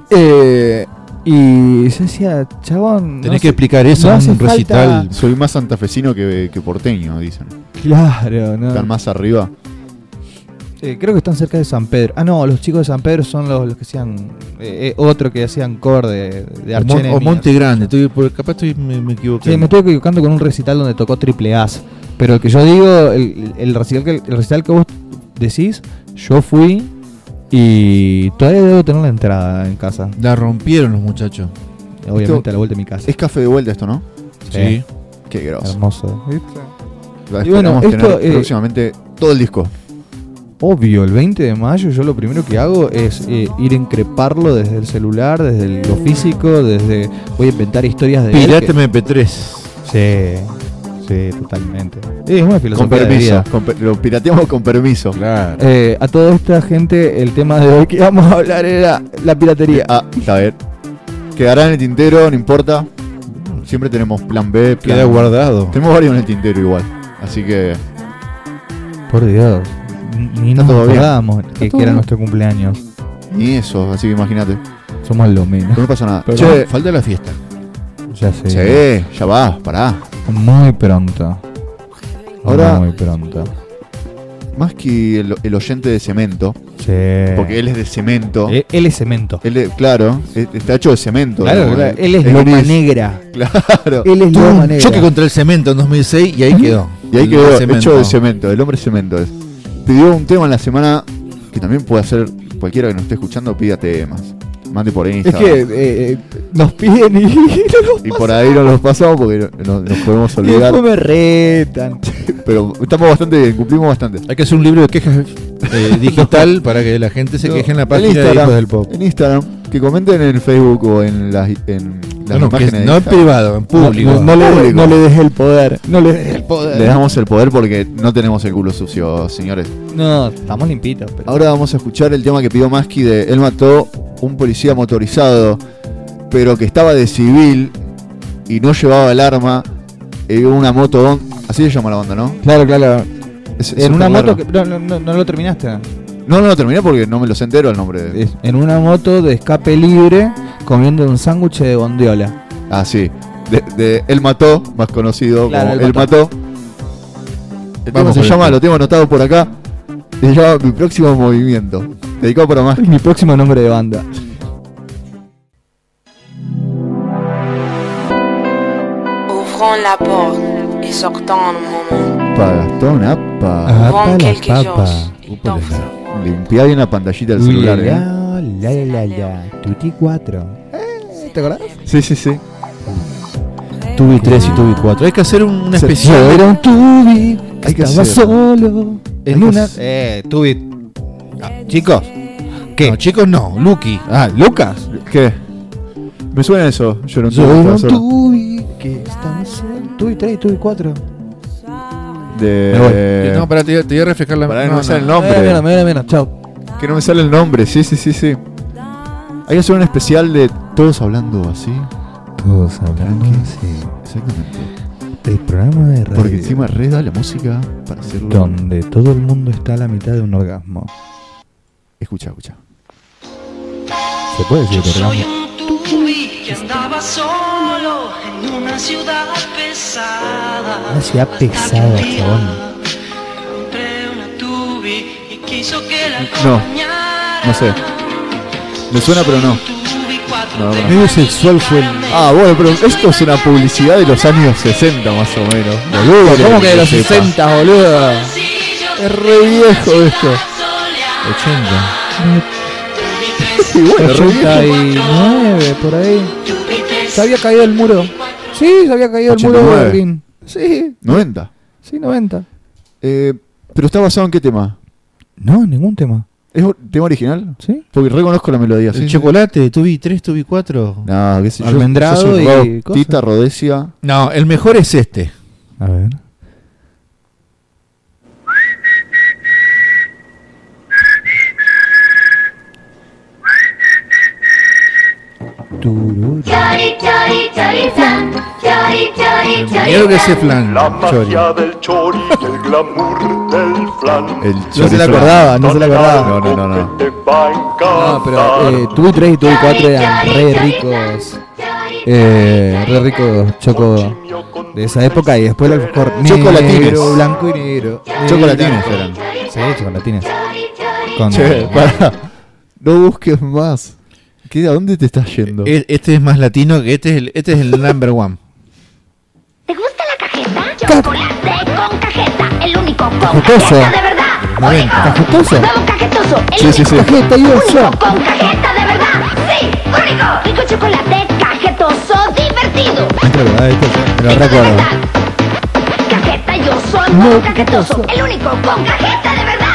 [SPEAKER 2] Eh, y yo decía, chabón. no
[SPEAKER 3] Tenés que
[SPEAKER 2] sé-
[SPEAKER 3] explicar eso
[SPEAKER 2] no
[SPEAKER 3] en
[SPEAKER 2] hace
[SPEAKER 3] un
[SPEAKER 2] falta-
[SPEAKER 3] recital.
[SPEAKER 1] Soy más santafesino que, que porteño, dicen.
[SPEAKER 3] Ah.
[SPEAKER 2] Claro, no.
[SPEAKER 1] Están más arriba.
[SPEAKER 2] Eh, creo que están cerca de San Pedro. Ah, no, los chicos de San Pedro son los, los que hacían. eh, eh, otro que hacían core de, de
[SPEAKER 3] O, Mon- o
[SPEAKER 2] archienemia.
[SPEAKER 3] Monte Grande, estoy, por- capaz estoy, me, me equivoqué.
[SPEAKER 2] Sí, me estoy equivocando con un recital donde tocó Triple As. Pero el que yo digo, el, el recital, que, el recital que vos decís, yo fui y todavía debo tener la entrada en casa.
[SPEAKER 3] La rompieron los muchachos.
[SPEAKER 2] Obviamente
[SPEAKER 1] Esto-
[SPEAKER 2] a la vuelta de mi casa.
[SPEAKER 1] Es café de vuelta esto, ¿no?
[SPEAKER 2] Sí.
[SPEAKER 1] Qué grosso.
[SPEAKER 2] Hermoso.
[SPEAKER 1] Esperamos
[SPEAKER 2] Y bueno, esto,
[SPEAKER 1] tener
[SPEAKER 2] eh,
[SPEAKER 1] próximamente todo el disco.
[SPEAKER 2] Obvio, el 20 de mayo yo lo primero que hago es eh, ir a increparlo desde el celular, desde el- lo físico, desde... Voy a inventar historias de... él
[SPEAKER 3] Pirata
[SPEAKER 2] que-
[SPEAKER 3] MP3.
[SPEAKER 2] Sí, sí, totalmente. Es una
[SPEAKER 1] Con
[SPEAKER 2] filosofía de
[SPEAKER 1] permiso.
[SPEAKER 2] vida.
[SPEAKER 1] con per- lo pirateamos con permiso.
[SPEAKER 3] Claro.
[SPEAKER 2] Eh, a toda esta gente, el tema de hoy que vamos a hablar era la piratería.
[SPEAKER 1] Ah, está bien. Quedará en el tintero, no importa. Siempre tenemos plan B. Plan
[SPEAKER 3] Queda guardado.
[SPEAKER 1] Tenemos varios en el tintero igual. Así que
[SPEAKER 2] Por Dios, ni nos
[SPEAKER 1] todo bien.
[SPEAKER 2] acordábamos que, que era nuestro cumpleaños.
[SPEAKER 1] ni eso, así que imagínate.
[SPEAKER 2] Somos lo menos.
[SPEAKER 1] No pasa nada.
[SPEAKER 3] Che, falta la fiesta.
[SPEAKER 2] Ya sé.
[SPEAKER 1] che, ya va, pará.
[SPEAKER 2] Muy pronto.
[SPEAKER 1] Ahora-
[SPEAKER 2] Muy pronto.
[SPEAKER 1] Más que el, el oyente de cemento,
[SPEAKER 2] Che.
[SPEAKER 1] porque él es de cemento.
[SPEAKER 2] Eh, él es cemento.
[SPEAKER 1] Él es- claro, es- está hecho de cemento.
[SPEAKER 2] Claro,
[SPEAKER 1] ¿no?
[SPEAKER 2] claro, él es
[SPEAKER 1] gris.
[SPEAKER 2] loma negra.
[SPEAKER 1] Claro.
[SPEAKER 2] Él es loma negra.
[SPEAKER 3] Mm. Choque contra el cemento en 2006 y ahí quedó.
[SPEAKER 1] Y ahí
[SPEAKER 3] El
[SPEAKER 1] quedó,
[SPEAKER 3] cemento.
[SPEAKER 1] hecho de cemento, el hombre cemento es. Pidió un tema en la semana que también puede hacer cualquiera que nos esté escuchando, pida temas. Mande por
[SPEAKER 2] Es
[SPEAKER 1] Instagram.
[SPEAKER 2] que eh, eh, nos piden y,
[SPEAKER 1] y por ahí no los pasamos porque no- no- nos podemos
[SPEAKER 2] y después
[SPEAKER 1] olvidar.
[SPEAKER 2] me retan.
[SPEAKER 1] Pero estamos bastante bien, cumplimos bastante.
[SPEAKER 3] Hay que hacer un libro de quejas eh, digital para que la gente se
[SPEAKER 1] No,
[SPEAKER 3] queje en la
[SPEAKER 1] en
[SPEAKER 3] página de
[SPEAKER 1] Instagram.
[SPEAKER 3] Hijos del Pop.
[SPEAKER 1] En Instagram que comenten en Facebook o en las, en las
[SPEAKER 3] no, no, que
[SPEAKER 1] imágenes.
[SPEAKER 3] es-
[SPEAKER 1] de
[SPEAKER 3] no en
[SPEAKER 1] Instagram.
[SPEAKER 3] privado, en público.
[SPEAKER 1] no, no le- Público. no le
[SPEAKER 2] dejes el poder. No le dejes el
[SPEAKER 1] Le damos el poder porque no tenemos el culo sucio, señores.
[SPEAKER 2] No, estamos limpitos. pero-
[SPEAKER 1] Ahora vamos a escuchar el tema que pidió Maski de él mató un policía motorizado, pero que estaba de civil y no llevaba el arma en una moto. on- Así se llama la banda, ¿no?
[SPEAKER 3] Claro, claro.
[SPEAKER 1] Es- es
[SPEAKER 2] en una
[SPEAKER 1] súper
[SPEAKER 2] moto
[SPEAKER 1] largo.
[SPEAKER 2] que. No, no, no, no lo terminaste.
[SPEAKER 1] No, no lo terminé porque no me los entero el nombre. de-
[SPEAKER 2] Es- en una moto de escape libre comiendo un sándwich de bondiola.
[SPEAKER 1] Ah, sí. De, de Él mató, más conocido
[SPEAKER 2] Claro,
[SPEAKER 1] como
[SPEAKER 2] Él
[SPEAKER 1] Él mató. El tema
[SPEAKER 3] Vamos
[SPEAKER 1] se
[SPEAKER 3] con
[SPEAKER 1] llama,
[SPEAKER 3] esto.
[SPEAKER 1] lo tengo anotado por acá. Se llama Mi próximo movimiento. Dedicado para Maski.
[SPEAKER 2] Mi próximo nombre de banda.
[SPEAKER 8] Ouvrons la porte et sortons un moment.
[SPEAKER 1] Para Gastón, apa.
[SPEAKER 8] Ouvrons quelque chose et dansons.
[SPEAKER 1] Limpiá bien la pantallita del celular, ¿eh?
[SPEAKER 2] la la la. Tuti 4. ¿Te acordás?
[SPEAKER 1] Sí, sí, sí.
[SPEAKER 3] Tubi 3 y Tubi 4. Hay que hacer un- una
[SPEAKER 1] Se-
[SPEAKER 3] especial.
[SPEAKER 1] se-
[SPEAKER 2] Era un tubi. que
[SPEAKER 1] Hay que
[SPEAKER 2] estaba
[SPEAKER 1] hacer.
[SPEAKER 2] solo.
[SPEAKER 1] Hay
[SPEAKER 2] En
[SPEAKER 1] que
[SPEAKER 2] una.
[SPEAKER 1] hacer.
[SPEAKER 2] Eh, tubi. Ah, chicos. ¿Qué?
[SPEAKER 3] No, chicos, no. Lucky.
[SPEAKER 2] ah, Lucas.
[SPEAKER 1] ¿Qué? Me suena eso. Yo no
[SPEAKER 2] Yo
[SPEAKER 1] tuve
[SPEAKER 2] era un
[SPEAKER 1] razón.
[SPEAKER 2] tubi. Que estaba solo. Tubi 3 y tubi 4.
[SPEAKER 3] Me voy.
[SPEAKER 1] De.
[SPEAKER 3] no, pará, te, voy a- te voy a refrescar la
[SPEAKER 1] Eh, Pará,
[SPEAKER 3] no,
[SPEAKER 1] no me sale el
[SPEAKER 3] no.
[SPEAKER 1] nombre.
[SPEAKER 2] Mira, mira, mira. Chao.
[SPEAKER 1] Que no me sale el nombre. Sí, sí, sí, sí. Hay que hacer un especial de todos hablando así.
[SPEAKER 2] Todos hablando
[SPEAKER 1] Tranqui.
[SPEAKER 2] así.
[SPEAKER 1] Exactamente.
[SPEAKER 2] El programa de radio.
[SPEAKER 1] Porque encima reda la música para hacerlo.
[SPEAKER 2] Donde todo el mundo está a la mitad de un orgasmo.
[SPEAKER 1] Escucha, escucha.
[SPEAKER 2] ¿Se puede decir orgasmo?
[SPEAKER 9] Tubi que andaba solo en una ciudad pesada.
[SPEAKER 2] Una ciudad
[SPEAKER 9] Hasta que un
[SPEAKER 2] pesada,
[SPEAKER 9] día
[SPEAKER 2] chabón.
[SPEAKER 9] Encontré una tubi y quiso que la
[SPEAKER 1] No,
[SPEAKER 9] acompañara.
[SPEAKER 1] no sé. Me suena, pero no.
[SPEAKER 9] Tubi cuatro
[SPEAKER 1] No, no.
[SPEAKER 9] temas
[SPEAKER 3] Medio sexual fue el.
[SPEAKER 1] Ah, bueno, pero esto es una publicidad de los años 60 más o menos. Boludo,
[SPEAKER 2] Ah, ¿Cómo que de los
[SPEAKER 1] sepa.
[SPEAKER 2] 60, boludo?
[SPEAKER 9] y yo
[SPEAKER 1] Es re viejo esto.
[SPEAKER 9] sola.
[SPEAKER 3] 80.
[SPEAKER 9] Tubi tres,
[SPEAKER 1] Y bueno, re viejo.
[SPEAKER 2] 89, por ahí.
[SPEAKER 9] tubi tres,
[SPEAKER 2] Se había caído el muro. Sí, se había caído el muro
[SPEAKER 1] 89.
[SPEAKER 2] de Berlín. Sí,
[SPEAKER 1] 90.
[SPEAKER 2] sí, 90.
[SPEAKER 1] Eh, pero está basado en qué tema?
[SPEAKER 2] No, ningún tema.
[SPEAKER 1] ¿Es un tema original?
[SPEAKER 2] ¿Sí?
[SPEAKER 1] Porque reconozco la melodía.
[SPEAKER 3] El
[SPEAKER 1] sí, sí.
[SPEAKER 3] chocolate, Tubi 3, Tubi 4.
[SPEAKER 1] No, qué sé yo.
[SPEAKER 2] Almendrado
[SPEAKER 1] Sos un
[SPEAKER 2] y
[SPEAKER 1] vago.
[SPEAKER 2] cosas.
[SPEAKER 1] Tita Rodesia.
[SPEAKER 3] No, el mejor es este.
[SPEAKER 2] A ver. Tururu.
[SPEAKER 4] Chori, chori, chorizán. Chori, chori,
[SPEAKER 3] Miedo que ese flan.
[SPEAKER 10] La magia
[SPEAKER 3] Chori.
[SPEAKER 10] del chori, el glamour del flan.
[SPEAKER 1] El
[SPEAKER 2] No se la
[SPEAKER 1] chorizo.
[SPEAKER 2] acordaba, no se la acordaba.
[SPEAKER 1] No, no, no, no.
[SPEAKER 10] Te va a encantar.
[SPEAKER 2] No, pero eh, tuve 3 y tuve 4 eran re ricos. Eh, re ricos choco de esa época y después los cor- negro,
[SPEAKER 1] Chocolatines.
[SPEAKER 2] blanco y negro.
[SPEAKER 1] Chocolatines
[SPEAKER 2] Negro.
[SPEAKER 1] eran.
[SPEAKER 2] Sí, chocolatines. Con-
[SPEAKER 1] Che, pará. No busques más. ¿Qué, ¿A dónde te estás yendo?
[SPEAKER 2] Eh,
[SPEAKER 3] E- Este es más latino que este es el, este es el number one.
[SPEAKER 4] ¿Te gusta la cajeta? Chocolate con cajeta. El único con
[SPEAKER 2] Cajetoso.
[SPEAKER 4] cajeta de verdad.
[SPEAKER 3] 90.
[SPEAKER 2] Cajutoso.
[SPEAKER 4] Nuevo cajetoso. El
[SPEAKER 1] Sí, sí, sí.
[SPEAKER 2] Cajeta y oso.
[SPEAKER 4] único con cajeta de verdad. Sí, único. Rico chocolate cajetoso divertido.
[SPEAKER 2] Ah, esto sí, me lo recuerdo.
[SPEAKER 4] Cajeta yo soy
[SPEAKER 2] No,
[SPEAKER 4] con cajetoso. El único con cajeta de verdad.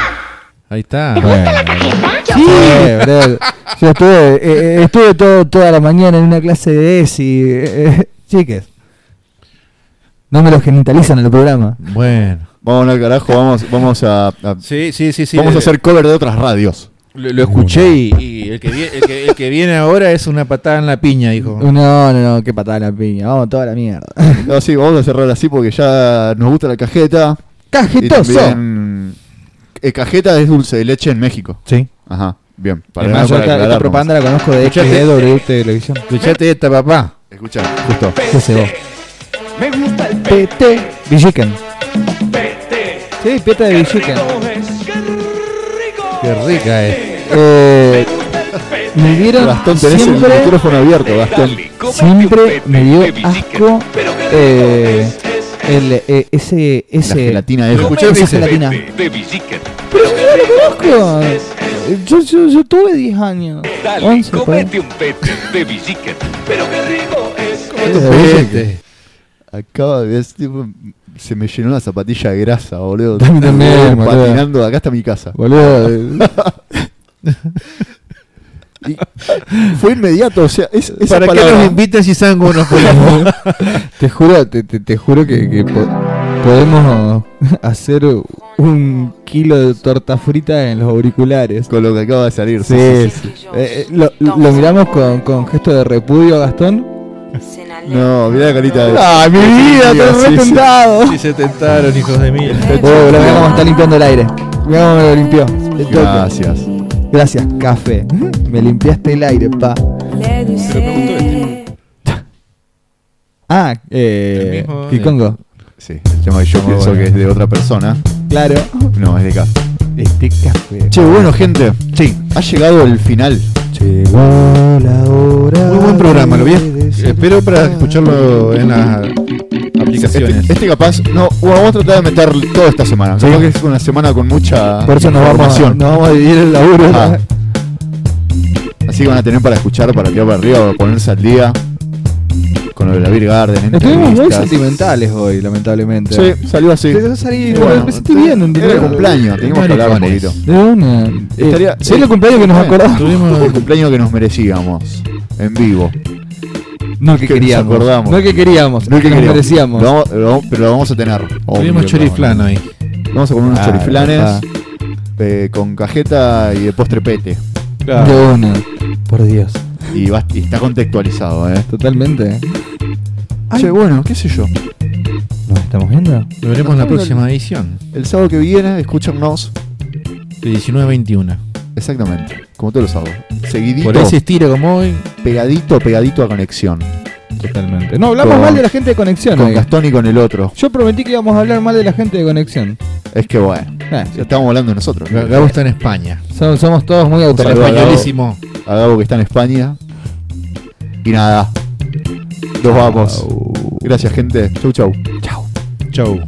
[SPEAKER 3] Ahí está.
[SPEAKER 4] ¿Te gusta la cajeta?
[SPEAKER 2] Sí,
[SPEAKER 4] Chocolate.
[SPEAKER 2] boludo. Yo estuve, eh, eh, estuve todo, toda la mañana en una clase de ESI. eh, eh, chiques. No me lo genitalizan en el programa.
[SPEAKER 3] Bueno.
[SPEAKER 1] Vamos al carajo, vamos, vamos a. a-
[SPEAKER 3] Sí, sí, sí, sí.
[SPEAKER 1] vamos a
[SPEAKER 3] Eh,
[SPEAKER 1] hacer cover de otras radios.
[SPEAKER 3] Lo, lo escuché y, y el, que viene, el, que, el que viene ahora es una patada en la piña, dijo.
[SPEAKER 2] No, no, no, qué patada la piña. Vamos, toda la mierda.
[SPEAKER 1] No, sí, vamos a cerrar así porque ya nos gusta la cajeta. Y
[SPEAKER 2] ¡Cajetoso!
[SPEAKER 1] también, eh, cajeta es dulce de leche en México.
[SPEAKER 2] Sí.
[SPEAKER 1] Ajá, bien. Para,
[SPEAKER 2] Además, yo
[SPEAKER 1] para
[SPEAKER 2] esta, esta
[SPEAKER 1] aclarar
[SPEAKER 2] propaganda la conozco de
[SPEAKER 3] Escuchate.
[SPEAKER 2] XW Televisión.
[SPEAKER 3] Escuchate esta, papá.
[SPEAKER 1] nomás. Escucha, justo.
[SPEAKER 2] ¿Qué se vos?
[SPEAKER 11] Me gusta el
[SPEAKER 2] PT. Villiquen.
[SPEAKER 11] pete.
[SPEAKER 2] Sí, Pieta de Villiquen.
[SPEAKER 3] Qué rica es.
[SPEAKER 2] Eh, me vieron
[SPEAKER 1] Gastón, tenés el
[SPEAKER 2] siempre,
[SPEAKER 1] micrófono abierto, Gastón.
[SPEAKER 2] siempre me dio asco eh, el, eh, ese,
[SPEAKER 1] La
[SPEAKER 2] ese,
[SPEAKER 1] gelatina de
[SPEAKER 2] Escuché, esa gelatina. Pero si yo lo conozco. Eh, Yo, yo, yo tuve 10 años. 11, por ahí.
[SPEAKER 11] un pete de bicicleta. Pero qué rico es.
[SPEAKER 3] Este.
[SPEAKER 1] Acaba de es tipo, se me llenó la zapatilla de grasa, boludo.
[SPEAKER 2] Dame también,
[SPEAKER 1] Estuve
[SPEAKER 2] boludo.
[SPEAKER 1] patinando de acá hasta mi casa.
[SPEAKER 2] Boludo.
[SPEAKER 1] Y fue inmediato, o sea, es, esa
[SPEAKER 3] ¿Para qué
[SPEAKER 1] palabra-
[SPEAKER 3] nos invitan si saben cómo nos ponemos?
[SPEAKER 2] te juro, te, te- te juro que, que po- podemos hacer un kilo de torta frita en los auriculares.
[SPEAKER 1] Con lo que acaba de salir.
[SPEAKER 2] Sí, sí. Eh, eh, lo, lo miramos con, con gesto de repudio, Gastón.
[SPEAKER 1] No, mirá la carita de.
[SPEAKER 2] ¡Ay, mi vida!
[SPEAKER 1] Sí,
[SPEAKER 2] ¡Estoy
[SPEAKER 1] sí, sí.
[SPEAKER 2] retentado!
[SPEAKER 3] Si se tentaron, hijos de mí.
[SPEAKER 2] Oh, mirá mirá cómo está limpiando el aire. Mirá cómo me lo limpió. De toque.
[SPEAKER 1] Gracias.
[SPEAKER 2] Gracias, café. Me limpiaste el aire, pa. Ah, eh.
[SPEAKER 3] El mismo,
[SPEAKER 2] Kikongo.
[SPEAKER 1] Sí, el tema que yo pienso que es de otra persona.
[SPEAKER 2] Claro.
[SPEAKER 1] No, es de acá.
[SPEAKER 2] Este café.
[SPEAKER 1] Che, bueno, gente. Sí, ha llegado el final.
[SPEAKER 2] Llegó la hora.
[SPEAKER 1] Muy buen programa, ¿lo vi?
[SPEAKER 3] Espero para escucharlo en las aplicaciones.
[SPEAKER 1] Este, este capaz, no, bueno, vamos a tratar de meter todo esta semana. Creo que es una semana con mucha
[SPEAKER 2] Por eso nos vamos, a,
[SPEAKER 1] información.
[SPEAKER 2] nos vamos a dividir el laburo.
[SPEAKER 1] Ah. Así que van a tener para escuchar, para tirar para arriba, para ponerse al día. Con lo de la Beer Garden,
[SPEAKER 2] Estuvimos muy
[SPEAKER 1] entrevistas.
[SPEAKER 2] sentimentales hoy, lamentablemente.
[SPEAKER 1] Sí, salió así.
[SPEAKER 2] Te vas a salir,
[SPEAKER 1] Y
[SPEAKER 2] me sentí bien,
[SPEAKER 1] Era el
[SPEAKER 2] ¿entendés?
[SPEAKER 1] cumpleaños, teníamos que hablar un poquito.
[SPEAKER 2] eh, De una.
[SPEAKER 1] Estaría-
[SPEAKER 2] Eh, es el cumpleaños que nos
[SPEAKER 1] Bueno,
[SPEAKER 2] acordamos.
[SPEAKER 1] Tuvimos el cumpleaños que nos merecíamos. En vivo.
[SPEAKER 2] No el que
[SPEAKER 1] que nos
[SPEAKER 2] queríamos.
[SPEAKER 1] acordamos.
[SPEAKER 2] No el que queríamos.
[SPEAKER 1] No
[SPEAKER 2] el que nos
[SPEAKER 1] queríamos.
[SPEAKER 2] merecíamos.
[SPEAKER 1] Lo vamos- lo vamos- pero lo vamos a tener.
[SPEAKER 3] Tuvimos
[SPEAKER 1] Obvio,
[SPEAKER 3] choriflán ahí.
[SPEAKER 1] Vamos a comer unos
[SPEAKER 2] Ah,
[SPEAKER 1] choriflanes
[SPEAKER 2] papá.
[SPEAKER 1] eh, con cajeta y de postre pete.
[SPEAKER 2] De una. Por Dios.
[SPEAKER 1] Y, va- y está contextualizado, ¿eh?
[SPEAKER 2] Totalmente. Ay.
[SPEAKER 1] Che, bueno, qué sé yo.
[SPEAKER 2] ¿Nos estamos viendo?
[SPEAKER 3] Lo veremos en la próxima edición.
[SPEAKER 1] El sábado que viene, escúchanos
[SPEAKER 3] De 19 a 21.
[SPEAKER 1] exactamente, como todos los sábados. Seguidito,
[SPEAKER 3] Por ahí se estira como hoy.
[SPEAKER 1] pegadito, pegadito a conexión.
[SPEAKER 2] Totalmente. No, hablamos
[SPEAKER 1] Con-
[SPEAKER 2] mal de la gente de conexión.
[SPEAKER 1] Con
[SPEAKER 2] hoy.
[SPEAKER 1] Gastón y con el otro.
[SPEAKER 2] Yo prometí que íbamos a hablar mal de la gente de conexión.
[SPEAKER 1] Es que bueno,
[SPEAKER 2] Eh,
[SPEAKER 1] ya estamos hablando de nosotros.
[SPEAKER 3] G- Gabo está en España.
[SPEAKER 2] so- somos todos muy
[SPEAKER 1] Saludo
[SPEAKER 3] Está
[SPEAKER 1] a
[SPEAKER 2] autorreferentes.
[SPEAKER 1] Gabo.
[SPEAKER 3] españolísimo.
[SPEAKER 1] A Gabo que está en España. Y nada, nos vamos. Gracias, gente. Chau, chau.
[SPEAKER 3] Chau.